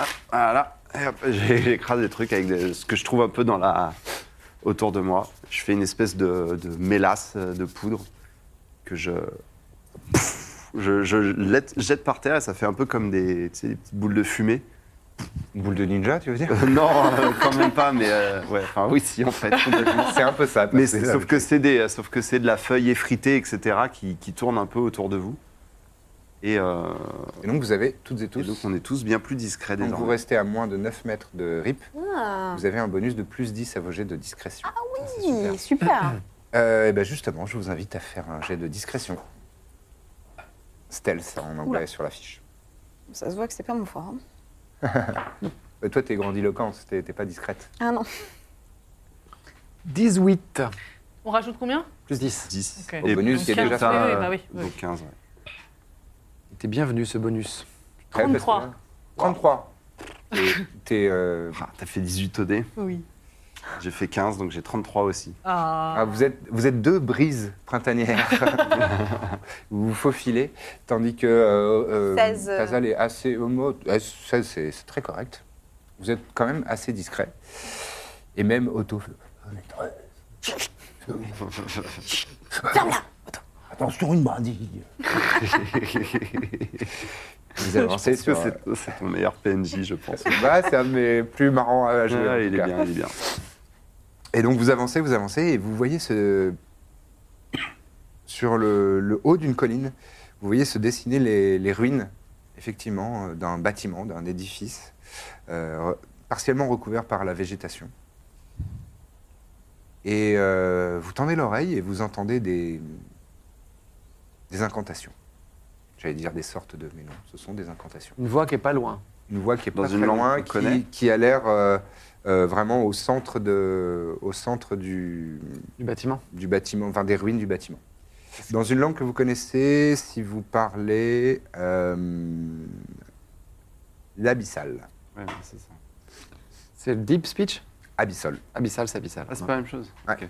S2: Ah, voilà. Et hop, j'ai- (laughs) J'écrase des trucs avec des- ce que je trouve un peu dans la autour de moi. Je fais une espèce de, de mélasse euh, de poudre que je Pff, je, je lette- jette par terre et ça fait un peu comme des, tu sais, des petites boules de fumée. (laughs)
S6: Une boule de ninja, tu veux dire
S2: Euh, non, euh, quand même pas, mais euh, ouais, enfin oui, si en fait. complètement.
S6: C'est un peu ça.
S2: (laughs) Mais
S6: parce
S2: c'est-
S6: que-
S2: sauf que c'est des, sauf que c'est de la feuille effritée, etc., qui, qui tourne un peu autour de vous. Et, euh,
S6: Et donc vous avez toutes et
S2: et
S6: tous,
S2: donc on est tous bien plus discrets
S6: quand vous
S2: désormais.
S6: restez à moins de 9 mètres de RIP,
S5: Ah,
S6: vous avez un bonus de plus 10 à vos jets de discrétion. Ah
S5: oui,
S2: Ah,
S5: super.
S6: Euh, et ben justement, je vous invite à faire un jet de discrétion. Stealth en anglais sur l'affiche.
S5: Ça se voit que c'est pas mon fort. hein.
S6: Euh, toi, t'es grandiloquente, t'es t'es pas discrète.
S5: Ah non.
S3: 18
S4: On rajoute combien
S3: plus 10.
S2: 10.
S4: Ok.
S6: Au bonus,
S4: Donc
S6: il y a déjà
S4: 15,
S6: ça,
S4: oui, oui, bah oui, oui.
S2: Donc 15, ouais.
S3: T'es bienvenu ce bonus.
S6: Ouais, parce que-
S4: 33.
S6: 33. Et T'es. euh,
S2: Ah, t'as fait 18 au dé.
S4: Oui.
S2: J'ai fait 15, donc j'ai 33 aussi. (laughs)
S4: Ah.
S6: ah, vous, êtes, vous êtes deux brises (laughs) printanières. vous vous faufilez, tandis que. Euh, euh,
S5: 16, euh.
S6: Tazal est assez. homo- euh, 16, c'est c'est très correct. Vous êtes quand même assez discret. Et même auto.
S7: Ferme-la.
S8: Attention, une brindille.
S6: Vous (laughs) avancez
S2: Est-ce que
S6: sur. euh,
S2: c'est c'est ton meilleur PNJ, je pense.
S6: Bah, c'est un de mes plus marrants à jouer. Ah, en
S2: Ouais,
S6: tout
S2: il est
S6: cas.
S2: bien, il est bien.
S6: Et donc vous avancez, vous avancez, et vous voyez ce... sur le, le haut d'une colline, vous voyez se dessiner les, les ruines, effectivement, euh, d'un bâtiment, d'un édifice, euh, re- partiellement recouvert par la végétation. Et euh, vous tendez l'oreille et vous entendez des, des incantations. J'allais dire des sortes de, mais non, ce sont des incantations
S3: Une voix qui est pas loin.
S6: une voix qui est
S2: Dans
S6: pas
S2: une
S6: très
S2: langue
S6: loin,
S2: qu'on connaît.
S6: qui, qui a l'air euh, euh, vraiment au centre, de, au centre du,
S3: Du bâtiment.
S6: du bâtiment, enfin des ruines du bâtiment. Dans une langue que vous connaissez, si vous parlez euh, l'abyssal,
S2: Ouais, ouais, c'est ça.
S3: C'est le deep speech
S6: abyssal,
S3: Abyssal, c'est abyssal.
S2: Ah, c'est pas la même chose.
S6: Ouais.
S2: Ok.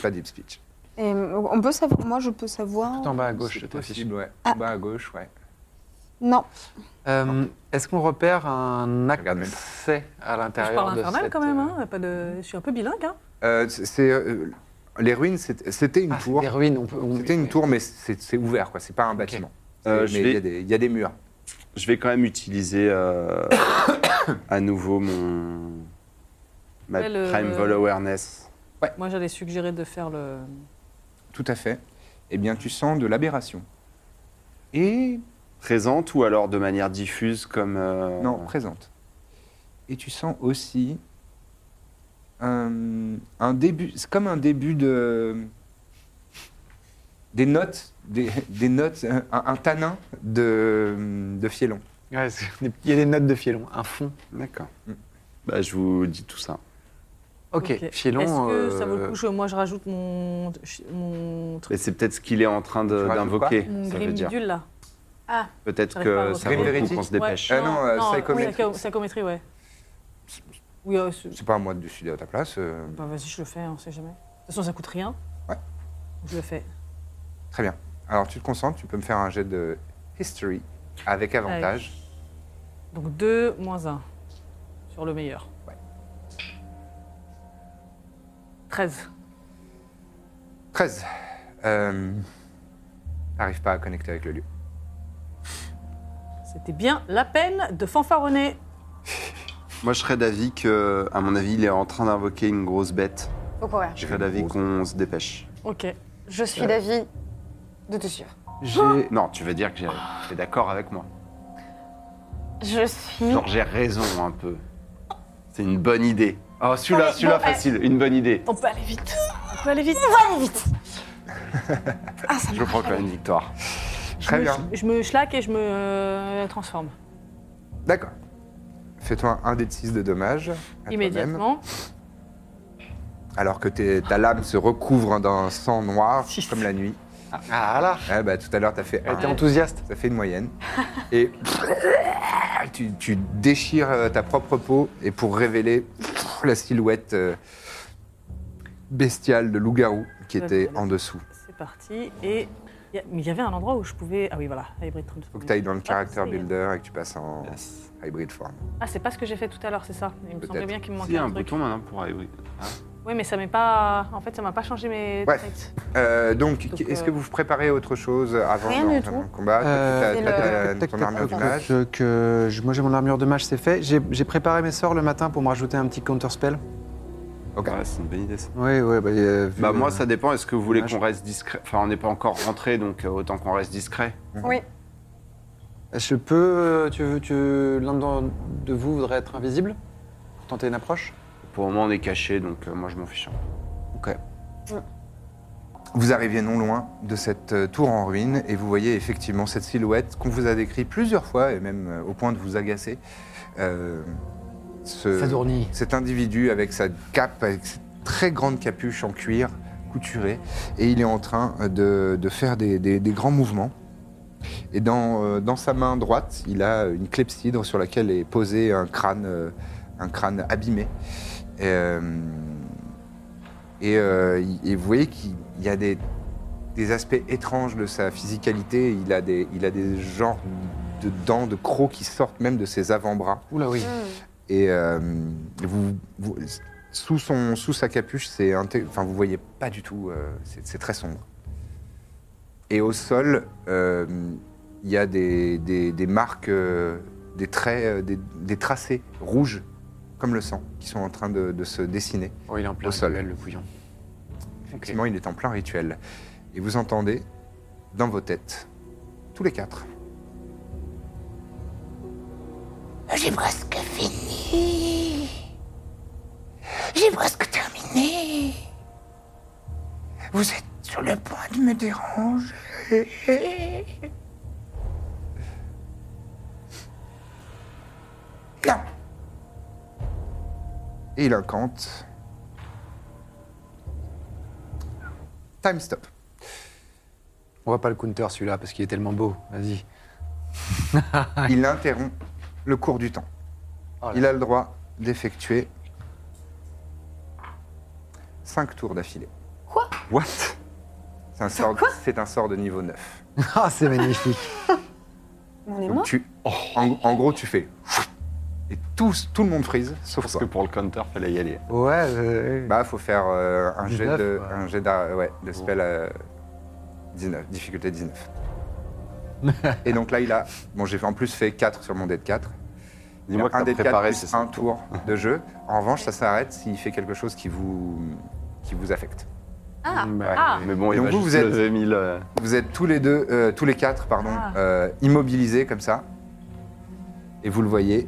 S6: pas deep speech.
S7: Et
S5: euh,
S7: on peut savoir, moi je peux savoir.
S3: Tout en bas à gauche, Oh, je
S6: C'est
S3: t'affiche.
S6: possible, ouais. En bas à gauche, ouais.
S7: Non,
S3: Euh, Est-ce qu'on repère un
S6: regarde même
S3: accès à
S4: Je
S3: l'intérieur
S4: parle
S3: de
S4: infernal
S3: cette,
S4: quand même,
S3: euh,
S4: hein. pas de... je suis un peu bilingue. Hein.
S6: Euh, c'est- c'est, euh, les ruines, c'était c'était une
S3: Ah, c'est
S6: tour.
S3: des ruines. On peut, on-
S6: C'était une tour, mais c'est c'est ouvert, quoi. C'est pas un bâtiment. C'est-
S2: Euh,
S6: mais
S2: je
S6: il y,
S2: vais-
S6: a des- il y a des murs.
S2: Je vais quand même utiliser euh, (coughs) à nouveau mon ma
S4: Ouais, le-
S2: Prime Vol Awareness.
S4: Moi j'allais suggérer de faire le.
S6: Tout à fait. Eh bien, tu sens de l'aberration. Et.
S2: Présente ou alors de manière diffuse comme. euh,
S6: Non, présente. Et tu sens aussi. Un, un début. C'est comme un début de. Des notes. Des, des notes. Un, un tanin de, de fielon.
S3: Ouais, c'est- il y a des notes de fielon, un fond.
S2: D'accord.
S6: Mm.
S2: Bah, je vous dis tout ça.
S3: Ok, fielon.
S4: Est-ce que ça vaut le
S3: euh,
S4: coup je- Moi je rajoute mon, mon
S2: Mais
S4: truc,
S2: c'est peut-être ce qu'il est en train de-
S6: Tu rajoutes
S2: d'invoquer.
S4: mon
S2: Ça veut
S4: grim
S2: dire.
S4: bidule là.
S2: Peut-être
S4: J'arrive pas à
S2: que ça vaut
S6: reconnaître.
S2: le
S6: Grim
S2: coup qu'on se dépêche.
S6: Ah non, euh, psychométrie.
S4: oui, psychométrie, ouais. Oui, euh, c'est-
S6: C'est pas à moi de décider à ta place. euh,
S4: bah, vas-y, je le fais, on sait jamais. De toute façon, ça coûte rien.
S6: Ouais.
S4: Je le fais.
S6: Très bien. Alors, tu te concentres, tu peux me faire un jet de history avec avantage.
S4: Donc 2 moins 1 sur le meilleur.
S6: Ouais.
S4: 13.
S6: 13. Euh, T'arrives pas à connecter avec le lieu.
S4: C'était bien la peine de fanfaronner.
S2: Moi, je serais d'avis que, à mon avis, il est en train d'invoquer une grosse bête.
S5: Faut courir.
S2: Je serais d'avis qu'on se dépêche.
S4: Ok.
S5: Je
S2: Euh.
S5: suis d'avis de te suivre.
S4: Oh
S3: J'ai
S2: Non, tu veux dire que j'ai- t'es d'accord avec moi.
S5: Je suis.
S2: Genre, j'ai raison un peu. C'est une bonne idée. Ah, celui-là, celui-là, facile. Une bonne idée.
S4: On peut aller vite. On peut aller vite.
S5: Ah,
S2: Je prends quand même une victoire.
S6: Très
S4: je
S6: bien.
S4: Me, je me schlaque et je me euh, transforme
S6: D'accord. Fais-toi un dé de 6 de dommages. à toi-même,
S4: immédiatement.
S6: Alors que t'es- ta lame se recouvre hein, d'un sang noir, comme la nuit.
S3: Ah là
S6: Ah bah, tout à l'heure, t'as fait
S3: Elle
S6: un.
S3: était enthousiaste.
S6: Ça fait une moyenne. (laughs) Et tu, tu déchires euh, ta propre peau et pour révéler (laughs) la silhouette euh, bestiale de loup-garou qui était en dessous.
S4: C'est parti. Et il y a- mais il y avait un endroit où je pouvais. Ah oui, voilà. Hybrid Transform.
S6: Faut que tu ailles dans le
S4: Ah,
S6: character
S4: ça y est.
S6: builder et que tu passes en hybrid form.
S4: Ah, c'est pas ce que j'ai fait tout à l'ure, c'est ça. Il me semblait
S6: Peut-être.
S4: bien qu'il
S2: Il
S4: me
S2: y
S4: manquait
S2: a
S4: un,
S2: un
S4: truc.
S2: bouton maintenant pour aller. oui. Ah.
S4: Oui, mais ça m'est pas. En fait, ça m'a pas changé mes.
S6: Bref.
S4: traits.
S6: Euh, donc,
S4: Donc,
S6: est-ce
S4: euh,
S6: que vous préparez autre chose avant
S5: Rien
S6: d'en-
S5: du
S6: avant
S5: tout.
S6: le combat T'as-
S3: Euh,
S6: t'as-
S5: Et
S6: t'as
S3: tac,
S6: ta-
S3: tac,
S6: Ton
S3: tac,
S6: armure du
S3: tac,
S6: mage
S3: que- que je- moi j'ai mon armure de mage, c'est fait. J'ai j'ai préparé mes sorts le matin pour me rajouter un petit counter spell.
S6: Ok.
S2: Ouais, c'est une bonne idée. ça.
S3: Oui, oui. Bah, euh, vu,
S2: Bah
S3: euh,
S2: moi ça dépend, est-ce que vous voulez
S3: dommage.
S2: qu'on reste discret Enfin on n'est pas encore rentré donc euh, autant qu'on reste discret.
S3: Je peux. euh, Tu veux, tu l'un d'en- de vous voudrait être invisible pour tenter une approche.
S2: Pour le moment on est caché donc euh, moi je m'en fiche. un peu.
S6: Vous arriviez non loin de cette euh, tour en ruine et vous voyez effectivement cette silhouette qu'on vous a décrite plusieurs fois et même euh, au point de vous agacer. Euh, ce-
S3: S'adournit.
S6: cet individu avec sa cape, avec cette très grande capuche en cuir couturée, et il est en train euh, de, de faire des, des- des grands mouvements. Et dans, euh, dans sa main droite, il a une clepsydre sur laquelle est posé un crâne, euh, un crâne abîmé. Et, euh, et, euh, il- et vous voyez qu'il y a des, des aspects étranges de sa physicalité. Il a des, il a des genres de dents, de crocs qui sortent même de ses avant-bras.
S3: Oula oui.
S5: Mm.
S6: Et euh, vous, vous- sous, son, sous sa capuche, c'est inté- enfin, vous voyez pas du tout, euh, c'est c'est très sombre. Et au sol, euh, il y a des, des- des marques, euh, des traits, euh, des, des tracés rouges, comme le sang, qui sont en train de, de se dessiner.
S3: Oh, il est en plein
S6: Au sol.
S3: rituel, le couillon.
S6: Effectivement, il est en plein rituel. Et vous entendez dans vos têtes, tous les quatre.
S1: J'ai presque fini. J'ai presque terminé. Vous êtes sur le point de me déranger. Non,
S6: Et il incante. Time stop.
S3: On va pas le counter celui-là parce qu'il est tellement beau. Vas-y. (laughs)
S6: Il interrompt le cours du temps.
S3: Oh là
S6: Il a le droit d'effectuer 5 tours d'affilée.
S5: Quoi
S6: What C'est un, sort- c'est un sort de niveau 9.
S3: Ah, c'est magnifique.
S5: On est
S6: Donc
S5: mort
S6: tu, en, en gros, tu fais. Et tout, tout le monde freeze, sauf
S2: Parce
S6: ça.
S2: que pour le counter, fallait y aller.
S3: Ouais. euh,
S6: Bah, faut faire euh, un, jet
S3: 19,
S6: de,
S3: ouais.
S6: un jet d'a- ouais, de spell euh, 19,
S3: (laughs)
S6: difficulté 19. Et donc là, il a. Bon, j'ai fait- en plus fait 4 sur mon dé de 4.
S2: Dis-moi que
S6: un
S2: t'as
S6: dé de 4
S2: préparé,
S6: plus
S2: c'est
S6: un
S2: ça.
S6: tour de jeu. En revanche, ça s'arrête s'il fait quelque chose qui vous, qui vous affecte.
S5: Ah,
S2: Ouais,
S4: Ah.
S2: Mais bon, il
S6: Donc
S2: va
S6: vous,
S2: juste
S6: vous êtes-
S2: lever mille, euh,
S6: Vous êtes tous les deux, euh, tous les quatre, pardon,
S4: Ah.
S6: euh, immobilisés comme ça. Et vous le voyez.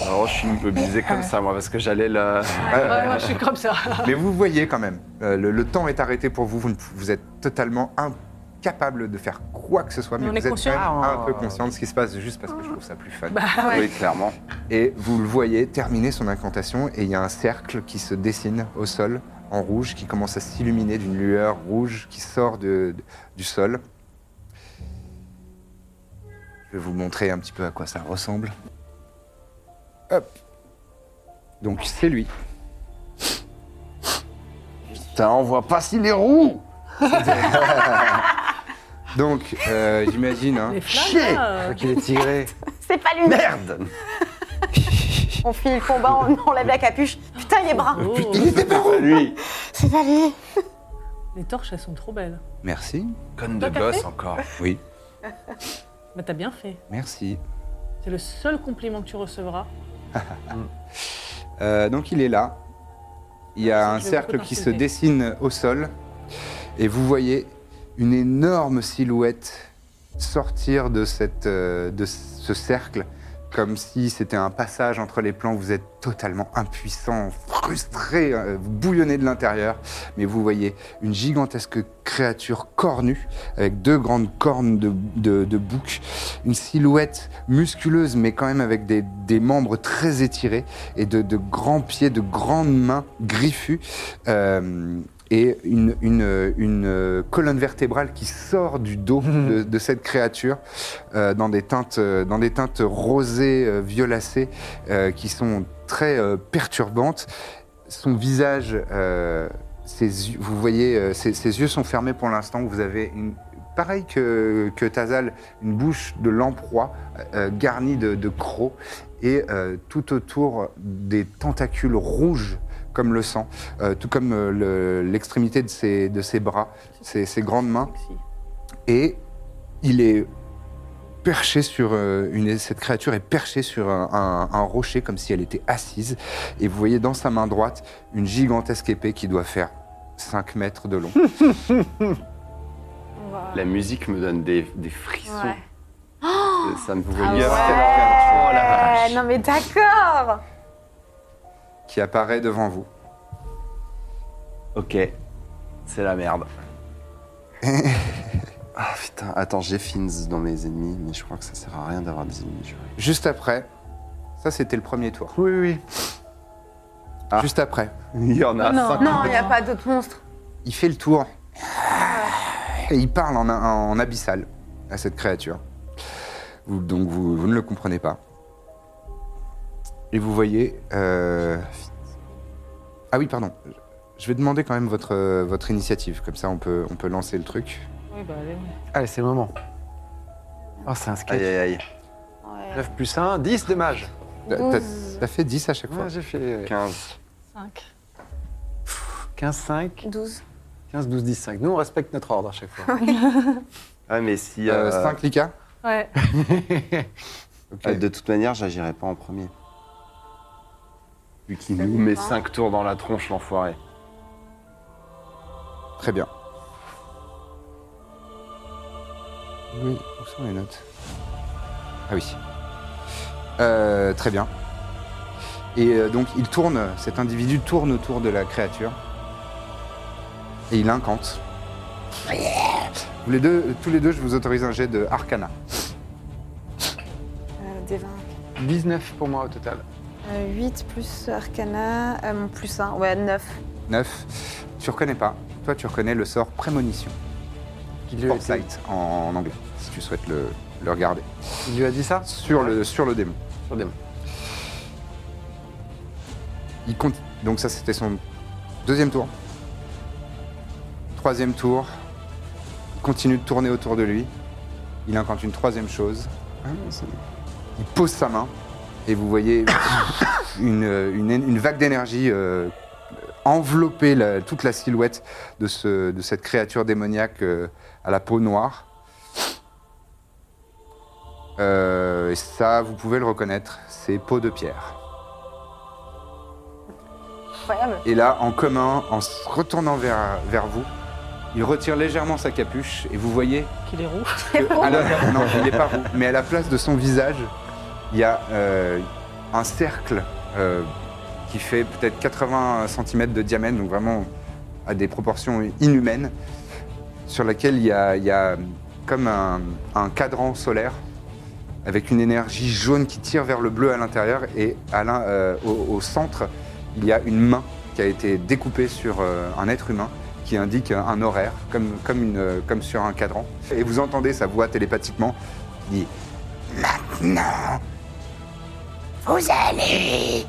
S2: Alors, Ah, oh, je suis immobilisé comme ça, moi, parce que j'allais le.
S4: Ah, Ouais, moi, je suis comme
S6: (laughs)
S4: ça.
S6: Mais vous voyez quand même, euh, le, le temps est arrêté pour vous, vous, ne- vous êtes totalement incapable de faire quoi que ce soit, mais,
S4: Mais on
S6: vous
S4: est
S6: êtes
S4: conscient.
S6: quand même
S3: Ah,
S6: un
S3: on-
S6: peu conscient de ce qui se passe, juste parce que je trouve ça plus
S4: Bah,
S6: fun.
S2: Oui, clairement.
S6: Et vous le voyez terminer son incantation, et il y a un cercle qui se dessine au sol, en rouge, qui commence à s'illuminer d'une lueur rouge qui sort de- de- du sol. Je vais vous montrer un petit peu à quoi ça ressemble. Hop Donc c'est lui.
S2: Putain, on voit pas si les roues
S6: (laughs) Donc, euh, j'imagine, hein,
S4: Les
S2: Chier.
S4: flammes, là, euh,
S3: Qu'il est tigré.
S5: c'est pas lui.
S2: Merde
S5: (laughs) On file le combat, on enlève la capuche. Putain, il est brun.
S4: oh,
S2: C'est (laughs) lui
S7: C'est pas lui.
S4: Les torches, elles sont trop belles.
S6: Merci.
S2: Conne
S4: Toi,
S2: de
S4: t'as
S2: gosse
S4: fait
S2: encore.
S6: Oui.
S4: Bah, t'as bien fait.
S6: Merci.
S4: C'est le seul compliment que tu recevras.
S6: Euh, donc il est là. Il y a
S4: Merci,
S6: un
S4: je vais
S6: cercle
S4: beaucoup
S6: qui se
S4: t'insulter.
S6: dessine au sol. Et vous voyez une énorme silhouette sortir de, cette, euh, de ce cercle. Comme si c'était un passage entre les plans. Vous êtes totalement impuissant, frustré, euh, vous bouillonnez de l'intérieur. Mais vous voyez une gigantesque créature cornue, avec deux grandes cornes de, de, de bouc. Une silhouette musculeuse, mais quand même avec des, des membres très étirés et de, de grands pieds, de grandes mains griffues, euh, et une, une- une, euh, colonne vertébrale qui sort du dos de, de cette créature euh, dans, des teintes, euh, dans des teintes rosées, euh, violacées, euh, qui sont très euh, perturbantes. Son visage, euh, ses yeux- vous voyez, euh, ses, ses yeux sont fermés pour l'instant. Vous avez une. Pareil que, que Tazal, une bouche de lamproie euh, garnie de, de crocs et euh, tout autour des tentacules rouges comme le sang, euh, tout comme euh, le- l'extrémité de ses, de ses bras, ses, ses grandes mains.
S4: Sexy.
S6: Et il est perché sur euh, une cette créature est perchée sur un, un- un rocher comme si elle était assise et vous voyez dans sa main droite une gigantesque épée qui doit faire 5 mètres de long.
S5: On va-
S2: La musique me donne des, des frissons.
S5: Ouais.
S2: Ça me fait
S5: Ah
S2: bien.
S5: ouais.
S2: Oh la
S4: Ah,
S2: vache. Ah,
S5: Non mais d'accord.
S6: qui apparaît devant vous.
S2: Ok, c'est la merde. (laughs) ah putain, attends, j'ai fins dans mes ennemis, mais je crois que ça sert à rien d'avoir des ennemis. je crois.
S6: Juste après, ça c'était le premier tour.
S3: Oui, oui.
S2: Ah.
S6: Juste après,
S2: (laughs) Il y
S3: Ah
S2: en a cinq.
S5: Non, il n'y a pas d'autre monstre.
S6: il fait le tour. Et il parle en, en- en abyssal à cette créature. Vous- donc vous, vous ne le comprenez pas. Et vous voyez... euh, Ah oui, pardon. Je vais demander quand même votre, euh, votre initiative. Comme ça, on peut, on peut lancer le truc.
S4: Oui, bah, allez.
S3: Allez, c'est le moment. Oh, c'est un sketch.
S2: Aïe aïe aïe.
S3: 9 plus 1, 10 de mage.
S6: T'as- T'as
S5: Douze.
S6: t'as fait 10 à chaque fois.
S3: Ouais, j'ai fait
S2: 15.
S4: 5.
S3: 15, 5,
S7: 12.
S3: 15, 12, 10, 5. Nous, on respecte notre ordre à chaque fois.
S2: Ah mais si. euh,
S6: 5 Lika
S4: Ouais.
S6: Ok.
S2: euh, de toute manière, j'agirai pas en premier. Vu qu'il nous met 5 tours dans la tronche, l'enfoiré.
S6: Très bien. Oui, où sont les notes Ah oui. Euh, très bien. Et euh, donc il tourne, cet individu tourne autour de la créature. Et il incante. Vous les deux, tous les deux, je vous autorise un jet de arcana.
S7: Euh, des 20.
S3: (laughs) 19 pour moi au total.
S7: Euh, 8 plus Arcana, euh, mon plus 1, ouais, 9.
S6: 9. Tu reconnais pas. Toi, tu reconnais le sort prémonition.
S3: Qui lui, a été-
S6: Foresight en, en anglais, si tu souhaites le, le regarder.
S3: il lui a dit ça
S6: Sur le, sur le démon.
S3: Sur des
S6: Il compte. Donc ça, c'était son deuxième tour. Troisième tour. Il continue de tourner autour de lui. Il incante une troisième chose. Il pose sa main et vous (coughs) voyez une, euh, une- une vague d'énergie euh, envelopper la- toute la silhouette de, ce- de cette créature démoniaque euh, à la peau noire. Euh, et ça, vous pouvez le reconnaître, c'est peau de pierre.
S5: Incroyable.
S6: Et là, en commun, en se retournant vers, vers vous, il retire légèrement sa capuche et vous voyez
S4: Qu'il est roux.
S6: que à la- non, il n'est pas roux, mais à la place de son visage, il y a euh, un cercle euh, qui fait peut-être 80 cm de diamètre, donc vraiment à des proportions inhumaines, sur laquelle il y a, il y a comme un, un cadran solaire avec une énergie jaune qui tire vers le bleu à l'intérieur et à l'in- euh, au, au centre, il y a une main qui a été découpée sur euh, un être humain qui indique euh, un horaire, comme, comme, une, euh, comme sur un cadran. Et vous entendez sa voix télépathiquement qui dit
S1: Non. Vous allez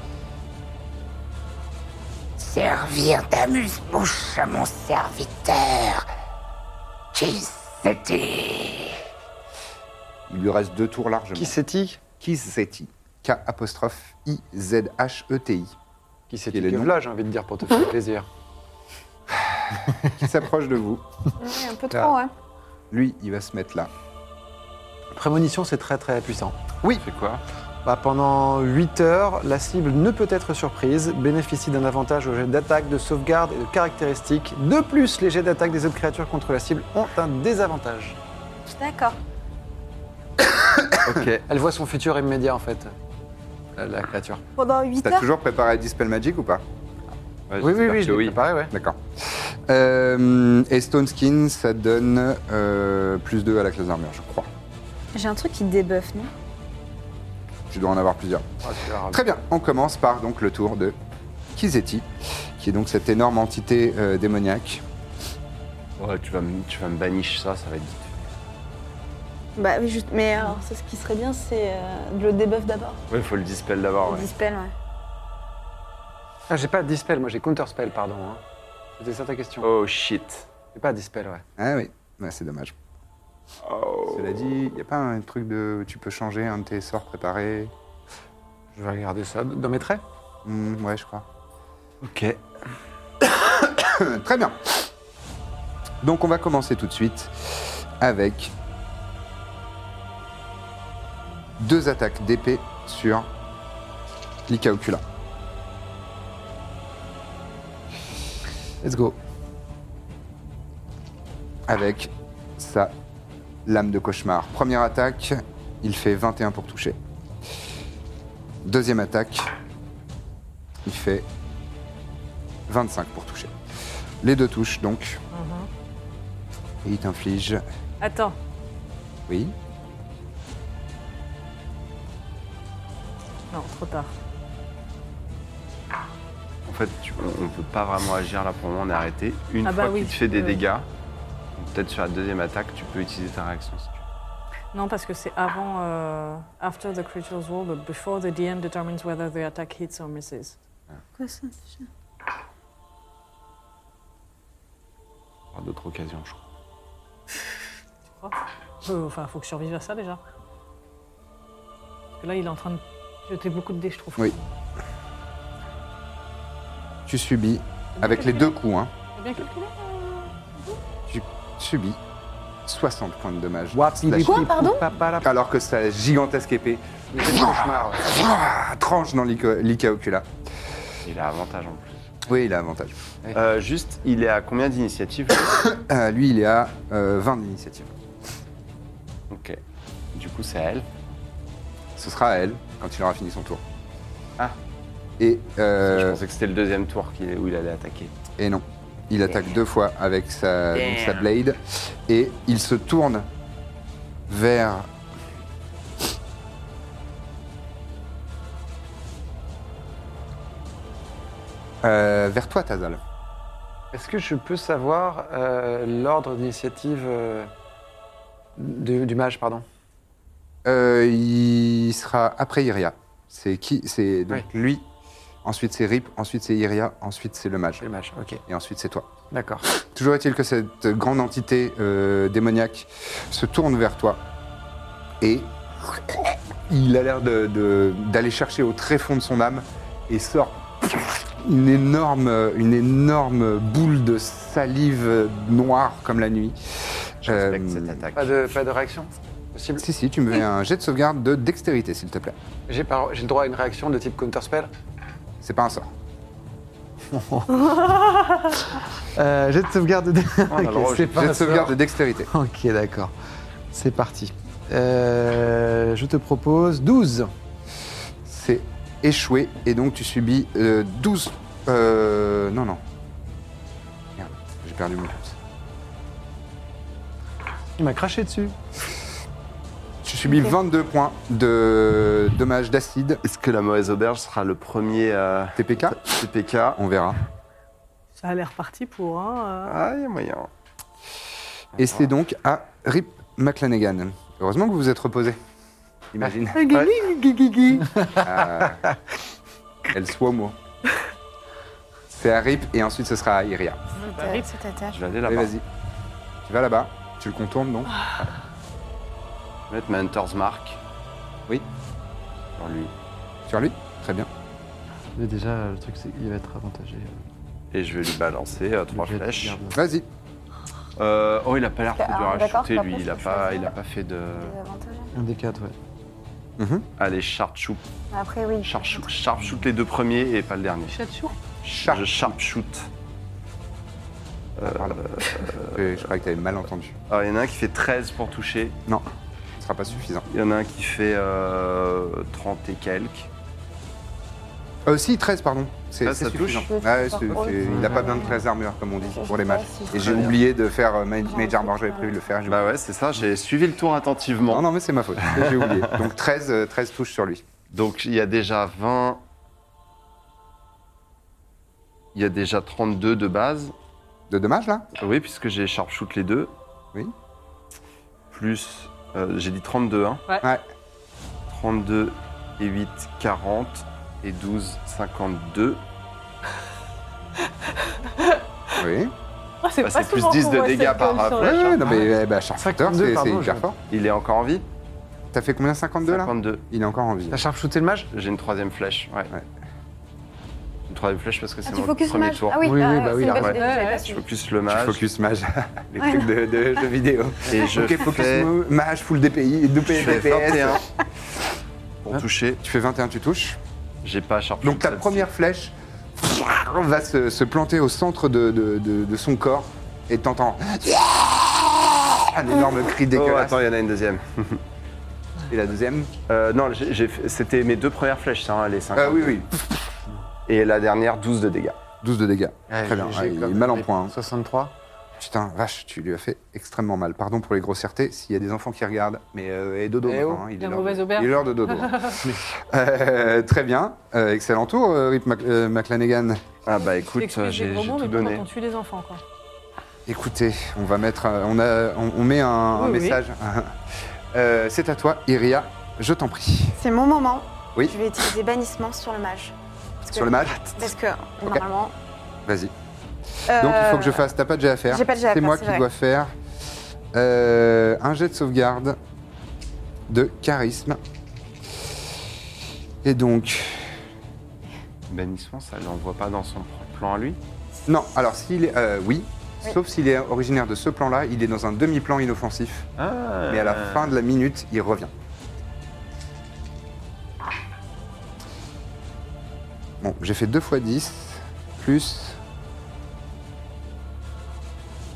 S1: servir d'amuse-bouche à mon serviteur. Qui c'était
S6: « Il lui reste deux tours largement.
S3: Qui c'est-il
S6: Kizeti. K-I-Z-H-E-T-I.
S3: Qui
S6: Qui est
S3: c'est-il
S6: le
S3: que
S6: nom
S3: v'là, j'ai envie de dire, pour te faire plaisir
S6: Qui s'approche de vous.
S7: Ouais, un peu
S6: Ah.
S7: trop, ouais.
S6: Lui, il va se mettre là.
S3: Prémonition, c'est très très puissant.
S2: Oui. C'est quoi
S3: Bah, pendant 8 heures, la cible ne peut être surprise, bénéficie d'un avantage au jet d'attaque, de sauvegarde et de caractéristiques. De plus, les jets d'attaque des autres créatures contre la cible ont un désavantage.
S5: D'accord.
S3: Ok. Elle voit son futur immédiat en fait, la, la créature.
S7: Pendant 8
S6: T'as
S7: heures
S6: toujours préparé Dispel Magic ou pas
S3: Oui, oui, oui, je l'ai préparé, ouais.
S6: D'accord. Euh, et Stone Skin, ça donne euh, plus 2 à la classe d'armure, je crois.
S7: J'ai un truc qui débuffe, non
S6: Tu dois en avoir plusieurs. Très bien, on commence par donc le tour de Kizeti, qui est donc cette énorme entité euh, démoniaque.
S2: Ouais, tu vas, me, tu vas me banish ça, ça va être vite.
S7: Bah oui, juste. Mais alors, ça, ce qui serait bien, c'est euh, de le débuff d'abord.
S2: Ouais, faut le dispel d'abord. Ouais.
S5: Dispel, ouais.
S3: Ah, j'ai pas dispel, moi j'ai counterspell, pardon. hein. C'était ça ta question.
S2: Oh shit.
S3: J'ai pas dispel, ouais.
S6: Ah oui, Ouais, c'est dommage.
S2: Oh.
S6: Cela dit, y a pas un truc de. Tu peux changer un de tes sorts préparés
S3: Je vais regarder ça dans mes traits.
S6: Hmm, Ouais, je crois.
S2: Ok.
S6: (coughs) Très bien. Donc on va commencer tout de suite avec deux attaques d'épée sur Lika Ocula. Let's go. Avec sa lame de cauchemar. Première attaque, il fait 21 pour toucher. Deuxième attaque, il fait 25 pour toucher. Les deux touches donc.
S4: Mm-hmm.
S6: Et il t'inflige.
S4: Attends,
S6: Oui.
S4: non, trop tard.
S2: En fait, tu- on, on peut pas vraiment agir là pour le moment, on est arrêté. Une
S4: Ah bah
S2: fois
S4: oui,
S2: qu'il te fait des
S4: oui.
S2: dégâts, donc peut-être sur la deuxième attaque, tu peux utiliser ta réaction. si tu veux.
S4: Non, parce que c'est avant. euh, after the creature's roll, but before the DM determines whether the attack hits or misses.
S7: Quoi ça
S2: On aura d'autres occasions, je crois.
S4: Tu crois Euh, Enfin, faut que je survive à ça déjà. Parce que là, il est en train de jeter beaucoup de dés, je trouve.
S6: Oui. Tu subis. Avec les deux coups, hein.
S4: T'as bien calculé
S6: Tu subis 60 points de dommage.
S5: Quoi, pardon
S6: Alors que sa gigantesque épée
S3: Cauchemar, ouais.
S6: ah, tranche dans l'ico- l'Ika Ocula.
S2: Il a avantage en plus.
S6: Oui, il a avantage.
S2: Euh, juste,
S6: (coughs)
S2: il est à combien d'initiatives
S6: Euh, lui, il est à euh, 20 d'initiative.
S2: Ok. Du coup, c'est à elle.
S6: Ce sera à elle quand il aura fini son tour.
S2: Ah.
S6: Et,
S2: Je
S6: euh,
S2: pensais que c'était le deuxième tour qu'il- où il allait attaquer.
S6: et non. Il attaque deux fois avec sa, donc sa blade. Et il se tourne vers. Euh, vers toi, Tazal.
S3: Est-ce que je peux savoir euh, l'ordre d'initiative euh, du, du mage, pardon
S6: Euh, il sera après Iria. C'est qui C'est donc lui. Ensuite c'est Rip. Ensuite c'est Iria. Ensuite c'est le mage.
S3: Le mage, ok,
S6: Et ensuite c'est toi.
S3: d'accord.
S6: Toujours est-il que cette grande entité euh, démoniaque se tourne vers toi et il a l'air de- de- d'aller chercher au tréfonds de son âme et sort une énorme, une énorme boule de salive noire comme la nuit.
S2: Je respecte
S6: Euh,
S2: cette attaque.
S3: Pas de, pas de réaction possible
S6: Si, si, tu me fais un jet de sauvegarde de dextérité, s'il te plaît.
S3: J'ai pas- j'ai le droit à une réaction de type counterspell
S6: C'est pas un sort.
S3: euh, J'ai de sauvegarde de... (laughs)
S2: (laughs) a le
S3: Ok,
S2: droit au
S3: c'est
S6: Jet
S3: pas
S6: de
S3: un sort.
S6: sauvegarde de dextérité.
S3: Ok, d'accord. C'est parti. Euh, je te propose 12.
S6: C'est échoué et donc tu subis euh, 12. euh, non, non. Merde, j'ai perdu mon pouce.
S3: Il m'a craché dessus.
S6: Tu subis 22 points de dommages d'acide
S2: Est-ce que la mauvaise auberge sera le premier euh,
S6: TPK.
S2: TPK
S6: On verra.
S4: Ça a l'air parti pour un. euh,
S2: Ah, il y a moyen.
S6: Et c'est donc à Rip McLanegan. Heureusement que vous vous êtes reposé. Imagine. Euh, elle soit moi. C'est à Rip et ensuite ce sera à Iria.
S2: Ah,
S4: bah, Rip,
S7: C'est ta tâche.
S2: Je vais aller
S6: Allez,
S2: là-bas.
S6: vas-y. Tu vas là-bas, tu le contournes donc.
S2: Je vais mettre ma Hunter's Mark.
S6: Oui.
S2: Sur lui.
S6: Sur lui Très bien.
S3: Mais déjà, le truc, c'est qu'il va être avantagé.
S2: Et je vais lui balancer euh, trois flèches.
S6: Vas-y.
S2: Euh, oh, il a pas l'air trop
S5: Ah,
S2: dur à
S5: d'accord,
S2: shooter,
S5: par
S2: lui.
S5: contre,
S2: Il a,
S5: je
S2: pas,
S5: choisis
S2: il a pas fait de.
S6: Euh,
S7: hein.
S3: Un des quatre, ouais.
S6: Mhm.
S2: Allez, sharpshoot.
S5: Après, oui.
S2: Sharpshoot sharpshoot les deux premiers et pas le dernier.
S4: Chatchour.
S2: Je sharpshoot.
S6: Ah, pardon. Euh, Je croyais que tu avais mal entendu.
S2: Alors, il y en a un qui fait 13 pour toucher.
S6: Non, ce sera pas suffisant.
S2: Il y en a un qui fait euh, 30 et quelques.
S6: Euh, si, 13, pardon. C'est
S2: 13,
S6: c'est
S2: ça touche.
S6: suffisant. Ouais, c'est- c'est- il n'a pas besoin de 13 armures, comme on dit, pour les matchs. Et j'ai
S2: Très bien.
S6: oublié de faire euh, Ma- Mage Armor, j'avais prévu de le faire. j'ai
S2: Bah
S6: oublié.
S2: ouais, c'est ça, j'ai suivi le tour attentivement.
S6: Non, non, mais
S2: (laughs)
S6: c'est ma faute. J'ai oublié. Donc 13, euh, 13 touches sur lui.
S2: Donc il y a déjà 20. Il y a déjà 32 de base.
S6: De dommage, là
S2: Oui, puisque j'ai sharpshoot les deux.
S6: Oui.
S2: Plus. euh, j'ai dit 32, hein
S4: Ouais.
S6: Ouais.
S2: 32 et 8, 40. Et 12, 52.
S6: Oui.
S4: Ah, c'est
S2: Bah,
S4: pas
S2: c'est plus
S4: souvent
S2: 10
S4: qu'on
S2: de
S4: voit
S2: dégâts
S4: cette
S2: par
S4: gueule sur
S2: rapport.
S4: le
S6: Ouais,
S4: champ.
S6: ouais, non, mais euh, bah, Sharpshooter,
S3: 52,
S6: c'est c'est
S3: pardon,
S6: hyper
S3: je-
S6: fort.
S2: Il est encore en vie
S6: T'as fait combien 52 là
S2: 52.
S6: Il est encore en vie.
S3: T'as sharpshooté le mage
S2: J'ai une troisième flèche, ouais.
S6: Ouais.
S2: Une troisième flèche parce que c'est
S5: Ah, tu
S2: mon
S5: focus
S2: premier
S5: mage
S2: tour.
S5: Ah oui,
S3: Oui,
S5: ah,
S3: oui,
S5: ouais,
S3: bah oui,
S5: c'est une
S3: là,
S5: bonne
S4: ouais.
S5: idée, j'avais pas
S2: Je
S5: suivi.
S2: focus le
S6: Tu
S2: mage.
S6: focus mage. Les trucs de, de jeux vidéo.
S2: Et je
S6: (laughs) ok, focus
S2: fais,
S6: move, mage, full DPI,
S2: je
S6: DPI,
S2: fais
S6: DPS.
S2: 21 pour toucher.
S6: Tu fais 21, tu touches.
S2: J'ai pas sharp.
S6: Donc ta première flèche va se, se planter au centre de, de- de- de son corps et t'entends un énorme cri
S2: Oh,
S6: dégueulasse.
S2: attends, il y en a une deuxième.
S6: et la deuxième
S2: Euh, non, j'ai- j'ai fait- c'était mes deux premières flèches, ça, hein, les 5.
S6: Ah oui, oui,
S2: (laughs) Et la dernière, 12 de dégâts.
S6: 12 de dégâts. Très bien,
S3: J'ai
S6: ouais, il est
S3: comme-
S6: mal en point. hein.
S3: 63.
S6: Putain, vache, tu lui as fait extrêmement mal. Pardon pour les grossièretés, s'il y a des enfants qui regardent, mais euh, et dodo
S3: Eh
S6: maintenant,
S3: oh.
S6: hein, il,
S4: La
S6: est l'heure
S4: mauvaise
S6: de,
S4: auberge.
S6: il est l'heure de dodo. hein. Euh, très bien, Euh, excellent tour, euh, Rip Mac- euh, McLanegan.
S2: Ah bah
S4: Je
S2: écoute,
S4: t'explique
S2: j'ai
S4: des
S2: j'ai
S4: gros mots,
S2: tout
S4: mais pas
S2: donné.
S4: quand on tue les enfants, quoi.
S6: Écoutez, on va mettre, euh, on, a, on, on met un, un
S4: Oui, oui.
S6: message. (laughs) Euh, C'est à toi, Iria, je t'en prie.
S7: C'est mon moment.
S6: Oui.
S7: Je vais utiliser bannissement sur le mage. Parce que-
S6: Sur le mage
S7: Parce que normalement.
S6: Vas-y. Donc il faut que je
S7: euh,
S6: fasse. T'as pas de jet à faire.
S7: J'ai pas de jet à
S6: C'est
S7: faire,
S6: moi
S7: c'est
S6: qui
S7: vrai.
S6: dois faire euh, un jet de sauvegarde de charisme. Et donc.
S2: Bannissement, Ben, ça l'envoie pas dans son propre plan à lui.
S6: Non, alors s'il est. euh, oui. Sauf s'il est originaire de ce plan-là, il est dans un demi-plan inoffensif.
S2: Ah,
S6: Mais à la fin de la minute, il revient. Bon, j'ai fait 2 x 10, plus.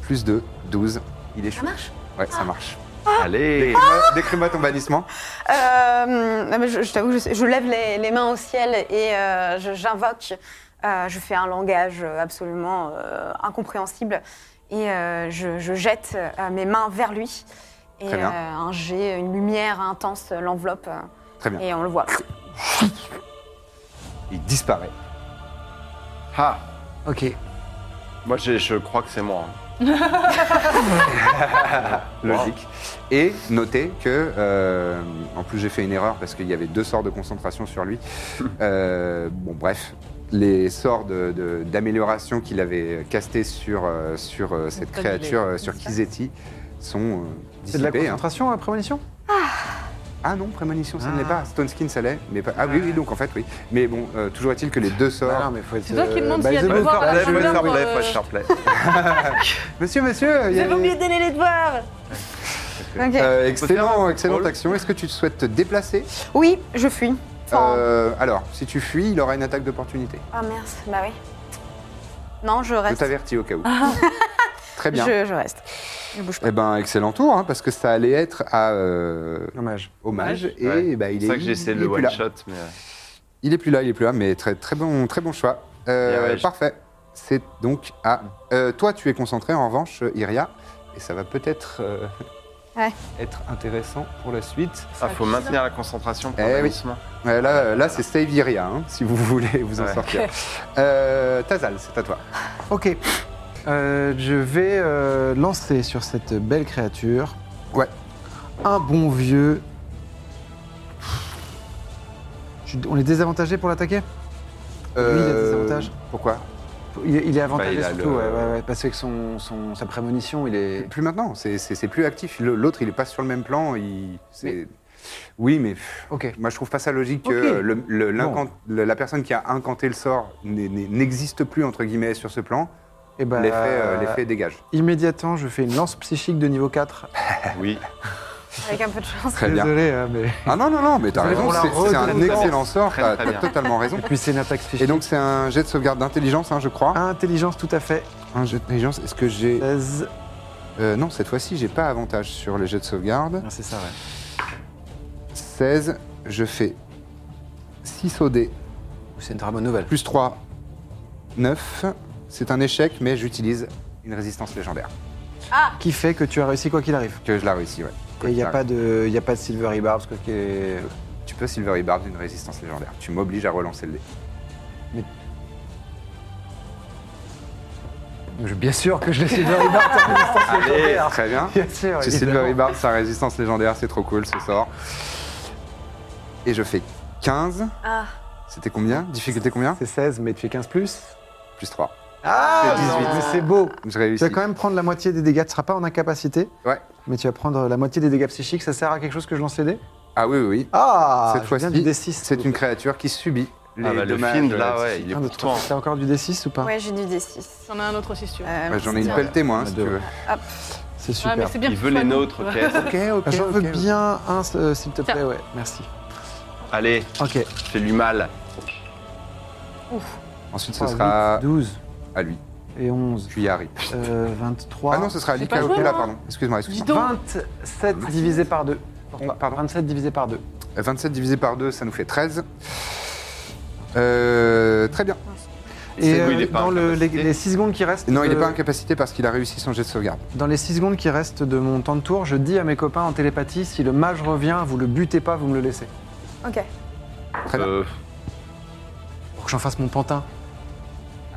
S6: plus 2, 12. Il est
S5: Ça
S6: chaud.
S5: marche Ah.
S6: Ouais, ça marche.
S2: Allez
S6: Décris-moi- Décris-moi ton bannissement.
S7: Euh, non, mais je, je t'avoue, je, sais- je lève les, les mains au ciel et euh, je- j'invoque. euh, je fais un langage absolument euh, incompréhensible et euh, je, je jette euh, mes mains vers lui. Et
S6: Très bien.
S7: euh, un jet, une lumière intense euh, l'enveloppe euh,
S6: Très bien.
S7: et on le voit.
S6: Il disparaît.
S2: Ah
S3: Ok.
S2: Moi, j'ai- je crois que c'est moi. hein.
S6: Logique. Et notez que, euh, en plus j'ai fait une erreur parce qu'il y avait deux sorts de concentration sur
S3: (laughs)
S6: lui. Euh, bon, bref, les sorts de- de- d'amélioration qu'il avait castés sur, euh, sur euh, cette
S4: Pas de
S6: créature,
S4: lait,
S6: euh, sur
S4: n'est-ce pas
S6: Kizeti, sont euh,
S3: C'est de la
S6: dissipés. hein.
S3: concentration, euh, prémonition
S6: Ah non, prémonition, ça ne l'est
S3: Ah.
S6: pas. Stone Skin, ça l'est. Mais pas... Ah oui, oui, donc en fait, oui. Mais bon, euh, toujours est-il que les deux sorts.
S3: mais faut être.
S4: C'est toi qui demandes
S3: by
S4: s'il y a
S3: the
S2: bah,
S4: des
S3: book.
S4: devoirs à la
S2: Allez, faut
S4: chambre,
S2: être play,
S4: euh,
S2: faut être play.
S6: Monsieur, monsieur il y a-
S7: donner les devoirs Ok.
S6: Euh, Excellent, excellente action. Est-ce que tu souhaites te déplacer
S7: Oui, je fuis. Enfin,
S6: Euh, Alors, si tu fuis, il aura une attaque d'opportunité.
S7: Ah merde, bah oui. Non, je
S6: Je
S7: reste.
S6: t'avertis au cas où. (laughs) Très bien.
S7: Ah. Je, je reste. Je bouge pas.
S6: Eh ben, excellent tour, hein, parce que ça allait être à euh,
S3: Dommage.
S6: hommage et
S2: Ouais.
S6: bah, il
S2: C'est
S6: est.
S2: ça que j'ai essayé
S6: il
S2: le
S6: est plus là.
S2: one-shot, mais... euh, Ah,
S6: Il est plus là, il est plus là, mais très très bon, très bon choix. Euh,
S2: Et ouais, je-
S6: parfait. C'est donc à euh, toi. Tu es concentré en revanche, euh, Iria, et ça va peut-être euh,
S7: (laughs) Ouais.
S6: (laughs) être intéressant pour la suite.
S2: Ah, faut maintenir la concentration pour
S6: Eh oui.
S2: le
S6: Ouais, là, euh, là, c'est save Iria, hein, si vous (laughs) voulez vous en
S7: (laughs)
S2: Ouais.
S6: sortir. Euh, Tazal, c'est à toi.
S3: Ok. Euh, je vais euh, lancer sur cette belle créature.
S6: Ouais.
S3: Un bon vieux. Je- On est désavantagé pour l'attaquer il a des avantages.
S6: Euh, Pourquoi
S3: il, est- il est avantagé
S2: Bah, il a
S3: surtout,
S2: le-
S3: ouais, ouais, ouais, parce que son, son- sa prémonition, il
S6: (laughs)
S3: est.
S6: Plus maintenant, c'est- c'est c'est plus actif. Le- L'autre, il est pas sur le même plan. Il, c'est- Oui, mais pff,
S3: Ok.
S6: moi, je trouve pas ça logique.
S3: Ok.
S6: que le- le-
S3: Bon.
S6: l'incan- le- la personne qui a incanté le sort n'est- n'est- n'existe plus, entre guillemets, sur ce plan.
S3: Et bah,
S6: L'effet euh, l'effet dégage.
S3: Immédiatement, je fais une lance psychique de niveau 4.
S2: Oui.
S7: Avec un peu de chance.
S6: Très bien.
S3: Désolé, hein, mais.
S6: Ah non, non, non, mais t'as
S3: Désolé
S6: raison.
S3: pour la
S6: C'est c'est un
S3: redondance.
S6: excellent sort.
S2: Très,
S6: T'as
S2: très
S6: t'as
S2: bien.
S6: totalement raison.
S3: Et (laughs) puis c'est une attaque psychique.
S6: Et donc, c'est un jet de sauvegarde d'intelligence, hein, je crois.
S3: Intelligence, tout à fait.
S6: Un jet d'intelligence. Est-ce que j'ai.
S3: 16.
S6: Euh, non, cette fois-ci, j'ai pas avantage sur les jets de sauvegarde.
S3: Ah, c'est ça, ouais.
S6: 16, je fais 6 au dé,
S3: C'est une très bonne nouvelle.
S6: plus 3, 9. C'est un échec, mais j'utilise une résistance légendaire.
S3: Qui fait que tu as réussi quoi qu'il arrive.
S6: Que je la réussis, ouais.
S3: Et il n'y a, pas de- y a pas de Silvery Barbs, quoi, qui est.
S6: Tu peux Silvery Barb d'une résistance légendaire. Tu m'obliges à relancer le dé.
S3: Bien sûr que je l'ai Silvery (laughs) Barbs
S2: Allez,
S6: Très bien.
S3: Bien sûr,
S6: Tu Silvery Barb, sa résistance légendaire, c'est trop cool ce sort. Et je fais 15.
S7: Ah.
S6: C'était combien Difficulté combien
S3: C'est 16, mais tu fais 15 plus.
S6: Plus 3.
S3: Ah
S6: C'est 18.
S3: mais c'est beau
S6: Je
S3: Tu
S6: réussis.
S3: vas quand même prendre la moitié des dégâts, tu ne seras pas en incapacité.
S6: Ouais.
S3: Mais tu vas prendre la moitié des dégâts psychiques, ça sert à quelque chose que je lance les dés
S6: Ah oui, oui, oui.
S3: Ah
S6: Cette
S3: je
S6: fois-ci,
S3: viens du D6.
S6: C'est une créature qui subit les
S2: Ah bah, le
S6: dommages.
S2: film,
S6: euh,
S2: là, ouais,
S6: psychiques.
S2: il est
S3: Un, deux,
S2: pour toi.
S3: trois. T'as encore du D6 ou pas
S7: Ouais, j'ai du D6.
S4: J'en ai un autre aussi, si tu veux.
S7: Euh,
S6: Bah, J'en ai
S7: merci.
S6: une pelletée, moi, hein,
S3: Ah,
S6: si
S3: deux.
S6: tu veux.
S7: Hop.
S3: C'est
S4: Ouais,
S3: super.
S4: Ah, mais c'est bien
S2: Il
S4: que
S2: veut
S4: ce soit
S2: les
S4: nous,
S2: nôtres,
S4: tu vois.
S2: Kev.
S6: Ok, ok.
S3: Ah, J'en veux
S6: ok.
S3: bien un, euh, s'il te
S4: Tiens.
S3: plaît, ouais, merci.
S2: Allez,
S3: Ok.
S2: fais-lui mal.
S6: Ensuite, ce
S3: Trois,
S6: sera
S3: huit, 12
S6: à lui,
S3: et 11,
S6: puis à Harry.
S3: euh, 23.
S6: Ah non, ce sera à lui
S4: J'ai
S6: qui a
S4: pas
S6: loupé,
S4: joué,
S6: là,
S4: moi.
S6: pardon. Excuse-moi, excuse-moi.
S4: Dis donc.
S3: 27 divisé par 2.
S6: Pardon.
S3: 27 divisé par 2.
S6: Euh, 27 divisé par 2, ça nous fait 13. Euh, très bien.
S3: Et
S2: C'est-
S3: euh,
S2: il est pas
S3: dans le- les,
S2: incapacité.
S3: 6 secondes qui restent.
S6: Non, il n'est
S3: euh,
S6: pas incapacité parce qu'il a réussi son jet de sauvegarde.
S3: Dans les 6 secondes qui restent de mon temps de tour, je dis à mes copains en télépathie si le mage revient, vous le butez pas, vous me le laissez.
S7: Ok.
S6: Très bien.
S2: Euh,
S3: Pour que j'en fasse mon pantin.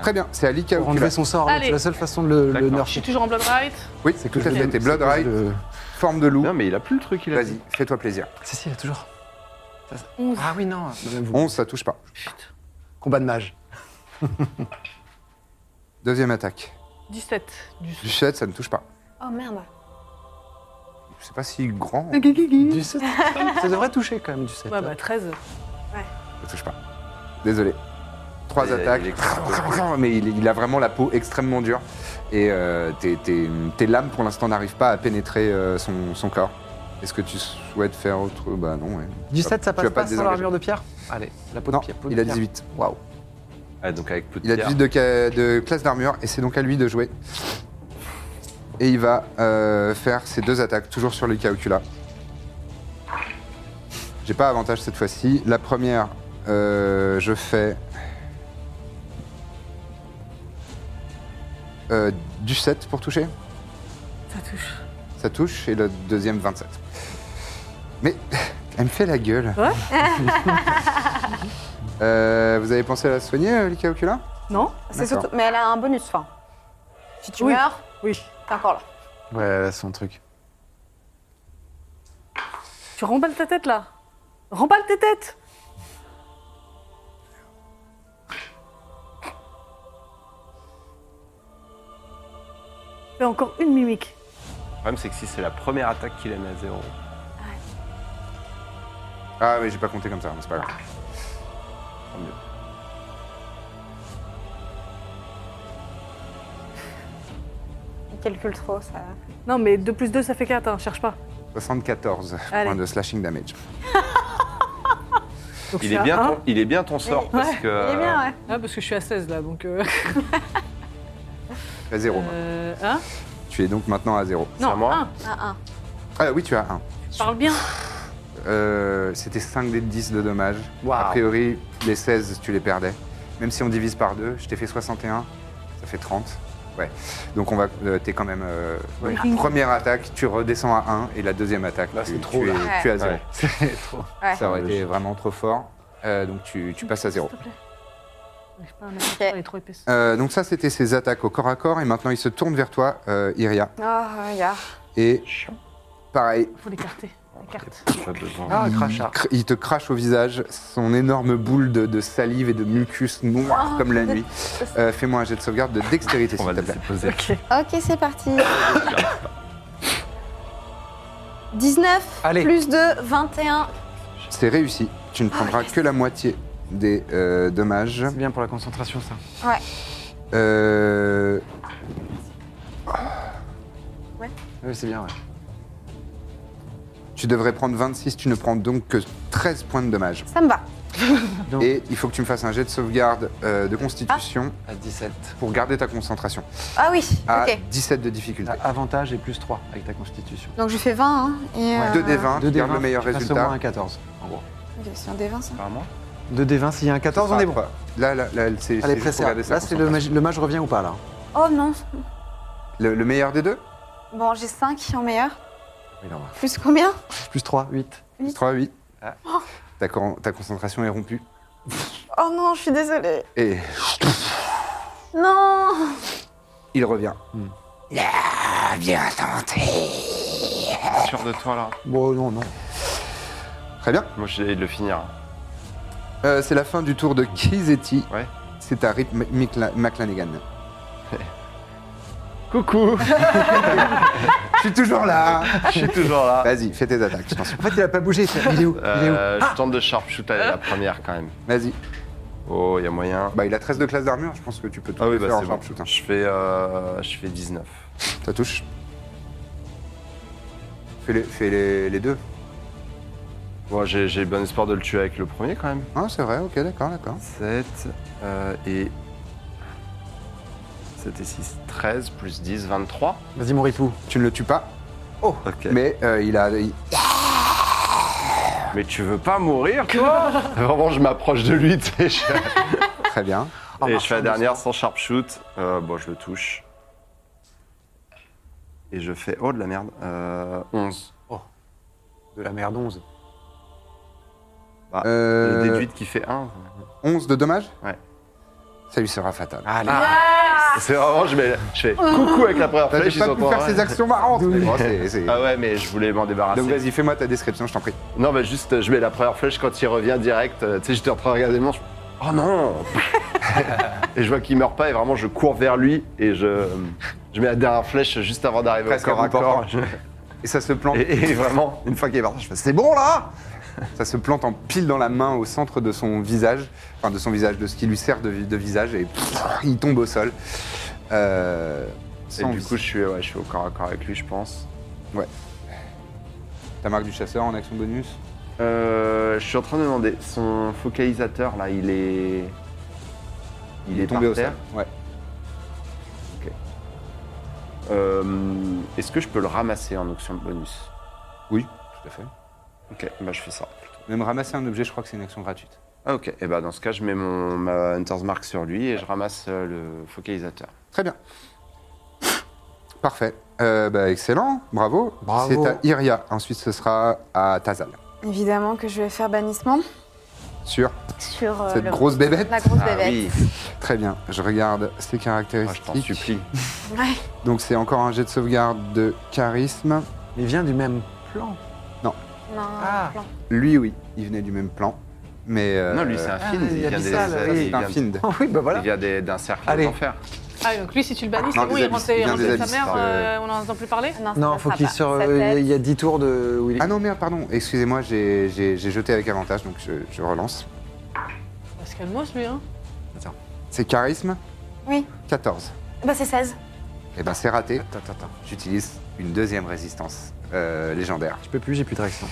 S6: Très bien, c'est à Lika
S3: Ah. Pour enlever son sort,
S4: Allez.
S3: c'est la seule façon de le, le
S2: D'accord.
S4: Je
S3: nerf.
S4: suis toujours en Blood Right.
S6: Oui, c'est tout
S3: je
S6: à fait.
S3: le-
S6: T'es Blood Rite,
S3: le-
S6: forme de loup.
S2: Non, mais il a plus le truc, il a
S6: Vas-y, fais-toi plaisir.
S3: Si, si, il y a toujours. Ça, ça-
S4: Onze.
S3: Ah oui, non. même vous.
S6: 11, ça touche pas.
S3: Combat de mage.
S6: Deuxième attaque.
S4: 17 du
S6: Du shed, ça ne touche pas.
S7: Oh merde.
S6: Je sais pas si grand,
S3: Du
S4: (laughs)
S3: 7. ça devrait toucher quand même du 7.
S4: Ouais,
S5: hein.
S4: bah 13.
S6: ça touche pas. Désolé. Trois
S2: Et
S6: attaques.
S2: il est-
S6: Mais il, il a vraiment la peau extrêmement dure. Et euh, tes, tes- tes lames, pour l'instant, n'arrivent pas à pénétrer euh, son, son corps. Est-ce que tu souhaites faire autre Bah non, ouais.
S3: Du 7, ça
S6: Tu vas
S3: passe pas,
S6: pas te
S3: sans
S6: désengager.
S3: l'armure de pierre Allez, la peau de
S6: Non,
S3: pierre. peau de
S6: il a
S3: pierre.
S6: 18.
S3: Waouh.
S2: Ah, donc avec peu de
S6: Il a
S2: pierre.
S6: 18 de, ca- de classe d'armure et c'est donc à lui de jouer. Et il va euh, faire ses deux attaques, toujours sur les Caocula. J'ai pas avantage cette fois-ci. La première, euh, je fais. euh, du 7 pour toucher
S4: Ça touche.
S6: Ça touche, et le deuxième 27. Mais elle me fait la gueule.
S4: Ouais.
S6: (laughs) Euh, vous avez pensé à la soigner, euh, Lika Ocula
S4: Non
S5: C'est
S6: D'accord.
S5: surtout- Mais elle a un bonus, enfin. Si tu
S4: Oui.
S5: meurs,
S4: Oui.
S5: t'es encore là.
S3: Ouais, elle a son truc.
S4: Tu remballes ta tête là Remballe tes têtes Fais encore une mimique.
S2: Le problème, c'est que si c'est la première attaque qu'il aime à zéro.
S6: Ah, mais j'ai pas compté comme ça, mais c'est pas grave.
S2: tant mieux.
S5: Il calcule trop, ça.
S4: Non mais 2 plus 2 ça fait 4, hein, cherche pas.
S6: 74
S4: Allez.
S6: points de slashing damage.
S4: Donc, je
S2: Il
S4: suis
S2: est,
S4: à
S2: bien
S4: un.
S2: ton, il est bien ton sort parce que. euh,
S5: Il est bien, ouais.
S4: Ah parce que je suis à 16 là donc... Euh...
S6: À 0.
S4: euh, hein
S6: Tu es donc maintenant à 0.
S4: non,
S2: à moi
S4: un.
S6: Ah oui, tu as 1.
S4: Parle bien.
S6: C'était 5 des 10 de dommages.
S3: Waouh.
S6: A
S2: Ah.
S6: priori, les 16, tu les perdais. Même si on divise par 2, je t'ai fait 61, ça fait 30. Ouais. Donc on va, euh, t'es quand même. euh, ouais. Première attaque, tu redescends à 1 et la deuxième attaque,
S2: Là,
S6: tu,
S2: c'est trop,
S6: tu
S2: là.
S6: es,
S5: Ouais.
S6: tu es à 0.
S2: Ouais. (laughs)
S6: Ça aurait été vraiment trop fort. Euh, donc tu,
S4: Mm.
S6: tu passes à 0.
S4: S'il te plaît. J'arrive pas à mettre la main, elle est trop épaisse.
S6: Euh, donc ça, c'était ses attaques au corps à corps et maintenant il se tourne vers toi, euh, Iria.
S5: Ah, regarde.
S6: Et pareil,
S4: Faut l'écarter. Écarte.
S2: Pas besoin.
S3: Ah, crachat.
S6: cr- il te crache au visage son énorme boule de, de salive et de mucus noir comme la nuit. Euh, Fais-moi un jet de sauvegarde de dextérité,
S2: On
S6: s'il
S2: va
S6: te
S2: le
S6: plaît.
S2: laisser poser.
S9: Ok, c'est parti. 19
S3: Allez.
S9: plus 2, 21.
S6: C'est réussi. Tu ne prendras que la moitié des euh, dommages.
S3: C'est bien pour la concentration, ça.
S6: Euh,
S3: Oui, c'est bien, ouais.
S6: tu devrais prendre 26, tu ne prends donc que 13 points de dommages.
S5: Ça me va.
S3: Donc-
S6: Et il faut que tu me fasses un jet de sauvegarde euh, de constitution
S3: À 17.
S6: pour garder ta concentration.
S5: Ah oui,
S6: À
S5: ok.
S6: 17 de difficulté.
S3: T'as avantage et plus 3 avec ta constitution.
S5: Donc je fais 20, hein. Et, euh,
S6: 2 des 20, tu
S3: Deux
S6: gardes
S3: D20,
S6: Hein, le meilleur
S3: tu passes au
S6: résultat.
S3: moins un 14, en gros.
S5: ok, C'est un des 20, ça.
S2: Apparemment.
S3: 2 des 20, s'il y a un 14, on est bon.
S6: Enfin, Là, là, là, elle-
S3: Allez,
S6: c'est c'est juste
S3: pressez.
S6: pour garder
S3: Là,
S6: sa
S3: c'est le,
S6: concentration.
S3: mage- le mage revient ou pas, là
S5: Oh non.
S6: le, le meilleur des deux
S5: Bon, j'ai 5 en meilleur.
S3: Oui, non.
S5: Plus combien
S3: Plus 3, 8.
S6: 3, 8.
S3: Ah.
S6: Ta, con- ta concentration est rompue.
S5: Oh non, je suis désolée.
S6: Et
S5: Non
S6: il revient.
S2: Hmm.
S10: Ah, bien tenté.
S2: Sûr de toi là.
S3: Bon, non, non.
S6: Très bien.
S2: Moi, j'ai de le finir.
S6: Euh, c'est la fin du tour de Kizetti.
S2: Ouais.
S6: C'est à Rip M- Micla- McLanigan.
S2: (laughs) Coucou
S6: (laughs)
S2: Ah.
S6: Je suis toujours là.
S2: Je suis toujours là.
S6: (laughs) Vas-y, fais tes attaques, je t'en supplie.
S3: En fait, il a pas bougé. ça. Il est où Il est où
S2: Euh, je tente de sharpshooter la première quand même.
S6: Vas-y.
S2: Oh, il y a moyen.
S6: Bah, il a 13 de classe d'armure, je pense que tu peux tout
S2: Ah oui,
S6: faire
S2: bah
S6: en
S2: c'est bon.
S6: sharpshooter.
S2: Je fais, euh, je fais 19.
S6: Ça touche. Fais les, fais les, les deux.
S2: Bon, j'ai j'ai bon espoir de le tuer avec le premier quand même.
S6: Ah, c'est vrai, ok, d'accord, d'accord.
S2: 7 et. 7 et 6, 13 plus 10, 23.
S3: Vas-y, mon ripou.
S6: Tu ne le tues pas,
S2: Ok. Mais,
S6: mais euh, il a. il-
S2: tu veux pas mourir, toi (laughs) Vraiment, je m'approche de lui, tu sais. je-
S6: Très bien.
S3: En
S2: Et je
S3: marchant
S2: fais la dernière sans sharpshoot. Euh, bon, je le touche. Et je fais. Oh de la merde. Euh, 11.
S3: De la merde 11.
S2: Ah,
S6: Euh,
S2: Bah, Le déduite qui fait 1.
S6: 11 de dommages
S2: Ouais. Ah,
S6: Ça lui sera fatal.
S3: Allez.
S4: Ah.
S2: C'est vraiment, je, mets- je fais coucou avec la première
S6: T'as
S2: flèche.
S6: j'ai
S2: ils
S6: pas
S2: sont
S6: pu
S2: pas
S6: faire
S2: en
S6: ces
S2: vrai.
S6: actions marrantes mais bon, c'est- (laughs) c'est-
S2: Ah ouais, mais je voulais m'en débarrasser.
S6: Donc vas-y, fais-moi ta description, je t'en prie.
S2: Non, mais juste, je mets la première flèche quand il revient direct. euh, Tu sais, j'étais en train de regarder le monstre. je- Oh non (laughs) Et je vois qu'il meurt pas et vraiment, je cours vers lui et je, je mets la dernière flèche juste avant d'arriver au
S6: Presque
S2: corps
S6: à
S2: à
S6: bout
S2: corps.
S6: Et ça se plante,
S2: Et, et vraiment, une fois qu'il est parti, je fais c'est bon là
S6: ça se plante en pile dans la main au centre de son visage, enfin de son visage, de ce qui lui sert de, vi- de visage, et pff, il tombe au sol. Euh,
S2: Et
S6: sans
S2: du
S6: vie.
S2: coup, je suis, ouais, je suis au corps à corps avec lui, je pense.
S6: ta marque du chasseur en action bonus.
S2: Euh, je suis en train de demander, son focalisateur là, il est. Il, est, par
S6: tombé au sol.
S2: terre.
S6: Ouais.
S2: Euh, Est-ce que je peux le ramasser en action bonus
S6: Oui, tout à fait.
S2: Ok, bah je fais ça. plutôt.
S6: Même ramasser un objet, je crois que c'est une action gratuite.
S2: Ah ok, et bah dans ce cas je mets mon, ma Hunter's Mark sur lui et je ramasse euh, le focalisateur.
S6: Très bien. Parfait. Euh, bah, excellent, bravo.
S3: Bravo.
S6: C'est à Iria. Ensuite, ce sera à Tazal.
S5: Évidemment que je vais faire bannissement
S6: Sur
S5: sur euh,
S6: cette
S5: le-
S6: grosse bébête.
S5: la grosse
S2: Ah
S5: bébête.
S2: oui,
S6: Très bien. Je regarde ses
S2: Ah, je
S6: caractéristiques.
S2: t'en supplie.
S5: Ouais.
S6: Donc, c'est encore un jet de sauvegarde de charisme.
S3: Mais il vient du même plan.
S5: Non,
S3: Ah.
S5: plan.
S6: Lui, oui, il venait du même plan. Mais. euh,
S2: Non, lui c'est un
S3: Ah,
S2: film,
S3: il y a
S2: il vient des-
S3: Bissal,
S2: ça,
S3: oui.
S2: il
S6: c'est un
S2: vient-
S6: find.
S3: Oh oui, bah voilà.
S2: il vient des- d'un cercle
S3: Allez.
S2: d'enfer.
S4: Ah, donc lui, si tu le bannis,
S6: Ah,
S4: c'est
S6: non,
S4: bon,
S6: des
S4: il
S6: abysses,
S4: rentre il
S6: il vient
S4: rentre
S6: des
S4: avec sa
S6: abysses,
S4: mère,
S6: euh,
S4: euh, on n'en entend plus parler
S5: Ah Non, bah, ça
S3: Non,
S5: ne
S3: faut
S5: fera
S3: qu'il
S5: pas.
S3: sur.
S5: Sa
S3: Il y a-
S5: tête.
S3: il y a 10 tours de. Où il est-
S6: Ah non, merde, pardon. Excusez-moi, j'ai j'ai- j'ai jeté avec avantage, donc je, je relance.
S4: Parce qu'elle calmos, lui,
S6: (laughs)
S4: hein.
S6: C'est charisme
S5: Oui.
S6: 14.
S5: Bah, c'est 16.
S6: Eh ben, c'est raté. J'utilise une deuxième résistance euh, légendaire.
S3: Je peux plus, j'ai plus de réaction.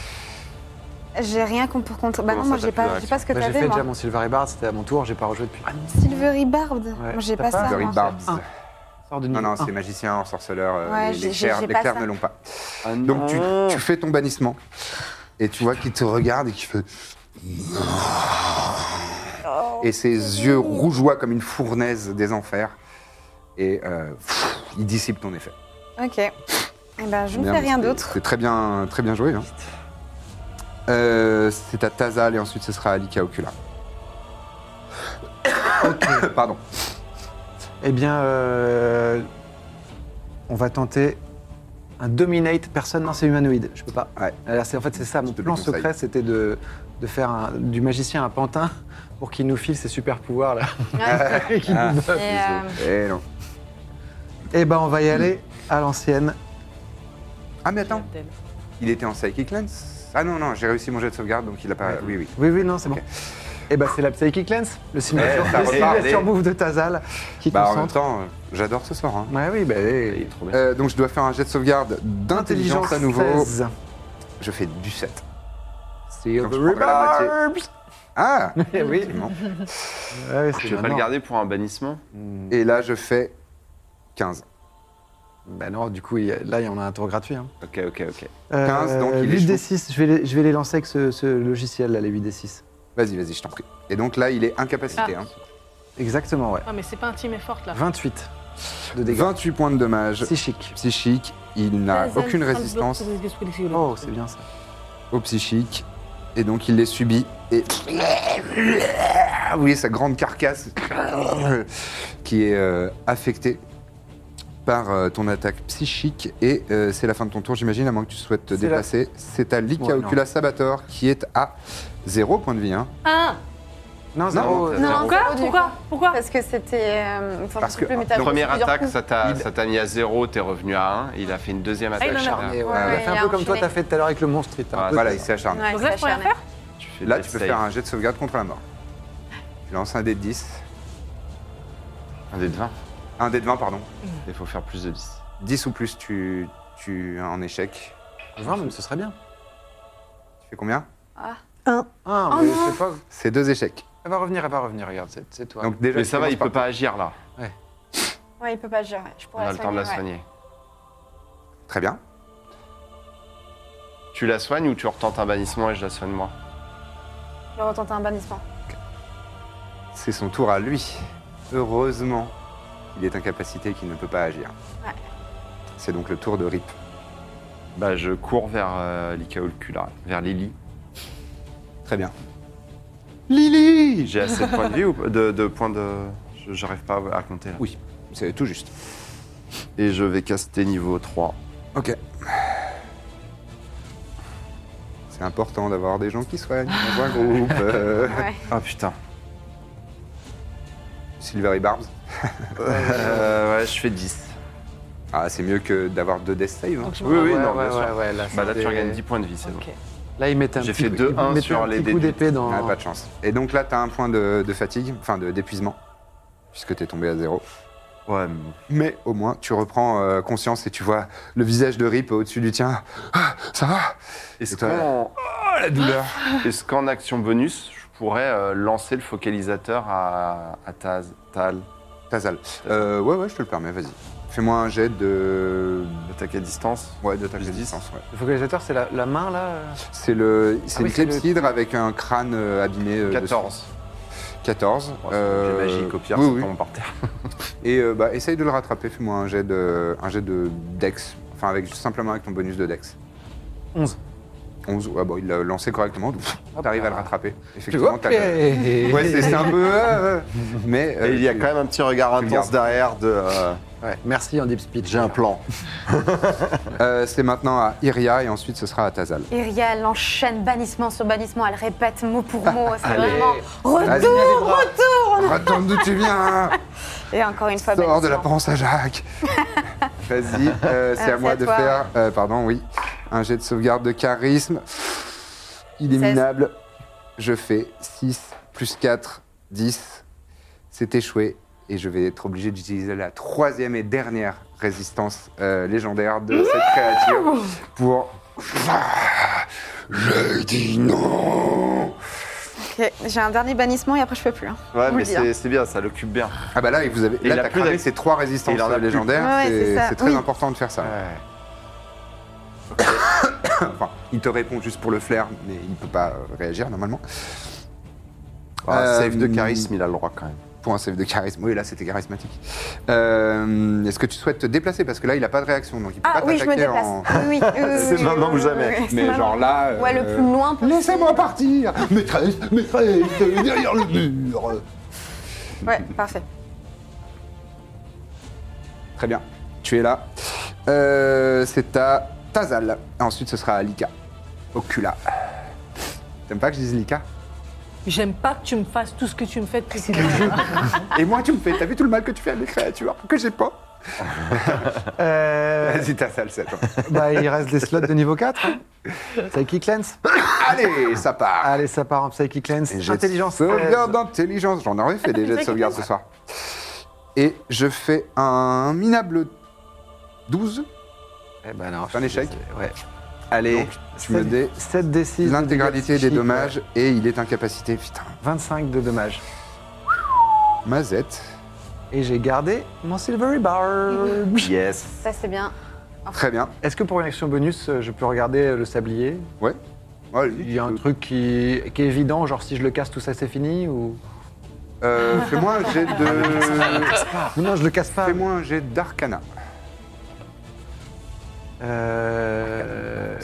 S5: J'ai rien contre. pour contre. Bah
S2: Comment
S5: non,
S2: ça,
S5: moi
S2: t'as plus
S5: j'ai
S2: de
S5: pas, j'ai
S2: réaction
S5: pas ce que
S3: Bah, j'ai
S5: t'avais
S3: fait
S5: moi.
S3: déjà mon Silvery Bard, c'était à mon tour, j'ai pas rejoué depuis.
S5: Silvery Bard.
S3: Ouais,
S5: moi j'ai
S3: t'as
S5: pas,
S3: pas
S5: ça. hein.
S6: Fleury
S5: moi.
S6: Barbs.
S3: Sort de
S6: Non,
S3: niveau
S6: non,
S3: un.
S6: c'est magicien, sorceleur, euh,
S5: Ouais,
S6: les,
S5: j'ai-
S6: les clercs-
S5: j'ai
S6: les
S5: pas
S6: clercs
S5: ça.
S6: ne l'ont pas.
S2: Ah
S6: Donc tu,
S2: non.
S6: tu fais ton bannissement et tu vois qu'il te regarde et qu'il fait.
S5: Oh.
S6: Et ses yeux rougeoient comme une fournaise des enfers et euh, pff, il dissipe ton effet.
S5: Ok. Eh ben je ne
S6: Bien,
S5: fais rien
S6: c'est-
S5: d'autre.
S6: C'est très bien, très bien joué. hein. Euh, c'est à Tazal et ensuite ce sera à Alika Ocula. (coughs) Pardon.
S3: Eh bien, euh, on va tenter un dominate personne. Non, c'est humanoïde. Je peux pas.
S6: Ouais.
S3: Alors, c'est- en fait, c'est ça. Mon
S6: te le
S3: plan
S6: conseille.
S3: secret, c'était de, de faire un- du magicien un pantin pour qu'il nous file ses super pouvoirs
S6: (laughs)
S3: là.
S4: Ah,
S3: Et qu'il nous buff.
S5: Et, euh,
S6: Eh non.
S3: Eh ben, on va y aller à l'ancienne.
S6: Ah mais attends,
S4: Abdel.
S6: il était en psychic lens. Ah non non, j'ai réussi mon jet de sauvegarde donc il a pas.
S3: Euh,
S6: Oui oui.
S3: Oui, oui, non, c'est
S6: Ok.
S3: bon. Eh ben, c'est la psychic lens, le signature,
S6: Eh, ça
S3: le
S6: repart,
S3: signature
S6: allez.
S3: move de Tazal qui
S6: Bah en même
S3: concentre.
S6: temps, euh, j'adore ce soir. hein.
S3: Ouais, oui, bah, eh,
S2: Il est trop bien.
S6: Euh, donc je dois faire un jet de sauvegarde d'intelligence à nouveau.
S3: 16.
S6: Je fais du 7.
S3: Seal
S6: Donc,
S3: the
S6: je prendrai la moitié.
S3: rebarbs.
S6: Ah
S3: Eh (laughs)
S6: (laughs)
S3: oui,
S6: effectivement.
S3: Ouais, c'est
S2: Tu veux pas le
S3: maintenant. Hmm.
S2: garder pour un bannissement
S6: Et là je fais 15.
S3: Bah non, du coup, il y a- là, il y en a un tour gratuit. hein.
S2: Ok, ok, ok.
S6: 15, donc, il
S3: 8 D6, je vais, les, je vais les lancer avec ce, ce logiciel là, les 8 D6.
S6: Vas-y vas-y, je t'en prie. Et donc là il est incapacité.
S4: Ah.
S6: hein.
S3: Exactement, ouais.
S4: Ah, mais c'est pas intime et forte, là.
S3: 28 de dégâts.
S6: 28 points de dommage
S3: Psychique.
S6: psychique. Il n'a
S4: Tazal,
S6: aucune
S4: Tazal,
S6: résistance
S3: Oh, c'est bien ça.
S6: au psychique. Et donc il les subit. Et vous voyez sa grande carcasse qui est euh, affectée par euh, ton attaque psychique. Et euh, c'est la fin de ton tour, j'imagine, à moins que tu souhaites te
S3: C'est la-
S6: déplacer. C'est à Lika
S3: Ouais, non.
S6: Ocula Sabator qui est à 0 point de vie. hein.
S4: Un
S3: Non, euh, zéro,
S2: t'as
S3: zéro.
S2: zéro.
S4: Pourquoi
S5: du
S4: Pourquoi
S5: coup.
S4: Pourquoi
S5: Parce que c'était. euh, Enfin,
S6: Parce
S5: je sais
S6: que-
S5: plus, mais t'as-
S6: donc,
S2: Première
S5: plusieurs
S2: attaque,
S5: coups.
S2: ça t'a
S6: Il-
S2: ça t'a mis à zéro, t'es revenu à 1. Il a fait une deuxième
S4: il
S2: attaque.
S4: en a
S2: chacun.
S3: Et ouais,
S5: Ouais,
S3: il a fait un
S5: il a
S3: peu comme toi,
S5: enchaîné.
S3: t'as fait tout à l'heure avec le monstre. il t'a un
S2: Ah,
S3: peu-
S6: Voilà, il s'est acharné.
S5: Ouais,
S4: Donc là,
S5: c'est
S4: je peux rien
S5: acharné.
S4: faire
S2: Tu fais
S6: Là,
S2: des
S6: tu peux
S2: saves.
S6: faire un jet de sauvegarde contre la mort. Tu lances un dé de 10.
S2: Un dé de 20.
S6: Un dé de 20, pardon.
S2: Il faut faire plus de 10.
S6: 10 ou plus, tu, tu en échec.
S3: 20, même, ce serait bien.
S6: Tu fais combien
S3: Ah, mais je sais pas.
S6: C'est deux échecs.
S3: Elle va revenir, elle va revenir, regarde, c'est c'est toi.
S6: Donc déjà,
S2: Bah, Mais
S6: tu
S2: ça va,
S6: commences
S2: il
S6: par-
S2: peut pas agir là.
S5: Ouais, il peut pas gérer. Je
S2: On
S5: pourrais
S2: a le temps de la
S5: ouais.
S2: soigner.
S6: Très bien.
S2: Tu la soignes ou tu retentes un bannissement et je la soigne moi
S5: Je vais retenter un bannissement.
S6: C'est son tour à lui. Heureusement, il est incapacité et qu'il ne peut pas agir.
S5: Ouais.
S6: C'est donc le tour de Rip.
S2: Bah, je cours vers euh, Lycaulcula, vers Lily.
S6: Très bien.
S2: Lily J'ai (laughs) assez de points de vie ou pas de, de points de. je- J'arrive pas à compter là.
S6: Oui. C'est tout juste.
S2: Et je vais caster niveau (laughs) 3.
S6: Ok. C'est important d'avoir des gens qui soignent dans un groupe. euh.
S5: Ouais.
S2: Ah putain.
S6: Silvery Barbs.
S2: Euh, ouais, je fais 10.
S6: Ah, c'est mieux que d'avoir deux death save. hein.
S4: Donc, je
S2: Oui, oui,
S3: Ouais,
S2: non,
S3: ouais,
S2: bien
S3: ouais,
S2: sûr.
S3: ouais, là,
S2: Bah là, tu
S3: c'était-
S2: regagnes 10 points de vie, c'est
S4: Ok.
S3: Là, il mettait un
S2: J'ai
S3: petit
S2: fait
S3: coup-
S2: deux,
S3: il
S2: un
S3: mettait
S2: sur
S3: un
S2: les
S3: petit
S2: dés
S3: coup
S2: de-
S3: d'épée dans.
S6: Ah, pas de chance. Et donc là, t'as un point de, de fatigue, enfin de- d'épuisement, puisque t'es tombé à zéro.
S2: bon. Ouais, mais-
S6: Mais au moins, tu reprends euh, conscience et tu vois le visage de Rip au-dessus du tien. Ah, ça va
S2: Est-ce
S6: Et toi,
S2: qu'en
S6: Oh, la douleur
S2: est-ce qu'en action bonus, je pourrais euh, lancer le focalisateur à, à Taz, Tal
S6: Tazal. Euh, ouais, ouais, je te le permets, vas-y. Fais-moi un jet de.
S2: Attaque à distance.
S6: Ouais, d'attaque à
S2: Plus dix.
S6: distance, ouais.
S3: Le focalisateur, c'est la, la main là euh
S6: C'est le, c'est
S3: Ah
S6: une
S3: oui, c'est le-
S6: clepsydre avec un crâne euh, abîmé. euh,
S11: 14.
S6: dessus. 14.
S11: Bon,
S6: euh,
S11: Oh, C'est magique, au pire,
S6: oui,
S11: ça
S6: oui.
S11: tombe par terre.
S6: Et euh, bah, essaye de le rattraper. Fais-moi un jet de, un jet de dex. Enfin, avec juste simplement avec ton bonus de dex.
S3: 11.
S6: 11. Ouais, bon, il l'a lancé correctement. donc, pff, T'arrives à le rattraper. Effectivement, t'as le-
S3: Hopé
S6: Ouais, c'est c'est un peu. euh, euh, mais euh,
S11: Et il y a
S6: tu-
S11: quand même un petit regard
S6: tu
S11: intense
S6: gardes.
S11: derrière de. euh,
S3: Ouais, Merci en deep speech.
S11: J'ai un plan.
S6: euh, c'est maintenant à Iria et ensuite ce sera à Tazal.
S5: Iria, elle enchaîne bannissement sur bannissement, elle répète mot pour
S2: (laughs)
S5: mot, c'est
S3: Allez.
S5: vraiment
S6: Vas-y,
S5: retour
S6: Attends d'où tu viens hein.
S7: Et encore une fois,
S6: Sors de la
S5: hein.
S7: bannissement.
S6: panse à Jacques Vas-y, euh, c'est
S7: Euh,
S6: à
S7: c'est
S6: moi
S7: à
S6: de
S7: toi.
S6: faire, euh, pardon, oui, un jet de sauvegarde de charisme. Il est
S7: 16.
S6: minable. Je fais 6 plus 4, 10. C'est échoué et je vais être obligé d'utiliser la troisième et dernière résistance euh, légendaire de cette créature pour...
S8: Je dis non
S7: Ok, j'ai un dernier bannissement et après je peux plus. hein.
S11: Ouais,
S7: Vous
S11: mais
S7: le dire.
S11: c'est c'est bien, ça l'occupe bien.
S6: Ah bah là, vous avez,
S11: Et
S6: là
S11: il a
S6: t'as
S11: plus
S6: cramé
S11: d'ac-
S6: ces trois résistances
S11: il en a
S6: euh,
S11: plus.
S6: légendaires.
S7: Ouais, ouais, c'est ça.
S6: c'est très
S7: Oui.
S6: important de faire ça.
S3: Euh,
S6: Enfin, il te répond juste pour le flair, mais il peut pas euh, réagir normalement.
S11: Ah,
S6: Euh,
S11: save de charisme, il a le droit quand même.
S6: Pour un save de charisme. Oui, là, c'était charismatique. Euh, Est-ce que tu souhaites te déplacer Parce que là, il a pas de réaction, donc il peut
S7: Ah
S6: pas
S7: oui, je me
S6: t'attaquer
S7: déplace.
S6: en... (laughs)
S7: Oui, oui, oui, oui,
S11: C'est
S7: oui,
S11: maintenant
S7: oui,
S11: ou jamais.
S7: oui, oui, (laughs) c'est
S6: Mais
S7: maintenant.
S6: genre euh, là...
S11: euh,
S5: Ouais, le plus loin possible.
S6: Laissez-moi partir
S8: Maîtresse, maîtresse, derrière le mur
S7: Ouais, parfait.
S6: Très bien, tu es là. Euh, c'est à Tazal. Ensuite, ce sera à Lika. Ocula. T'aimes pas que je dise Lika
S4: J'aime pas que tu me fasses tout ce que tu me fais depuis que
S6: Et moi, tu me fais... T'as vu tout le mal que tu fais à mes créatures Que j'ai pas
S3: Euh,
S6: Vas-y, Tazal, c'est à toi.
S3: bah, il reste des slots de niveau 4. hein. Psychic Cleanse.
S6: (laughs) Allez, ça part
S3: Allez, ça part en Psychic Cleanse.
S6: Jet de
S3: Intelligence.
S6: Sauvegarde
S3: 16.
S6: d'intelligence. J'en aurais fait (laughs) des jets de
S4: vrai
S6: sauvegarde ce soir. Et je fais un minable 12.
S3: Eh ben non,
S6: C'est un échec.
S3: Ouais.
S6: Allez,
S3: Donc,
S6: tu me dé
S3: 7 des 6.
S6: l'intégralité des dommages et il est incapacité. Putain,
S3: 25 de dommages.
S6: mazette.
S3: Et j'ai gardé mon Silvery Bar.
S6: (laughs)
S11: Yes.
S5: Ça, c'est bien.
S6: Très bien.
S3: Est-ce que pour une action bonus, euh, je peux regarder euh, le sablier
S6: Ouais,
S3: Il y a un truc qui, qui est évident, genre si je le casse, tout ça c'est fini ou...
S6: euh, Fais-moi un
S3: (laughs)
S6: jet (laughs) de.
S3: Non, non, je le casse pas.
S6: Fais-moi un jet d'arcana.
S3: Euh...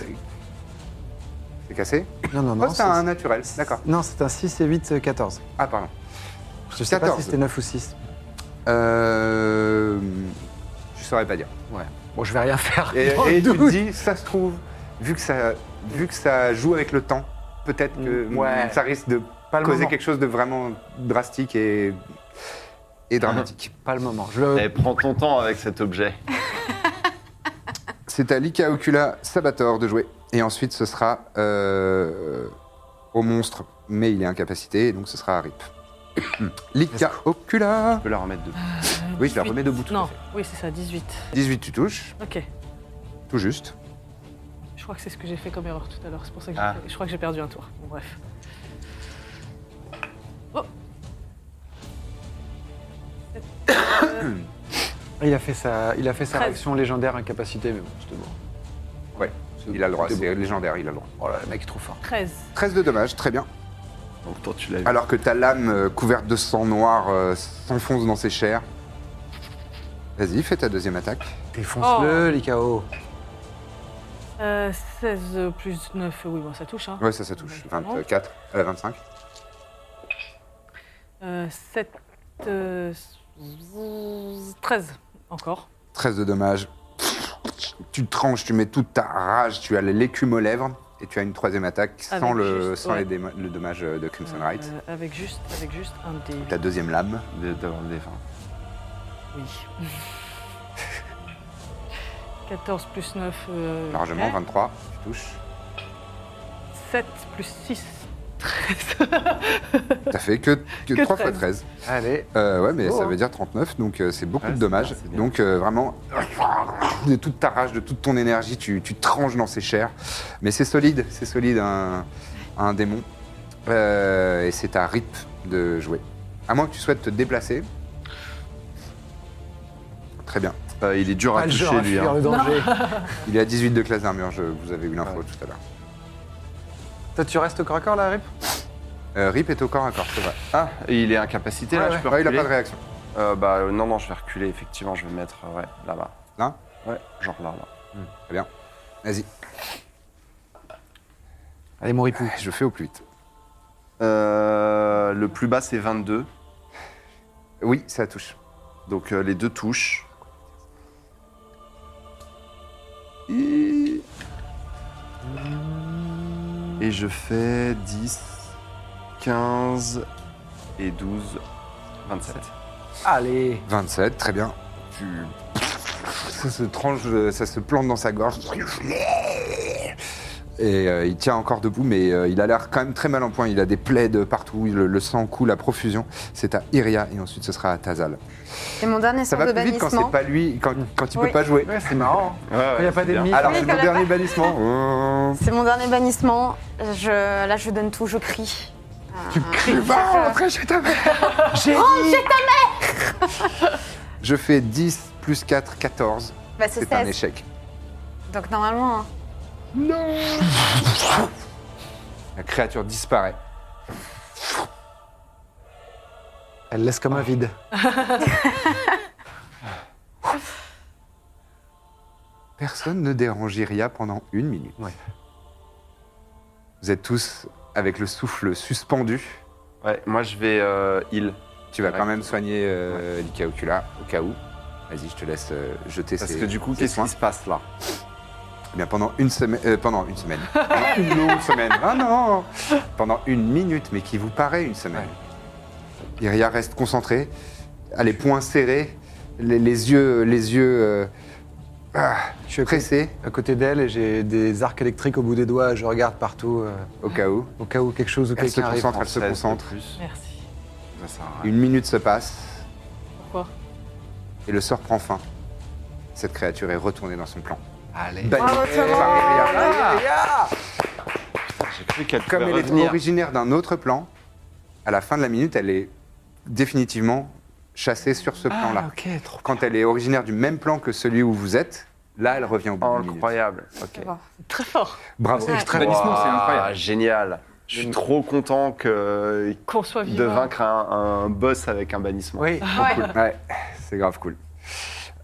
S6: C'est cassé
S3: Non, non,
S6: Oh,
S3: non.
S6: c'est
S3: c'est-
S6: un naturel. D'accord.
S3: Non, c'est un 6 et 8, euh, 14.
S6: Ah, pardon.
S3: Je sais pas
S6: 14.
S3: si c'était 9 ou 6.
S6: Euh. Je saurais pas dire.
S3: Bon, je vais rien faire.
S6: Et,
S3: Oh,
S6: et tu te
S3: dude.
S6: dis, ça se trouve, vu que ça, vu que ça joue avec le temps, peut-être que
S3: Mm, ouais.
S6: mm, ça risque de
S3: Pas le
S6: causer
S3: moment.
S6: quelque chose de vraiment drastique et, et dramatique.
S3: Pas le moment. Je le-
S11: Eh, prends ton temps avec cet objet.
S6: C'est à Lika Ocula Sabator de jouer. Et ensuite, ce sera euh, au monstre, mais il est incapacité, donc ce sera (coughs) à Rip. Lika Ocula
S11: Je peux la remettre debout.
S6: Oui, je la remets debout tout à
S4: Non,
S6: fait.
S4: oui, c'est ça, 18.
S6: 18, tu touches,
S4: Ok.
S6: tout juste.
S4: Je crois que c'est ce que j'ai fait comme erreur tout à l'heure. C'est pour ça que j'ai
S11: Ah.
S4: fait- je crois que j'ai perdu un tour. Bon, bref. Oh. Euh,
S3: Il a fait sa, il a fait sa
S4: Treize.
S3: réaction légendaire incapacité, mais bon, c'était bon.
S6: Ouais, il a le droit,
S3: C'était
S6: c'est légendaire, il a le droit.
S3: Oh là, le mec est trop fort.
S4: 13.
S6: 13 de dommages, très bien.
S11: Donc toi, tu l'as vu.
S6: Alors que ta lame euh, couverte de sang noir euh, s'enfonce dans ses chairs. Vas-y, fais ta deuxième attaque.
S3: Défonce-le, Likao.
S4: Euh, 16 plus 9, oui, bon, ça touche. Hein.
S6: Ouais, ça, ça touche. 24, euh, 25.
S4: Euh, 7. euh, 13 encore.
S6: 13 de dommages. Tu tranches, tu mets toute ta rage, tu as l'écume aux lèvres. Et tu as une troisième attaque sans,
S4: Avec
S6: le,
S4: Ah, juste,
S6: sans les
S4: ouais.
S6: déma- le dommage euh, de Crimson
S4: Euh,
S6: Rite.
S4: avec, juste, avec juste un dé.
S6: Ta deuxième lame.
S11: De- Devant le défunt.
S4: Oui. (laughs) 14 plus 9. euh,
S6: Largement,
S4: ouais.
S6: 23. Tu touches.
S4: 7 plus 6.
S6: T'as fait que, que
S4: Que
S6: 3 fois
S4: 13.
S6: 13.
S3: Allez.
S6: Euh, ouais, mais
S3: beau,
S6: ça
S3: hein.
S6: veut dire 39, donc euh, c'est
S11: Oh,
S6: beaucoup
S11: Ouais,
S6: de
S11: c'est
S6: dommages.
S11: bien, c'est bien.
S6: donc euh, vraiment, de toute ta rage, de toute ton énergie, tu, tu tranches dans ses chairs. Mais c'est solide, c'est solide, un, un démon. Euh, et c'est à Rip de jouer. À moins que tu souhaites te déplacer. Très bien.
S2: Euh, il est dur
S7: Ah,
S2: à
S3: Pas le genre
S2: toucher,
S3: à
S2: lui.
S3: fuir
S2: hein.
S3: le danger.
S6: Il est à 18 de classe d'armure, je vous avez eu l'info tout à l'heure.
S3: (laughs) Toi, tu restes au corps à corps, là, Rip
S6: Euh, Rip est au corps à corps, c'est vrai.
S2: Ah, et il est incapacité, là,
S3: Ouais,
S2: je
S3: ouais.
S2: peux
S6: Ouais, il a
S2: reculer
S6: pas de réaction.
S2: Euh, bah, euh, non, non, je vais reculer, effectivement, je vais me mettre, euh, ouais, là-bas.
S6: Là
S2: Ouais, genre là, là.
S6: Vas-y,
S3: Allez, mon Ripou.
S6: je fais au plus vite.
S2: Euh, le plus bas, c'est 22.
S6: Oui, ça touche.
S2: Donc euh, les deux touches. Et... Et je fais 10, 15 et 12, 27.
S3: Allez.
S6: 27, très bien. Tu... Ça se tranche, euh, ça se plante dans sa gorge. Et euh, il tient encore debout, mais euh, il a l'air quand même très mal en point. Il a des plaies de partout, le, le sang coule à profusion. C'est à Iria et ensuite ce sera à Tazal.
S7: Et mon dernier
S6: Ça
S7: sort de
S6: va plus vite quand
S7: bannissement.
S6: c'est pas lui, quand, quand il
S7: Oui.
S6: peut pas jouer.
S3: Ouais, c'est marrant.
S2: Ouais, ouais,
S3: Il n'y a pas
S2: c'est bien.
S3: d'ennemis.
S6: Alors,
S7: Oui,
S6: c'est
S7: quand
S6: mon
S7: la-
S6: dernier
S7: (laughs)
S6: bannissement. Oh.
S7: C'est mon dernier bannissement. Je... Là, je donne tout, je crie. Euh,
S3: Tu
S7: Ah,
S3: cries.
S6: Va rentrer chez ta mère
S3: J'ai dit.
S6: Je fais 10 plus 4, 14.
S7: Bah, c'est
S6: C'est un
S7: 16.
S6: échec.
S7: Donc, normalement. hein.
S6: La créature disparaît.
S3: Elle laisse comme
S2: (laughs)
S3: un vide.
S6: Personne ne dérange Iria pendant une minute.
S3: Ouais.
S6: Vous êtes tous avec le souffle suspendu.
S2: Ouais, moi je vais euh, heal.
S6: Tu vas
S2: Ouais.
S6: quand même soigner euh, Lika Ocula, au cas où. Vas-y, je te laisse euh, jeter
S2: Parce
S6: ces-
S2: que du coup,
S6: ces
S2: qu'est-ce
S6: soins.
S2: qui se passe là
S6: Eh bien, pendant une semaine... euh, pendant une semaine. Pendant une longue semaine. Ah non Pendant une minute, mais qui vous paraît une semaine. Iria reste concentrée, a les poings serrés, les, les yeux... Les yeux euh, ah,
S3: Je suis à côté-
S6: pressés,
S3: à côté d'elle et j'ai des arcs électriques au bout des doigts. Je regarde partout euh,
S6: au cas où.
S3: au cas où quelque chose ou
S6: Elle se
S3: quelqu'un arrive.
S6: concentre, elle se
S2: 16 de
S6: concentre.
S2: plus.
S4: (laughs) Merci.
S2: Ça sert à rien.
S6: Une minute se passe.
S4: Pourquoi
S6: et le sort prend fin. Cette créature est retournée dans son plan.
S2: Allez.
S6: Bannie par Iria.
S2: J'ai cru qu'elle
S6: Comme
S2: pouvait
S6: elle est
S2: revenir.
S6: originaire d'un autre plan, à la fin de la minute, elle est définitivement chassée sur ce plan-là. Quand elle est originaire du même plan que celui où vous êtes, là, elle revient au bout d'une minute.
S2: Incroyable. Ok.
S4: Très fort.
S6: Bravo.
S3: C'est extrêmement-
S6: Bannissement, c'est
S2: Waouh,
S6: incroyable.
S2: Génial. Je suis trop content que
S4: Qu'on soit vivant.
S2: de vaincre un, un boss avec un bannissement.
S3: Oui.
S6: Ouais, c'est grave cool.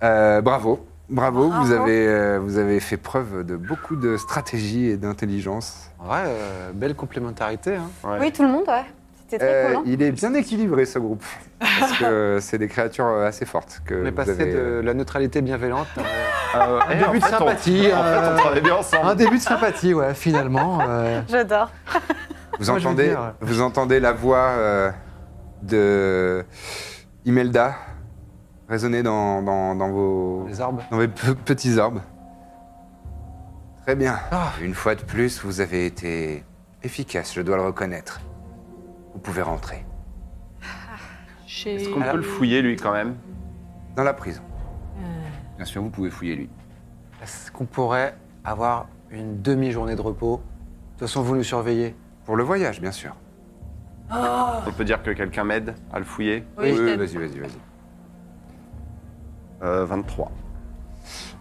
S6: Euh, bravo. Bravo, Vous, avez, euh, vous avez fait preuve de beaucoup de stratégie et d'intelligence.
S3: En vrai, euh, belle complémentarité. hein.
S2: Ouais.
S7: Oui, tout le monde, ouais. C'était très
S6: Euh,
S5: hein.
S7: collant.
S6: il est bien équilibré ce groupe, parce que c'est des créatures euh, assez fortes. Que
S3: On est
S6: vous
S3: passé
S6: avez-
S3: de la neutralité bienveillante
S2: (laughs)
S3: à
S6: Ah
S2: Euh, eh,
S3: un début de
S2: en fait, on-
S3: sympathie.
S2: (laughs) En fait,
S3: euh,
S2: on travaillait bien ensemble.
S3: Un (laughs) début de sympathie, ouais, finalement. euh,
S7: J'adore.
S6: Vous
S3: Moi, je veux
S6: entendez,
S3: dire. euh,
S6: vous entendez la voix euh, de Imelda résonner dans, dans- dans vos,
S3: les arbres.
S6: dans vos pe- petits arbres. Très bien.
S3: Ah.
S6: Une fois de plus, vous avez été efficace, je dois le reconnaître. Vous pouvez rentrer
S4: Chez-
S2: Est-ce qu'on peut le fouiller lui quand même
S6: dans la prison.
S4: Euh.
S6: Bien sûr, vous pouvez fouiller lui.
S3: Est-ce qu'on pourrait avoir une demi-journée de repos De toute façon, vous nous surveillez.
S6: Pour le voyage, bien sûr.
S2: On peut dire que quelqu'un m'aide à le fouiller.
S4: Oui, je t'aide.
S6: vas-y, vas-y, vas-y.
S2: Euh, 23.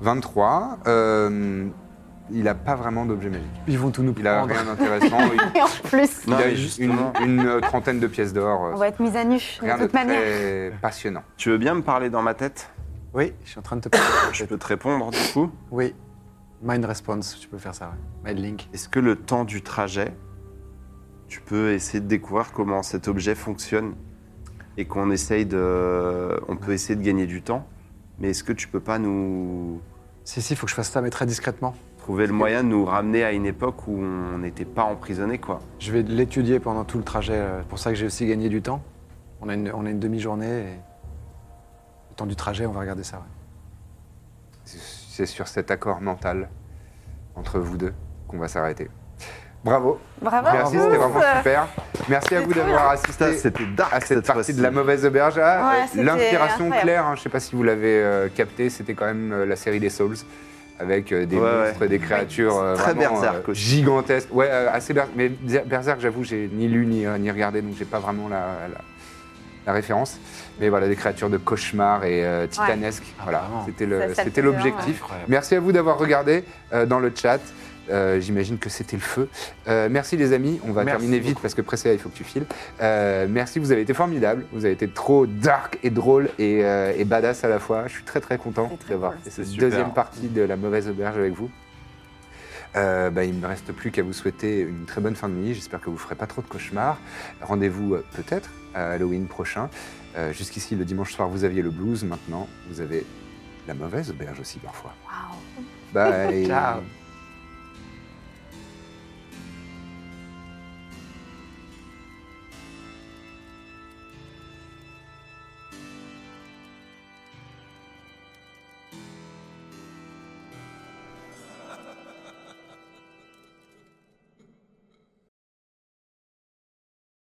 S6: 23. euh, il n'a pas vraiment d'objet magique.
S3: Ils vont tout nous
S6: Il a
S4: Oh.
S3: prendre.
S6: rien d'intéressant. il-
S7: Et en plus,
S6: Il
S2: Non,
S6: a
S2: mais
S6: une-
S2: justement,
S6: une, une trentaine de pièces d'or. euh,
S7: on va être mis à nu,
S6: Rien
S7: de
S6: de
S7: toute manière.
S6: très passionnant.
S2: tu veux bien me parler dans ma tête
S3: Oui, je suis en train de te parler.
S2: Je peux te répondre du coup.
S3: Oui. Mind response, tu peux faire ça, ouais. Mind link.
S2: Est-ce que le temps du trajet, tu peux essayer de découvrir comment cet objet fonctionne et qu'on essaye de, on peut essayer de gagner du temps, mais est-ce que tu peux pas nous
S3: Si, si, faut que je fasse ça, mais très discrètement.
S2: trouver le moyen de nous ramener à une époque où on n'était pas emprisonné quoi
S3: Je vais l'étudier pendant tout le trajet. euh, C'est pour ça que j'ai aussi gagné du temps. On a une, on a une demi-journée et. Le temps du trajet, on va regarder ça, ouais.
S6: C'est sur cet accord mental entre vous deux qu'on va s'arrêter. Bravo.
S7: Bravo.
S6: Merci, c'était vraiment super. Merci à vous d'avoir
S2: Ça,
S6: assisté
S2: c'était dark
S6: à cette partie
S2: fois-ci.
S6: de la mauvaise auberge. Ah,
S7: Ouais,
S6: euh,
S7: c'était
S6: L'inspiration
S7: incroyable.
S6: claire, hein, je ne sais pas si vous l'avez euh, capté, c'était quand même euh, la série des Souls. Avec euh, des
S2: Ouais, ouais.
S6: monstres, des créatures euh,
S2: Très
S6: vraiment,
S2: berserk
S6: euh,
S2: aussi.
S6: gigantesques. Ouais, euh, assez berserk. Mais berserk, j'avoue, j'ai ni lu ni, euh, ni regardé, donc j'ai pas vraiment la, la- la référence. Mais voilà, des créatures de cauchemar et euh, titanesques. voilà,
S2: Ah, vraiment.
S6: c'était le-
S7: Ça, ça le fait
S6: c'était l'objectif. Merci à vous d'avoir regardé euh, dans le chat. Euh, J'imagine que c'était le feu. Euh, merci les amis, on va
S3: Merci
S6: terminer vite parce que pressé, il faut que tu files. Euh, merci, vous avez été formidables. Vous avez été trop dark et drôle et, euh, et badass à la fois. Je suis très très content
S7: C'est très
S6: d'avoir
S7: cool.
S6: fait
S2: C'est
S6: cette
S2: super.
S6: deuxième partie de la mauvaise auberge avec vous. Euh, bah, il ne me reste plus qu'à vous souhaiter une très bonne fin de nuit. J'espère que vous ne ferez pas trop de cauchemars. Rendez-vous euh, peut-être à Halloween prochain. Euh, Jusqu'ici, le dimanche soir, vous aviez le blues. Maintenant, vous avez la mauvaise auberge aussi parfois. Bye.
S3: (laughs) Ciao.